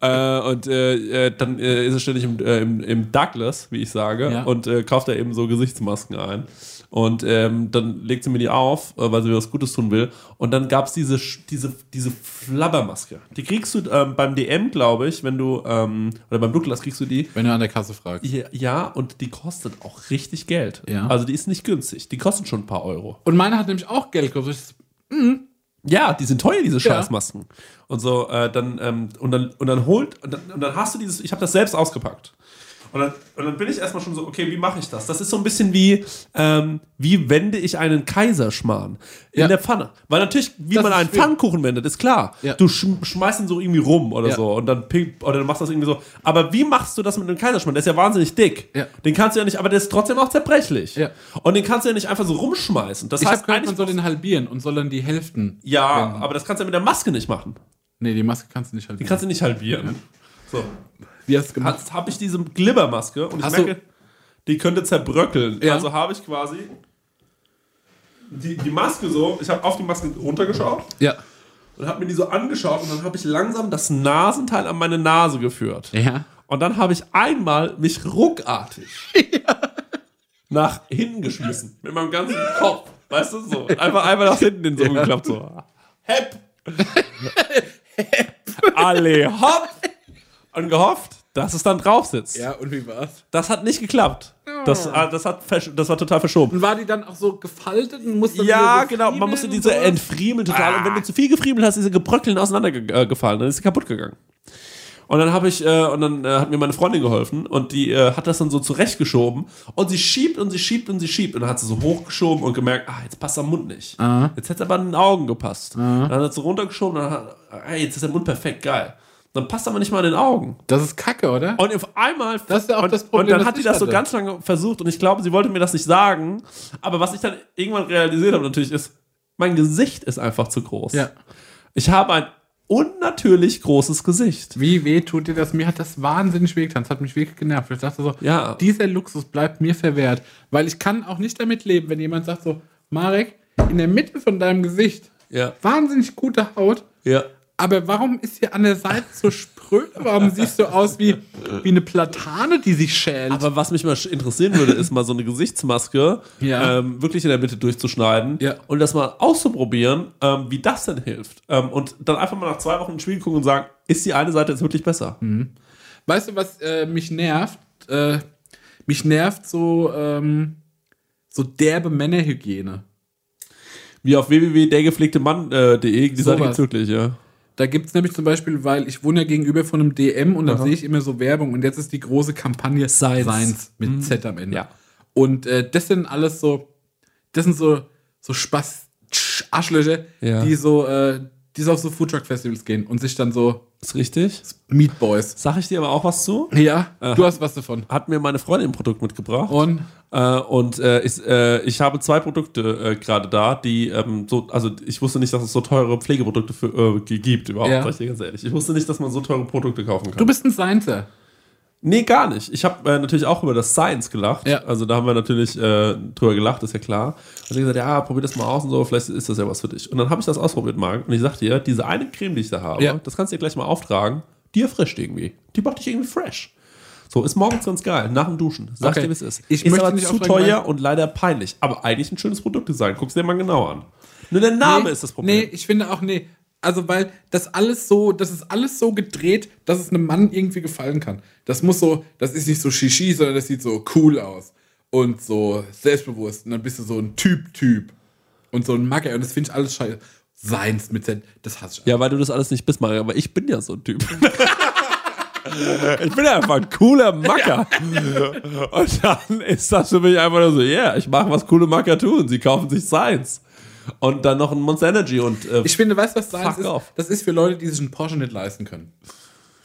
S1: äh, und äh, äh, dann äh, ist er ständig im, äh, im, im Douglas, wie ich sage,
S3: Ja.
S1: und äh, kauft da eben so Gesichtsmasken ein. Und ähm, dann legt sie mir die auf, äh, weil sie mir was Gutes tun will. Und dann gab es diese, Sch- diese, diese Flabbermaske. Die kriegst du ähm, beim DM, glaube ich, wenn du, ähm, oder beim Douglas kriegst du die.
S3: Wenn du an der Kasse fragst.
S1: Ja, ja, und die kostet auch richtig Geld.
S3: Ja.
S1: Also die ist nicht günstig. Die kostet schon ein paar Euro.
S3: Und meine hat nämlich auch Geld gekostet.
S1: Ja, die sind teuer, diese
S3: Ja.
S1: Scheißmasken. Und so, äh, dann, ähm, und dann, und dann holt, und dann, und dann hast du dieses, ich habe das selbst ausgepackt. Und dann, und dann bin ich erstmal schon so, okay, wie mache ich das? Das ist so ein bisschen wie, ähm, wie wende ich einen Kaiserschmarrn in
S3: Ja.
S1: der Pfanne? Weil natürlich, wie
S3: Das
S1: man
S3: ist
S1: einen
S3: schwierig.
S1: Pfannkuchen wendet, ist klar.
S3: Ja.
S1: Du schm- schmeißt ihn so irgendwie rum oder
S3: Ja.
S1: so und dann ping, oder du machst das irgendwie so. Aber wie machst du das mit einem Kaiserschmarrn? Der ist ja wahnsinnig dick.
S3: Ja.
S1: Den kannst du ja nicht, aber der ist trotzdem auch zerbrechlich.
S3: Ja.
S1: Und den kannst du ja nicht einfach so rumschmeißen. Das
S3: Ich habe
S1: heißt,
S3: gehört,
S1: eigentlich
S3: man soll den halbieren und soll dann die Hälften.
S1: ja, aber das kannst du ja mit der Maske nicht machen.
S3: Nee, die Maske kannst du nicht
S1: Die
S3: halbieren.
S1: kannst du nicht halbieren. So,
S3: Wie hast du gemacht?
S1: jetzt habe ich diese Glibbermaske und ich
S3: Hast du-
S1: merke, die könnte zerbröckeln.
S3: Ja.
S1: Also habe ich quasi die, die Maske so, ich habe auf die Maske runtergeschaut
S3: Ja.
S1: und habe mir die so angeschaut und dann habe ich langsam das Nasenteil an meine Nase geführt.
S3: Ja.
S1: Und dann habe ich einmal mich ruckartig nach hinten geschmissen. Mit meinem ganzen Kopf. Weißt du, so. Einfach einmal nach hinten den so geklappt. So. Hepp. Alle hopp. Und gehofft, dass es dann drauf sitzt.
S3: Ja, und wie war's?
S1: Das hat nicht geklappt. Das, ah, das, hat, versch- das war total verschoben.
S3: Und war die dann auch so gefaltet und musste
S1: Ja, genau. Man musste diese entfriemeln total. Und wenn du zu viel gefriemelt hast, ist sie gebröckeln auseinandergefallen. Dann ist sie kaputt gegangen. Und dann habe ich, äh, und dann äh, hat mir meine Freundin geholfen und die äh, hat das dann so zurechtgeschoben und sie schiebt und sie schiebt und sie schiebt und dann hat sie so hochgeschoben und gemerkt, ah, jetzt passt der Mund nicht. Jetzt hätte es aber an den Augen gepasst. Dann hat sie runtergeschoben und dann hat, ah, jetzt ist der Mund perfekt, geil. Dann passt aber nicht mal an den Augen.
S3: Das ist Kacke, oder?
S1: Und auf einmal.
S3: Das ist ja auch
S1: und,
S3: das Problem,
S1: Und dann
S3: das
S1: hat die
S3: ich
S1: das so
S3: hatte.
S1: ganz lange versucht und ich glaube, sie wollte mir das nicht sagen. Aber was ich dann irgendwann realisiert habe, natürlich ist, mein Gesicht ist einfach zu groß.
S3: Ja.
S1: Ich habe ein unnatürlich großes Gesicht.
S3: Wie weh tut dir das? Mir hat das wahnsinnig wehgetan. Es hat mich wirklich genervt. Ich dachte so,
S1: Ja.
S3: dieser Luxus bleibt mir verwehrt. Weil ich kann auch nicht damit leben, wenn jemand sagt so, Marek, in der Mitte von deinem Gesicht,
S1: Ja.
S3: wahnsinnig gute Haut,
S1: Ja.
S3: aber warum ist hier an der Seite so spröde? Warum siehst du aus wie, wie eine Platane, die sich schält?
S1: Aber was mich mal sch- interessieren würde, ist mal so eine Gesichtsmaske
S3: Ja.
S1: ähm, wirklich in der Mitte durchzuschneiden
S3: Ja.
S1: und das mal auszuprobieren, ähm, wie das denn hilft. Ähm, und dann einfach mal nach zwei Wochen ins Spiel gucken und sagen, ist die eine Seite jetzt wirklich besser?
S3: Hm. Weißt du, was äh, mich nervt? Äh, mich nervt so, ähm, so derbe Männerhygiene.
S1: Wie auf www.dergepflegtemann.de, E, die Seite
S3: Sowas.
S1: gibt's wirklich, ja.
S3: Da gibt es nämlich zum Beispiel, weil ich wohne ja gegenüber von einem DM und dann
S1: Aha.
S3: sehe ich immer so Werbung und jetzt ist die große Kampagne
S1: Seins. Mhm.
S3: mit Z am Ende.
S1: Ja.
S3: Und äh, das sind alles so, das sind so, so Spaß, Arschlöcher,
S1: Ja.
S3: die so, äh, die so auf so Foodtruck-Festivals gehen und sich dann so
S1: Ist richtig.
S3: Meat Boys.
S1: Sag ich dir aber auch was zu?
S3: Ja, du hast was davon.
S1: Hat mir meine Freundin ein Produkt mitgebracht.
S3: Und
S1: Äh, und äh, ich, äh, ich habe zwei Produkte äh, gerade da, die ähm, so, also ich wusste nicht, dass es so teure Pflegeprodukte für, äh, g- gibt überhaupt,
S3: Ja.
S1: sag ich dir ganz ehrlich. Ich wusste nicht, dass man so teure Produkte kaufen kann.
S3: du bist ein Sciencer.
S1: nee, gar nicht. Ich habe äh, natürlich auch über das Science gelacht.
S3: Ja.
S1: Also da haben wir natürlich äh, drüber gelacht, ist ja klar. Und ich gesagt, ja, probier das mal aus und so, vielleicht ist das ja was für dich. Und dann habe ich das ausprobiert, Marc, und ich sagte dir, diese eine Creme, die ich da habe,
S3: Ja.
S1: das kannst du dir gleich mal auftragen, die erfrischt irgendwie. Die macht dich irgendwie fresh. So, ist morgens ganz geil, nach dem Duschen. Sag
S3: Okay.
S1: dir, wie es ist.
S3: Ich
S1: ist
S3: möchte
S1: aber
S3: nicht
S1: zu
S3: aufregen,
S1: teuer
S3: weil-
S1: und leider peinlich. Aber eigentlich ein schönes Produktdesign. Guck's dir mal genau an. Nur der Name ist das Problem.
S3: Nee, ich finde auch, nee. Also, weil das alles so, das ist alles so gedreht, dass es einem Mann irgendwie gefallen kann. Das muss so, das ist nicht so Shishi, sondern das sieht so cool aus. Und so selbstbewusst. Und dann bist du so ein Typ-Typ. Und so ein Magger. Und das finde ich alles scheiße. Seins mit Z, das hasse ich.
S1: Ja, weil du das alles nicht bist, Mario, aber ich bin ja so ein Typ. Ich bin ja einfach ein cooler Macker. Und dann ist das für mich einfach nur so, ja, yeah, ich mache, was coole Macker tun. Sie kaufen sich Science. Und dann noch ein Monster Energy und äh,
S3: Ich finde, weißt du, was Seins
S1: Fuck
S3: ist?
S1: off.
S3: Das ist für Leute, die sich einen Porsche nicht leisten können.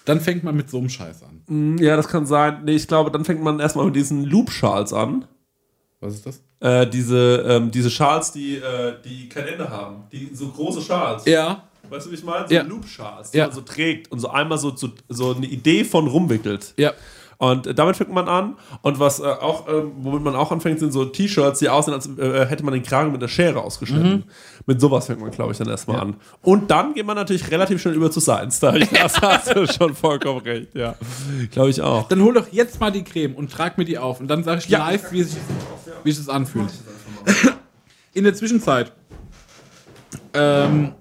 S3: Dann fängt man mit so einem Scheiß an.
S1: ja, das kann sein. Nee, ich glaube, dann fängt man erstmal mit diesen Loop-Schals an.
S3: Was ist das?
S1: Äh, diese, ähm, diese Schals, die, äh, die kein Ende haben. Die, so große Schals.
S3: Ja.
S1: Weißt du, wie ich meine? So
S3: Ja.
S1: Loop-Schals, die
S3: Ja.
S1: man so trägt und so einmal so, so, so eine Idee von rumwickelt.
S3: Ja.
S1: Und äh, damit fängt man an. Und was äh, auch, ähm, womit man auch anfängt, sind so T-Shirts, die aussehen, als äh, hätte man den Kragen mit einer Schere ausgeschnitten.
S3: Mhm.
S1: Mit sowas fängt man, glaube ich, dann erstmal an. Und dann geht man natürlich relativ schnell über zu Science. Da das hast du schon vollkommen recht, ja. Glaube ich auch.
S3: Genau, Dann hol doch jetzt mal die Creme und trag mir die auf. Und dann sage ich
S1: Ja.
S3: live, wie sich, wie sich das anfühlt. In der Zwischenzeit ähm,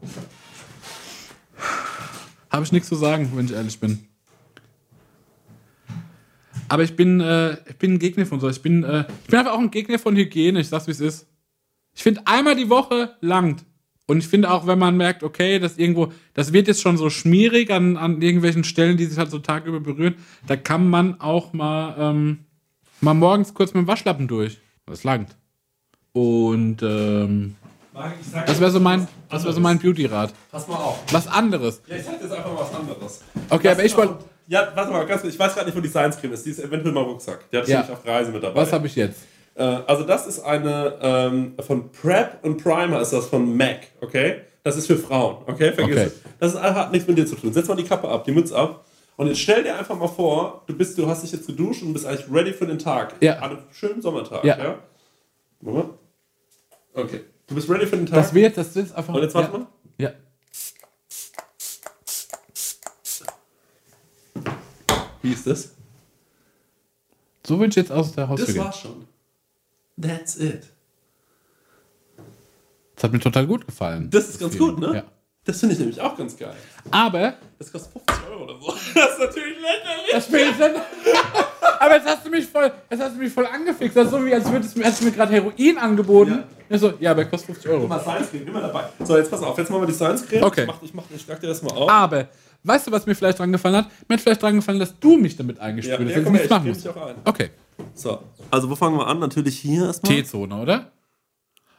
S3: habe ich nichts zu sagen, wenn ich ehrlich bin. Aber ich bin, äh, ich bin ein Gegner von so. Ich bin, äh, ich bin einfach auch ein Gegner von Hygiene. Ich sag's, wie es ist. Ich finde, einmal die Woche langt. Und ich finde auch, wenn man merkt, okay, das irgendwo, das wird jetzt schon so schmierig an, an irgendwelchen Stellen, die sich halt so tagüber berühren, da kann man auch mal, ähm, mal morgens kurz mit dem Waschlappen durch. Das langt. Und ähm, das wäre so mein, das wäre so mein Beauty-Rat.
S1: Pass mal auf.
S3: Was anderes.
S1: Ja, ich sag jetzt einfach mal was anderes.
S3: Okay,
S1: Das
S3: aber ich
S1: ist auch-
S3: wollte.
S1: Ja, warte mal, ganz kurz. Ich weiß gerade nicht, wo die Science-Creme ist. Die ist eventuell mal Rucksack. Die hatte ich
S3: Ja.
S1: nämlich auf Reise mit dabei.
S3: Was habe ich jetzt?
S1: Äh, also das ist eine ähm, von Prep und Primer ist das von MAC, okay? Das ist für Frauen, okay? Vergiss
S3: Okay.
S1: es. Das ist, hat nichts mit dir zu tun. Setz mal die Kappe ab, die Mütze ab. Und jetzt stell dir einfach mal vor, du bist, du hast dich jetzt geduscht und bist eigentlich ready für den Tag.
S3: Ja.
S1: An einem schönen Sommertag,
S3: Ja.
S1: ja? Warte mal. Okay. Du bist ready für den Tag.
S3: Das wird, das wird einfach.
S1: und jetzt warte mal.
S3: Ja.
S1: Wie ist das?
S3: So würde ich jetzt aus der Haustür
S1: Das
S3: gehen.
S1: war's schon. That's it.
S3: Das hat mir total gut gefallen.
S1: Das ist ganz
S3: Deswegen,
S1: gut, ne?
S3: Ja.
S1: Das finde ich nämlich auch ganz geil.
S3: Aber
S1: Das kostet 50 Euro oder so. Das ist natürlich lächerlich.
S3: Das Spiel ist dann. Aber jetzt hast du mich voll, jetzt hast du mich voll angefixt. Das ist so wie, als würdest du mir, hast du mir gerade Heroin angeboten.
S1: Ja.
S3: Ja. So, ja, aber kostet 50 Euro.
S1: Mal Science Cream, immer dabei. So, jetzt pass auf, jetzt machen wir die Science Cream.
S3: Okay. Ah,
S1: Ich, mach, ich, mach, ich schlag dir das mal auf.
S3: Aber, weißt du, was mir vielleicht dran gefallen hat? Mir hat vielleicht dran gefallen, dass du mich damit
S1: ja,
S3: eingespielt hast,
S1: ja,
S3: dass ich
S1: komm her, ich
S3: nichts machen
S1: creme
S3: muss.
S1: dich auch ein.
S3: Okay.
S1: So. Also, wo fangen wir an? Natürlich hier erstmal.
S3: T-Zone, oder?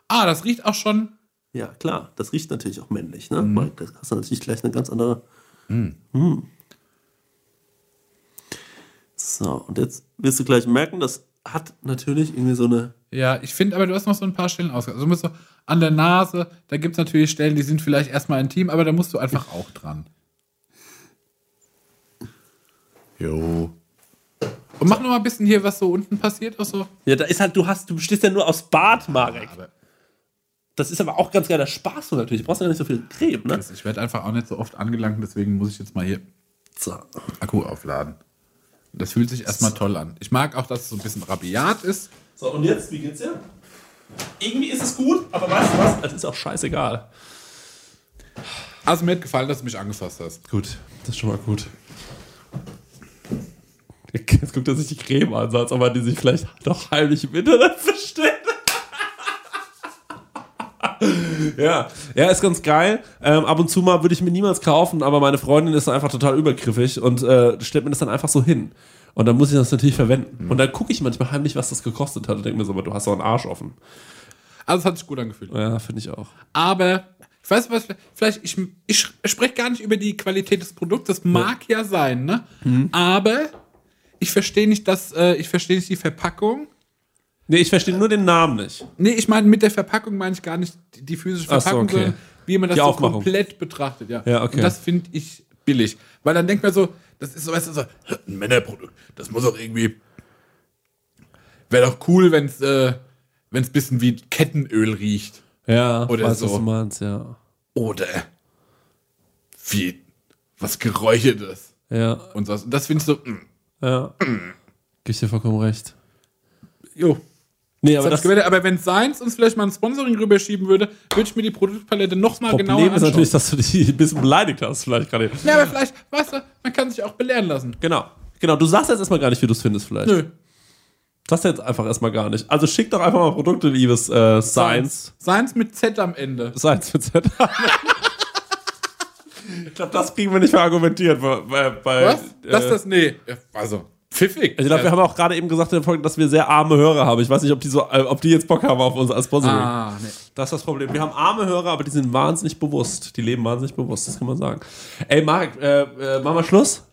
S3: Ah, das riecht auch schon.
S1: Ja, klar, das riecht natürlich auch männlich, ne?
S3: Mhm.
S1: Mike, das hast du natürlich gleich eine ganz andere. Hm. So, und jetzt wirst du gleich merken, das hat natürlich irgendwie so eine.
S3: Ja, ich finde aber, du hast noch so ein paar Stellen ausgegangen. Also, du musst so an der Nase, da gibt es natürlich Stellen, die sind vielleicht erstmal intim, aber da musst du einfach auch dran. Jo. Und mach noch mal ein bisschen hier, was so unten passiert. Auch so.
S1: Ja, da ist halt, du hast, du bestehst ja nur aus Bart, Marek. Das ist aber auch ganz geiler Spaß so natürlich. Du brauchst ja nicht so viel Creme, ne?
S3: Ich werde einfach auch nicht so oft angelangt, deswegen muss ich jetzt mal hier
S1: So.
S3: Akku aufladen. Das fühlt sich erstmal toll an. Ich mag auch, dass es so ein bisschen rabiat ist.
S1: So, und jetzt, wie geht's dir? Irgendwie ist es gut, aber weißt du was? Es ist auch scheißegal.
S3: Also mir hat gefallen, dass du mich angefasst hast.
S1: Gut, das ist schon mal gut. Jetzt guckt er sich die Creme an, so als ob er die sich vielleicht doch heimlich im Internet versteckt. ja, ja, ist ganz geil. Ähm, ab und zu mal würde ich mir niemals kaufen, aber meine Freundin ist einfach total übergriffig und äh, stellt mir das dann einfach so hin. Und dann muss ich das natürlich verwenden. Und dann gucke ich manchmal heimlich, was das gekostet hat und denke mir so, aber du hast doch einen Arsch offen.
S3: Also es hat sich gut angefühlt.
S1: Ja, finde ich auch.
S3: Aber Ich weiß was, vielleicht, ich, ich spreche gar nicht über die Qualität des Produkts, das mag ja, sein, ne? Aber ich verstehe nicht, dass, äh, ich verstehe nicht die Verpackung.
S1: Nee, ich verstehe nur den Namen nicht.
S3: Nee, ich meine, mit der Verpackung meine ich gar nicht die- die physische
S1: Ach so,
S3: Verpackung,
S1: okay.
S3: sondern wie man das
S1: Die
S3: so
S1: Aufmachung.
S3: komplett betrachtet, ja.
S1: Ja, okay.
S3: Und das finde ich billig. Weil dann denkt man so, das ist so, weißt du, so, ein Männerprodukt. Das muss auch irgendwie. Wäre doch cool, wenn es äh, wenn's ein bisschen wie Kettenöl riecht.
S1: Ja,
S3: Oder
S1: weiß,
S3: so.
S1: was du meinst, ja.
S3: Oder wie was Geräuchertes.
S1: Ja,
S3: Und sowas. Und das finde ich so, mm,
S1: ja. Gib ich dir vollkommen recht.
S3: jo.
S1: Nee,
S3: Aber,
S1: aber das,
S3: aber wenn Science uns vielleicht mal ein Sponsoring rüberschieben würde, würde ich mir die Produktpalette nochmal genauer
S1: Problem ist
S3: genau anschauen.
S1: natürlich, dass du dich ein bisschen beleidigt hast, vielleicht gerade. eben.
S3: Ja, aber vielleicht, weißt du, man kann sich auch belehren lassen.
S1: Genau. Genau, du sagst jetzt erstmal gar nicht, wie du es findest, vielleicht.
S3: Nö.
S1: Sagst jetzt einfach erstmal gar nicht. Also schick doch einfach mal Produkte, liebes äh, Science.
S3: Science mit Z am Ende.
S1: Science mit Z. ich glaube, das kriegen wir nicht mehr argumentiert. Bei, bei, bei,
S3: Was? das,
S1: äh,
S3: das, nee. Ja, Also, pfiffig.
S1: Ich glaube, wir haben auch gerade eben gesagt in der Folge, dass wir sehr arme Hörer haben. Ich weiß nicht, ob die, so, äh, ob die jetzt Bock haben auf uns als Sponsoring.
S3: Ah, nee.
S1: Das ist das Problem. Wir haben arme Hörer, aber die sind wahnsinnig bewusst. Die leben wahnsinnig bewusst, das kann man sagen. Ey, Marek, äh, äh, machen wir Schluss?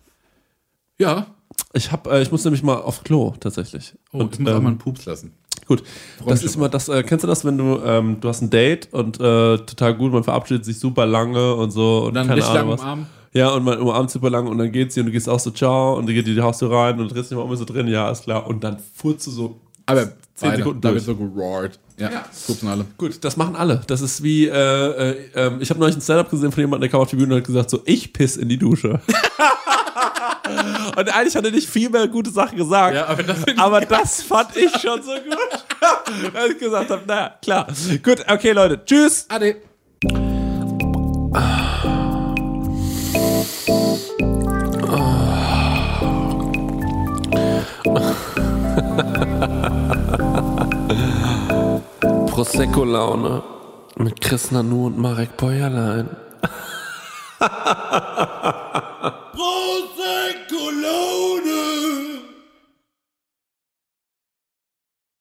S3: Ja.
S1: Ich, hab, äh, ich muss nämlich mal aufs Klo, tatsächlich. ähm,
S3: Oh, ich muss auch mal einen Pups lassen.
S1: Gut, das
S3: mich
S1: ist immer das, äh, kennst du das, wenn du, ähm, du hast ein Date und äh, total gut, man verabschiedet sich super lange und so und,
S3: Und dann
S1: keine
S3: richtig lang
S1: Ahnung was.
S3: umarmen.
S1: Ja, und man umarmt super lange und dann geht sie und du gehst auch so, ciao, und dann geht die in die Haustür rein und drehst dich mal um und so drin, ja, ist klar. Und dann furzt du so.
S3: Aber
S1: Zehn
S3: beide,
S1: Sekunden
S3: da
S1: durch.
S3: wird so geroared. Ja, ja. pupsen alle.
S1: Gut, das machen alle. Das ist wie, äh, äh, ähm, ich habe neulich ein Stand-up gesehen von jemandem, der kam auf die Bühne und hat gesagt, so, ich piss in die Dusche. und eigentlich hat er nicht viel mehr gute Sachen gesagt.
S3: Ja, aber das finde
S1: Aber das fand ich schon so gut, dass ich gesagt habe, naja, klar. Gut, okay, Leute. Tschüss.
S3: Ade.
S8: Prosecco-Laune mit Chris Nanu und Marek Bäuerlein.
S9: Prosecco